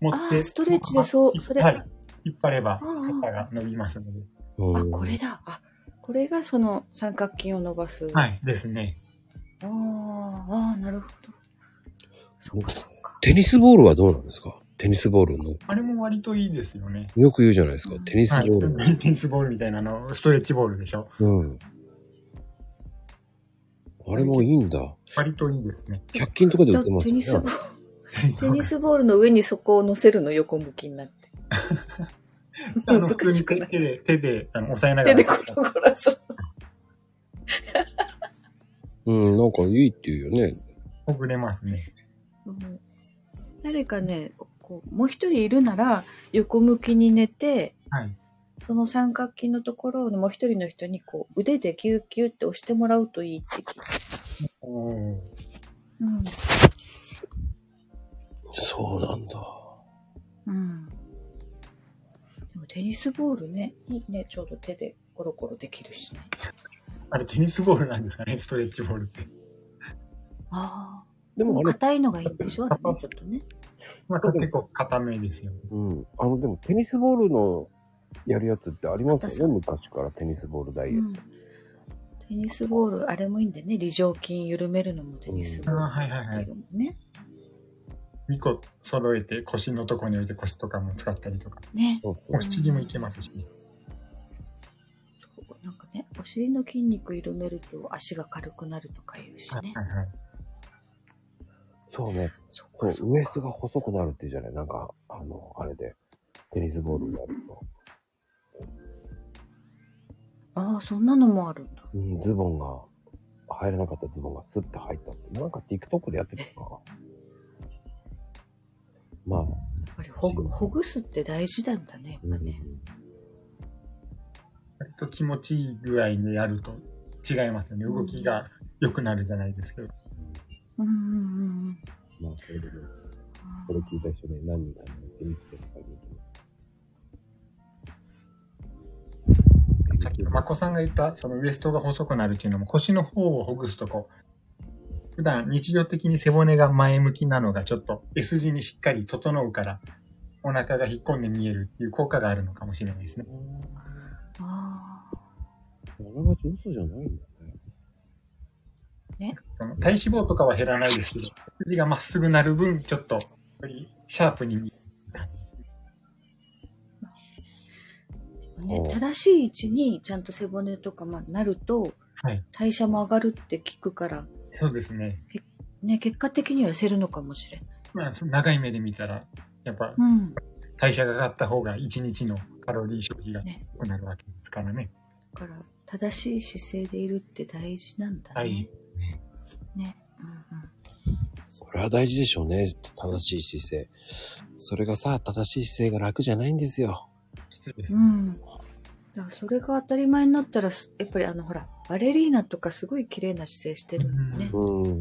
Speaker 4: 持っ
Speaker 8: あ
Speaker 4: て、
Speaker 8: ーストレッチでそうそれ
Speaker 4: はい。引っ張れば、
Speaker 8: うんうん
Speaker 4: 肩が伸びますので。
Speaker 2: うん
Speaker 8: あ、これだ。あ、これがその三角筋を伸ばす。
Speaker 4: はい、ですね。
Speaker 8: あーあー、なるほど。そっかそっか。
Speaker 2: テニスボールはどうなんですかテニスボールの。
Speaker 4: あれも割といいですよね。
Speaker 2: よく言うじゃないですか。テニス
Speaker 4: はい
Speaker 2: ボール。。
Speaker 4: テニスボールみたいなあの、ストレッチボールでしょ。
Speaker 2: うん。あれもいいんだ。
Speaker 4: 割といいですね。
Speaker 2: 100均とかで売ってます
Speaker 8: テ
Speaker 2: よ
Speaker 8: ニスボ
Speaker 2: ね
Speaker 8: ー。ル、テニスボールの上にそこを乗せるの横向きになって。
Speaker 4: あの
Speaker 8: 難
Speaker 4: 普通
Speaker 8: し
Speaker 4: に
Speaker 8: くない。
Speaker 4: 手で、手で、あの、押さえなが
Speaker 8: 手
Speaker 4: ら
Speaker 8: で。ころころそう。
Speaker 2: うん、なんかいいっていうよね。
Speaker 4: ほぐれますね。
Speaker 8: うん誰かね、こうもう一人いるなら横向きに寝て、
Speaker 4: はい。
Speaker 8: その三角筋のところをもう一人の人にこう腕でギュッギュッて押してもらうといいって聞いた。
Speaker 4: おー
Speaker 8: うん。
Speaker 2: そうなんだ。
Speaker 8: うん。でもテニスボールね、いいね、ちょうど手でコロコロできるしね。
Speaker 4: あれ、テニスボールなんですかね、ストレッチボールって。
Speaker 8: ああ。
Speaker 2: で
Speaker 8: でも
Speaker 2: もあれ、
Speaker 8: 硬いのがいいんでしょあれね、ちょっとね。
Speaker 4: まあ、結構硬めですよね。
Speaker 2: うん。あの、でもテニスボールのやるやつってありますよね。昔からテニスボールダイエット。
Speaker 8: うん。テニスボール、あれもいいんだよね。梨状筋緩めるのもテニスボー
Speaker 4: あ
Speaker 8: ル
Speaker 4: あ、はいはい
Speaker 8: っ
Speaker 4: はい
Speaker 8: てい。うのもね。
Speaker 4: 2個揃えて腰のとこに置いて腰とかも使ったりとか。
Speaker 8: ね。
Speaker 2: そうそう
Speaker 4: お尻もいけますしね。
Speaker 8: なんかね、お尻の筋肉緩めると足が軽くなるとか言うし
Speaker 4: はい
Speaker 8: ね。
Speaker 4: はいはい。
Speaker 2: そうね。
Speaker 8: そっ
Speaker 2: そ
Speaker 8: かそっ
Speaker 2: う、ウエス
Speaker 8: か
Speaker 2: トが細くなるっていうじゃないなんか、あの、あれで、テニスボールになると。
Speaker 8: ああ、そんなのもあるんだ。
Speaker 2: うん、ズボンが、入らなかったズボンがスッて入ったって。なんか TikTok でやってたかな。まあ、
Speaker 8: やっぱりほぐほぐすって大事なんだね、やっぱね。
Speaker 4: 割と気持ちいい具合にやると違いますよね。動きが良くなるじゃないですけど。
Speaker 8: うんうんうんうん。
Speaker 2: まあ、それでね、これ聞いた人ね、何人かに行ってみてとか言って
Speaker 4: さっきのまこさんが言った、そのウエストが細くなるっていうのも腰の方をほぐすとこう、普段日常的に背骨が前向きなのがちょっと S 字にしっかり整うから、お腹が引っ込んで見えるっていう効果があるのかもしれないですね。
Speaker 8: ああ。
Speaker 2: あながち嘘じゃないんだね。
Speaker 4: その体脂肪とかは減らないですけど、筋がまっすぐなる分、ちょっと、よりシャープに見え
Speaker 8: ね
Speaker 2: おう、
Speaker 8: 正しい位置にちゃんと背骨とか、まあ、なると
Speaker 4: はい、
Speaker 8: 代謝も上がるって聞くから、
Speaker 4: る。そうですね。
Speaker 8: ね、結果的には痩せるのかもしれない。
Speaker 4: まあ、長い目で見たら、やっぱ
Speaker 8: うん。だ
Speaker 4: 代謝が上がった方が1日のカロリー消費が多くなるわけですからね。
Speaker 8: から、正しい姿勢でいるって大事なんだね。
Speaker 4: はい。
Speaker 8: ね。うんうん。
Speaker 2: それは大事でしょうね。正しい姿勢。それがさ、正しい姿勢が楽じゃないんですよ。
Speaker 4: 失礼です
Speaker 8: う。ん。だからそれが当たり前になったら、すやっぱりあの、ほら、バレリーナとかすごい綺麗な姿勢してるもんね。
Speaker 2: うん。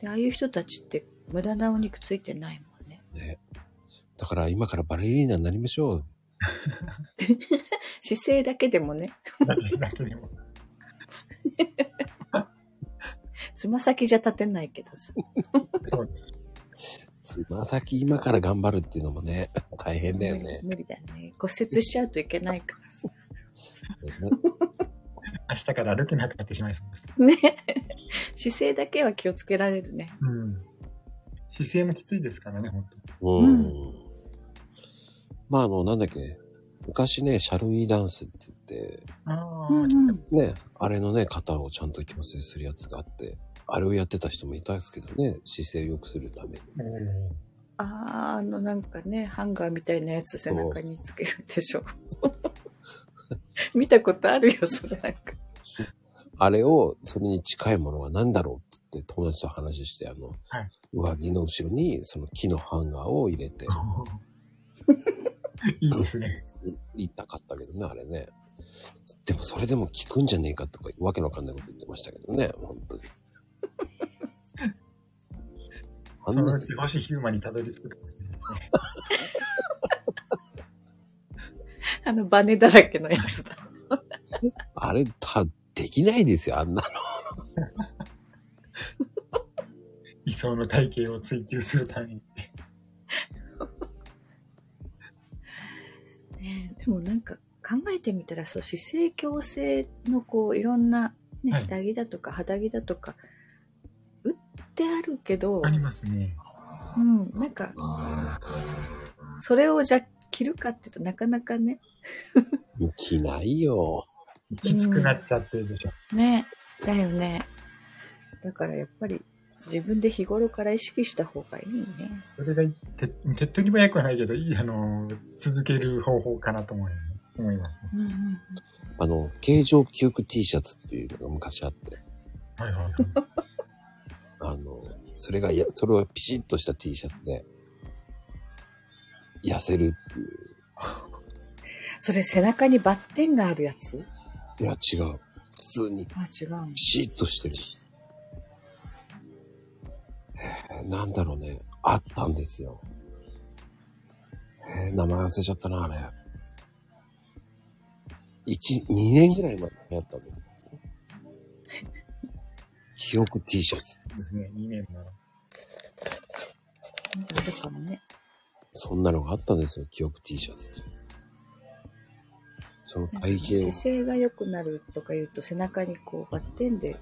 Speaker 8: で、ああいう人たちって無駄なお肉ついてないもんね。
Speaker 2: ね。だから今からバレリーナになりましょう。
Speaker 8: 姿勢だけでもね、
Speaker 4: だけだけでも。
Speaker 8: つま先じゃ立てないけどさ。
Speaker 4: そうです。
Speaker 2: つま先今から頑張るっていうのもね、 大変だよね。
Speaker 8: 無理だね。骨折しちゃうといけないからさ。
Speaker 2: ね
Speaker 4: 明日から歩けなくなってしまいそうです。
Speaker 8: ね。姿勢だけは気をつけられるね。
Speaker 4: うん。姿勢もきついですからね、本
Speaker 2: う。
Speaker 8: うん
Speaker 2: まああの、なんだっけ。昔ね、シャルウィーダンスって言って、
Speaker 4: 当。ああ、
Speaker 8: うんうん。
Speaker 2: ね、あれのね、肩をちゃんと矯正するやつがあって、あれをやってた人もいたんですけどね、姿勢を良くするために。
Speaker 4: おー
Speaker 8: あー、あのなんかね、ハンガーみたいなやつ背中につける でしょ。見たことあるよ、それなんか。
Speaker 2: あれを、それに近いものは何だろうって言って友達と話して、あの、
Speaker 4: はい
Speaker 2: 上着の後ろにその木のハンガーを入れて、
Speaker 4: いいですね。
Speaker 2: 痛かったけどね、あれね。でもそれでも効くんじゃねえかとか、わけのわかんないこと言ってましたけどね、本当に。あ
Speaker 4: そ
Speaker 2: ん
Speaker 4: の
Speaker 2: な
Speaker 4: うち星ヒューマンにたどり着くかもしれないですね。
Speaker 8: あの、バネだらけのやつだ。
Speaker 2: あれ、た、できないですよ、あんなの。
Speaker 4: 理想の体型を追求するために。
Speaker 8: ねえでもなんか考えてみたらそう姿勢矯正のこういろんな、ね、
Speaker 4: はい
Speaker 8: 下着だとか肌着だとか売ってあるけど、
Speaker 4: ありますね。
Speaker 8: うん、なんかそれをじゃ着るかっていうとなかなかね
Speaker 2: もう着ないよ。
Speaker 4: きつくなっちゃってるでしょ。
Speaker 8: ねだよねだからやっぱり自分で日頃から意識した方がいいね
Speaker 4: それが手手っ取り早くはないけど、いい、あの、続ける方法かなと思い思いますね。
Speaker 8: うんうん
Speaker 2: あの、形状記憶 T シャツっていうのが昔あって、
Speaker 4: はいはい。
Speaker 2: あの、それがや、それをピシッとした T シャツで、痩せるっていう。
Speaker 8: それ背中にバッテンがあるやつ
Speaker 2: いや、違う。普通に
Speaker 8: あ違うん
Speaker 2: ピシッとしてる。えーなんだろうね。あったんですよ。えー名前忘れちゃったな、あれ。一、二年ぐらい前にあったん です。記憶 T シャツ。
Speaker 4: ですね。2年なら。
Speaker 8: あるかもね
Speaker 2: そんなのがあったんですよ、記憶 T シャツって。その体型を
Speaker 8: 姿勢が良くなるとか言うと背中にこうバッテンで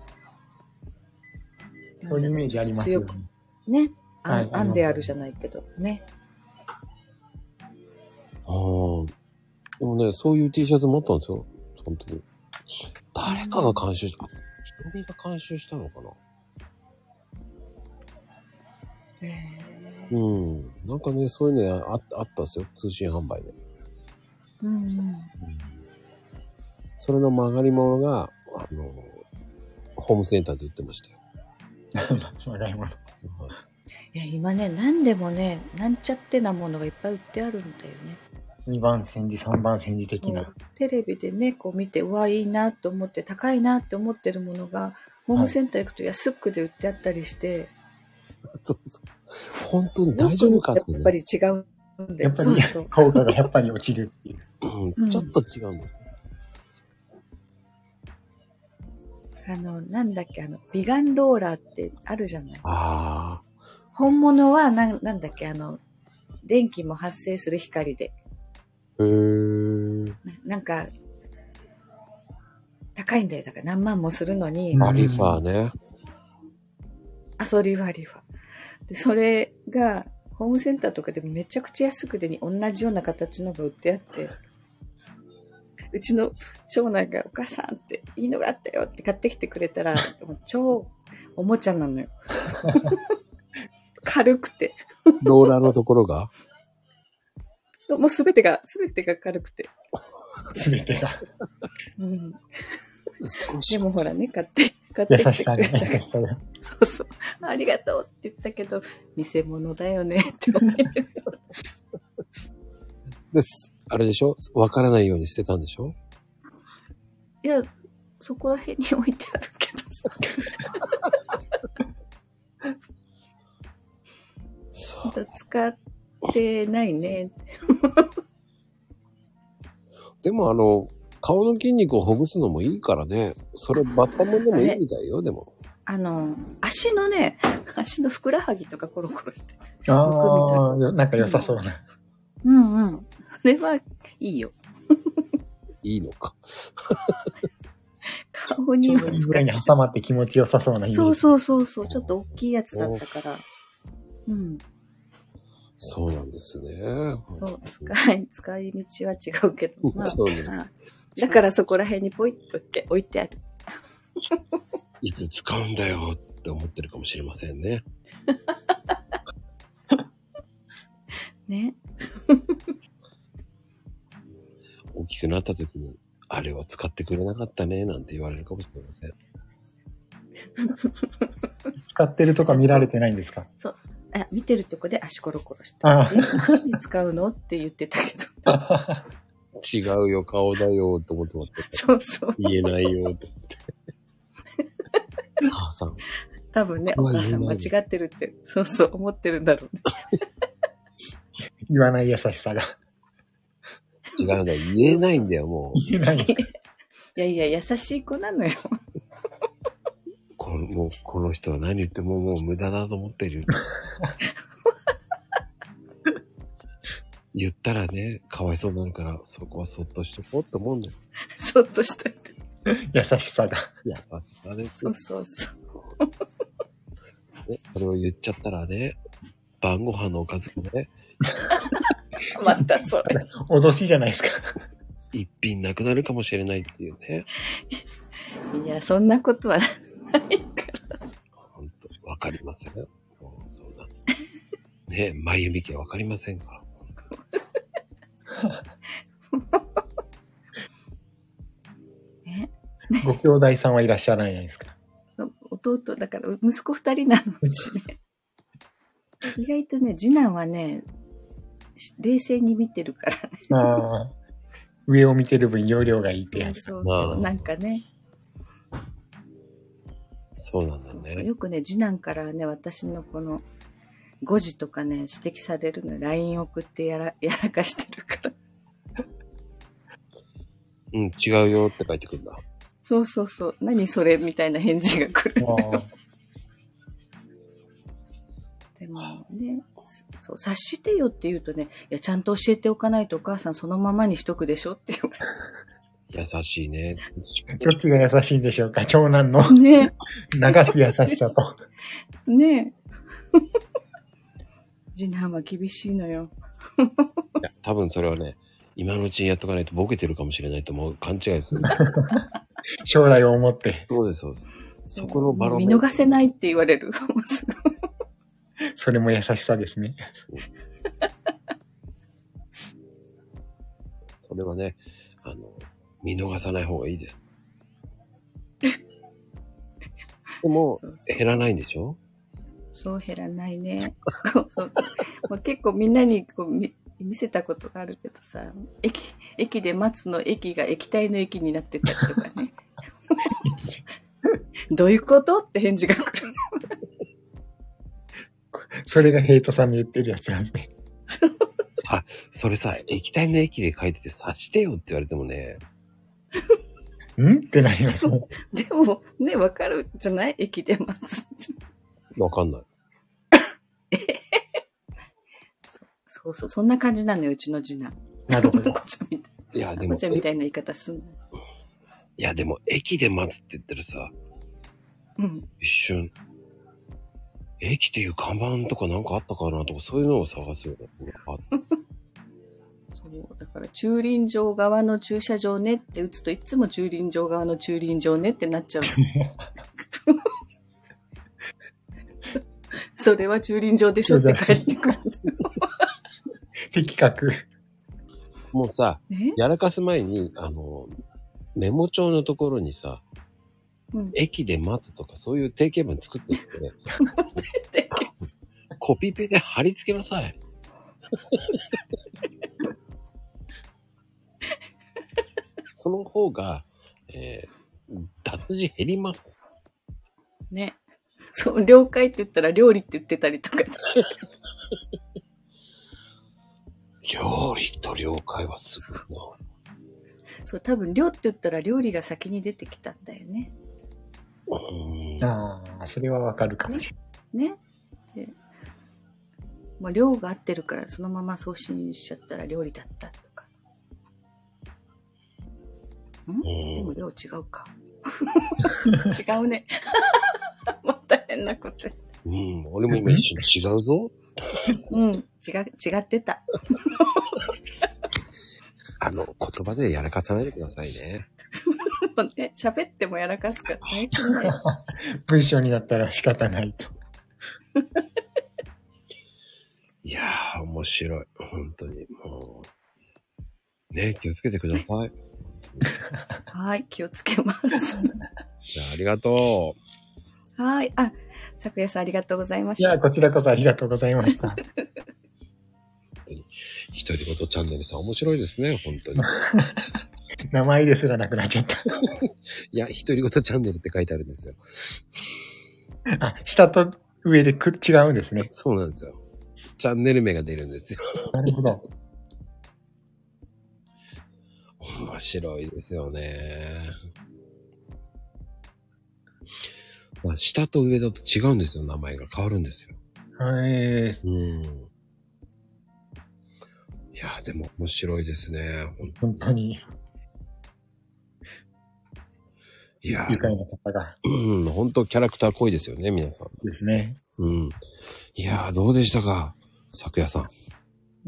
Speaker 4: そういうイメージありますよね。
Speaker 8: ねあ
Speaker 4: はい
Speaker 8: 編んであるじゃないけどね
Speaker 2: ああ。でもね、そういう T シャツ持ったんですよ。その時。誰かが監修した、あひとみが監修したのかなうん。なんかね、そういうのああったんですよ。通信販売で。
Speaker 8: うんうん
Speaker 2: それの曲がり物が、あの、ホームセンターで売ってましたよ。
Speaker 4: 若い者。
Speaker 8: いや今ね何でもねなんちゃってなものがいっぱい売ってあるんだよね
Speaker 4: 2番戦時、3番戦時的
Speaker 8: こ。うテレビでねこう見てうわいいなと思って高いなって思ってるものがホームセンター行くと安くで売ってあったりして、
Speaker 2: そうそう。本当に大丈夫かって
Speaker 8: や
Speaker 2: ね
Speaker 8: っぱ。り違うんだ
Speaker 4: や
Speaker 8: よ
Speaker 4: っぱり
Speaker 8: そうそう、
Speaker 4: 効果がやっぱり落ちるっていう。
Speaker 2: う、
Speaker 8: うんん
Speaker 2: ちょっと違うんだよ。
Speaker 8: あのなんだっけあの美顔ローラーってあるじゃない
Speaker 2: あ
Speaker 8: 本物はなんなんだっけあの電気も発生する光で
Speaker 2: あ。へえ。
Speaker 8: ななんか高いんだよだから何万もするのに、
Speaker 4: うん
Speaker 2: アリファーね。
Speaker 8: あそうリファリファでそれがホームセンターとかでもめちゃくちゃ安くてに同じような形のが売ってあってうちの長男が「お母さん」っていいのがあったよって買ってきてくれたらもう超おもちゃなのよ軽くて
Speaker 2: ローラーのところが。
Speaker 8: もう全てが全てが軽くて、
Speaker 4: すべてが。
Speaker 8: うん、
Speaker 2: 少
Speaker 8: で
Speaker 2: し。
Speaker 8: もほらね買って買って
Speaker 4: 優
Speaker 8: きて
Speaker 4: しさが、
Speaker 8: くれた
Speaker 4: 優しさが。
Speaker 8: そうそう。ありがとうって言ったけど、偽物だよねって思いながら
Speaker 2: です。あれでしょわからないように捨てたんでしょ
Speaker 8: いや、そこら辺に置いてあるけど
Speaker 2: そう
Speaker 8: まだ使ってないね。
Speaker 2: でもあの、顔の筋肉をほぐすのもいいからね。それバッタモンでもいいみたいよ、でも。
Speaker 8: あの、足のね、足のふくらはぎとかコロコロして。
Speaker 4: ああ、なんか良さそうな。
Speaker 8: うんうん。それはいいよ。
Speaker 2: いいのか。
Speaker 8: 顔
Speaker 4: ち
Speaker 8: に
Speaker 4: ょう
Speaker 8: は
Speaker 4: どい
Speaker 8: 使
Speaker 4: いぐらいに挟まって気持ち良さそうなイメージ。
Speaker 8: そうそうそうそう。ちょっと大きいやつだったから。うん。
Speaker 2: そうなんですね。
Speaker 8: そう、使い、 使い道は違うけど。まあ
Speaker 2: そうね。
Speaker 8: まあだからそこら辺にポイッとって置いてある。
Speaker 2: いつ使うんだよって思ってるかもしれませんね。
Speaker 8: ね。
Speaker 2: 大きくなった時に、あれは使ってくれなかったね、なんて言われるかもしれません。
Speaker 4: 使ってるとか見られてないんですか
Speaker 8: あ、見てるとこで足コロコロして。
Speaker 4: あ
Speaker 8: え足に使うのって言ってたけど。
Speaker 4: あ。
Speaker 2: 違うよ、顔だよ、と思ってます。
Speaker 8: そうそう。
Speaker 2: 言えないよ、 と思って。母さん、
Speaker 8: 多分ね、
Speaker 2: う
Speaker 8: お
Speaker 2: わ
Speaker 8: 母さん間違ってるって、そうそう、思ってるんだろうね。
Speaker 4: 言わない優しさが。
Speaker 2: 違うんだよ。言えないんだよ、もう。
Speaker 4: 言えない。
Speaker 8: いやいや、優しい子なのよ。
Speaker 2: このもうこの人は何言ってももう無駄だと思ってる。言ったらね、かわいそうになるから、そこはそっとしとこうって思うんだよ。
Speaker 8: そっとしといて。
Speaker 4: 優しさが。
Speaker 2: 優しさです
Speaker 8: そ
Speaker 2: よ
Speaker 8: うそうそう。
Speaker 2: ね。それを言っちゃったらね、晩ご飯のおかずがね、
Speaker 8: またそれ。
Speaker 4: 脅しじゃないですか。
Speaker 2: 一品なくなるかもしれないっていうね。
Speaker 8: いや、そんなことはないから。
Speaker 2: ほんと、わかりません。もうそんな。ね、眉ゆみ家わかりませんから。
Speaker 4: ご兄弟さんはいらっしゃらないですか。
Speaker 8: 弟、だから息子二人なの、うちね。意外とね、次男はね、し冷静に見てるからね。
Speaker 4: ああ。上を見てる分容量がいいってやつ。
Speaker 8: そうそう、
Speaker 2: まあ
Speaker 8: なんかね
Speaker 2: そうなんだ
Speaker 8: そうそう
Speaker 2: ね。
Speaker 8: よくね、次男からね、私のこの5時とかね、指摘されるのよ LINE 送ってやらやらかしてるから。
Speaker 2: うん、違うよって書いてくるんだ。
Speaker 8: そうそうそう、何それみたいな返事が来る。
Speaker 4: ああ
Speaker 8: でもね、そう、察してよって言うとね、いや、ちゃんと教えておかないとお母さんそのままにしとくでしょって言
Speaker 2: 優しいね。
Speaker 4: どっちが優しいんでしょうか長男 の
Speaker 8: う。ね
Speaker 4: 流す優しさと。
Speaker 8: ね 次男は厳しいのよ。
Speaker 2: いや、多分それはね、今のうちにやっとかないとボケてるかもしれないと思う。勘違い する。
Speaker 4: 将来を思って。
Speaker 2: そうです、そうです。そこのバロメ
Speaker 8: 見逃せないって言わ れる。もうすごい
Speaker 4: それも優しさですね。
Speaker 2: それはね、あの、見逃さない方がいい です。でも、
Speaker 8: そうそう
Speaker 2: 減らないんでしょ
Speaker 8: そう減らないね。そうそうそうもう結構みんなにこう見見せたことがあるけどさ、駅、駅で待つの駅が液体の駅になってたりとかね。どういうことって返事が来る。
Speaker 4: それがヘイトさんに言ってるやつなんですね。
Speaker 2: さ、それさ、液体の液で書いてて察してよって言われてもね、
Speaker 4: んってなりますね。
Speaker 8: でも、ね、わかるじゃない駅で待つ。
Speaker 2: わかんない。
Speaker 8: そうそう、そんな感じなのよ、うちの次男。
Speaker 4: なるほ
Speaker 8: ま
Speaker 4: ど。
Speaker 8: こちゃんみたい。
Speaker 2: いや、で
Speaker 8: ま
Speaker 2: も、
Speaker 8: こちゃんみたいな言い方すんの。
Speaker 2: いや、でも、駅で待つって言ったらさ、
Speaker 8: うん。
Speaker 2: 一瞬、駅っていう看板とかなんかあったかなとか、そういうのを探すよ ね。あ
Speaker 8: そう。だから、駐輪場側の駐車場ねって打つといつも駐輪場側の駐輪場ねってなっちゃう。そそれは駐輪場でしょって帰ってくる。
Speaker 4: 的確。
Speaker 2: もうさ、
Speaker 8: ね、
Speaker 2: やらかす前に、あの、メモ帳のところにさ、
Speaker 8: うん、
Speaker 2: 駅で待つとかそういう定型文作ってきてね、コピペで貼り付けなさ い。その方が、えー、脱字減ります。
Speaker 8: ね。そう、了解って言ったら料理って言ってたりとか。
Speaker 2: 料理と了解はすごいな。
Speaker 8: そう、多分、料って言ったら料理が先に出てきたんだよね。
Speaker 2: うん
Speaker 4: ああ、それはわかるかもしれ
Speaker 8: ね。でまあ、量が合ってるから、そのまま送信しちゃったら料理だったとか。んでも量違うか。 違うね。 また変なこと。
Speaker 2: うん、俺も今一瞬違うぞ。
Speaker 8: うん、違、違ってた。
Speaker 2: あの、言葉でやらかさないでくださいね。
Speaker 8: もうね、喋ってもやらかすから大変だよ。
Speaker 4: ない。文章になったら仕方ないと。
Speaker 2: いやー、面白い。本当に。もう。ね気をつけてください。
Speaker 8: はい、気をつけます。
Speaker 2: じゃあ、ありがとう。
Speaker 8: はい、あ、さくやさんありがとうございま
Speaker 4: い
Speaker 8: し
Speaker 4: や、
Speaker 8: た。
Speaker 4: こちらこそありがとうございま した。
Speaker 2: 一人ごとチャンネルさん、面白いですね、本当 に。
Speaker 4: 名前ですらなくなっちゃった。
Speaker 2: いや、一人ごとチャンネルって書いてあるんですよ。
Speaker 4: あ、下と上でく違うんですね。
Speaker 2: そうなんですよ。チャンネル名が出るんですよ。
Speaker 4: なるほど。
Speaker 2: 面白いですよね。まあ下と上だと違うんですよ、名前が変わるんですよ。
Speaker 4: えー、
Speaker 2: うん。いや、でも面白いですね。ほん
Speaker 4: 本当に
Speaker 2: いや、
Speaker 4: 愉快な方が。
Speaker 2: うん、本当キャラクター濃いですよね、皆さん。
Speaker 4: ですね。
Speaker 2: うん。いやー、どうでしたか、昨夜さん。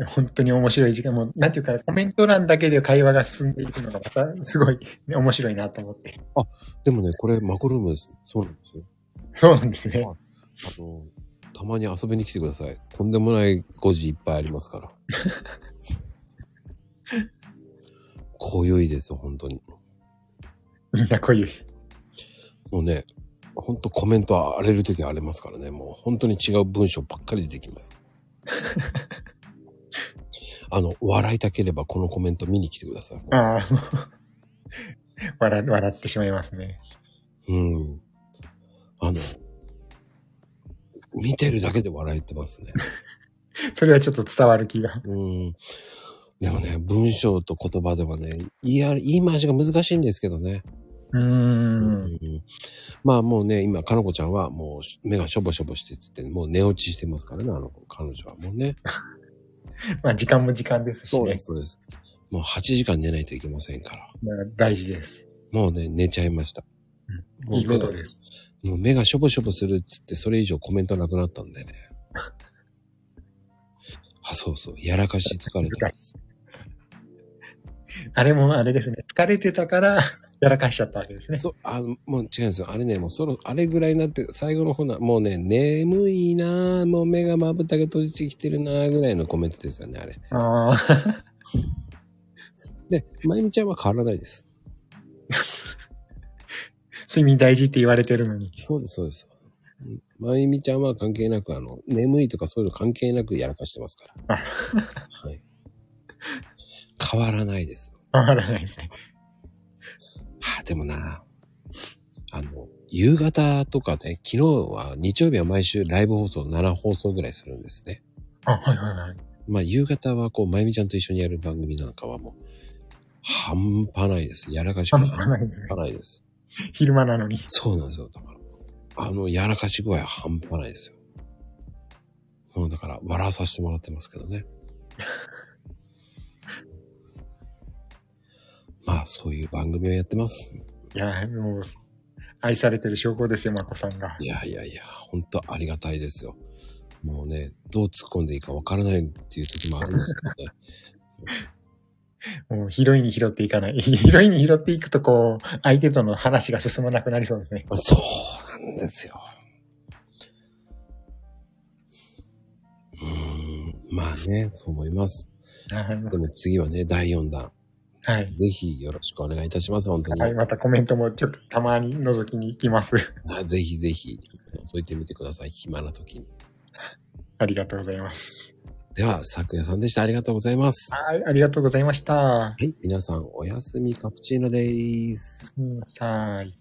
Speaker 4: 本当に面白い時間もう、なんていうか、コメント欄だけで会話が進んでいくのが、またすごい、ね、面白いなと思って。
Speaker 2: でもね、これ、マコルームです。そうなんですよ。
Speaker 4: そうなんですね。
Speaker 2: あの、たまに遊びに来てください。とんでもない誤字いっぱいあります から。濃ゆいですよ、本当に。
Speaker 4: みんなこういう。
Speaker 2: もうね、ほんとコメント荒れるとき荒れますからね、もう本当に違う文章ばっかり出てきます。あの、笑いたければこのコメント見に来てください。
Speaker 4: ああ、もう笑、笑ってしまいますね。
Speaker 2: うん。あの、見てるだけで笑えてますね。
Speaker 4: それはちょっと伝わる気が。
Speaker 2: うん。でもね、文章と言葉ではね、言いあ言い回しが難しいんですけどね。
Speaker 4: うーん。
Speaker 2: うんまあもうね、今、かのこちゃんはもう目がしょぼしょぼしてってって、もう寝落ちしてますからね、あの子、彼女はもうね。
Speaker 4: まあ、時間も時間ですしね。
Speaker 2: そうです。もう8時間寝ないといけませんから。
Speaker 4: まあ大事です。
Speaker 2: もうね、寝ちゃいました。もう
Speaker 4: いいことです。
Speaker 2: もう目がしょぼしょぼするってって、それ以上コメントなくなったんでね。 あ、そうそう、やらかし疲れたんです。
Speaker 4: あれもあれですね。疲れてたから、やらかしちゃったわけですね。
Speaker 2: そう、あの、もう違うんですよ。あれね、もうそろ、あれぐらいになって、最後の方な、もうね、眠いなぁ、もう目がまぶたが閉じてきてるなぁ、ぐらいのコメントですよね、あれ。
Speaker 4: ああ、
Speaker 2: で、まゆみちゃんは変わらないです。
Speaker 4: 睡眠大事って言われてるのに。
Speaker 2: そうです、そうです。うんまゆみちゃんは関係なく、あの、眠いとかそういうの関係なくやらかしてます から。はい。変わらないです。
Speaker 4: 変わらないですね。
Speaker 2: はあ、でもな、あの、夕方とかね、昨日は、日曜日は毎週ライブ放送7放送ぐらいするんですね。
Speaker 4: あ、はいはいはい。
Speaker 2: まあ、夕方はこう、まゆみちゃんと一緒にやる番組なんかはもう、半端ないです。やらかしが
Speaker 4: 半
Speaker 2: 半
Speaker 4: 端ないですね
Speaker 2: 端ないです。
Speaker 4: 昼間なのに。
Speaker 2: そうなんですよ。だから、あの、やらかし具合は半端ないですよ。もうだから、笑わさせてもらってますけどね。 まあ、そういう番組をやってます。
Speaker 4: いや、もう、愛されてる証拠ですよ、まこさんが。
Speaker 2: いやいやいや、本当ありがたいですよ。もうね、どう突っ込んでいいかわからないっていう時もあるんですけどね。
Speaker 4: もう、拾いに拾ってい かない。拾いに拾っていくと、こう、相手との話が進まなくなりそうですね。
Speaker 2: そうなんですよ。うーん、まあね、そう思います。
Speaker 4: は
Speaker 2: でも次はね、第4弾。
Speaker 4: い。
Speaker 2: ぜひよろしくお願いいたします、本当に。
Speaker 4: はい、またコメントもちょっとたまに覗きに行きます。
Speaker 2: あぜひぜひ、覗いてみてください、暇な時に。
Speaker 4: ありがとうございます。
Speaker 2: では、昨夜さんでした。ありがとうございます。は
Speaker 4: はい、ありがとうございました。
Speaker 2: い、皆さん、おやすみカプチーノでーす。
Speaker 4: うんはい。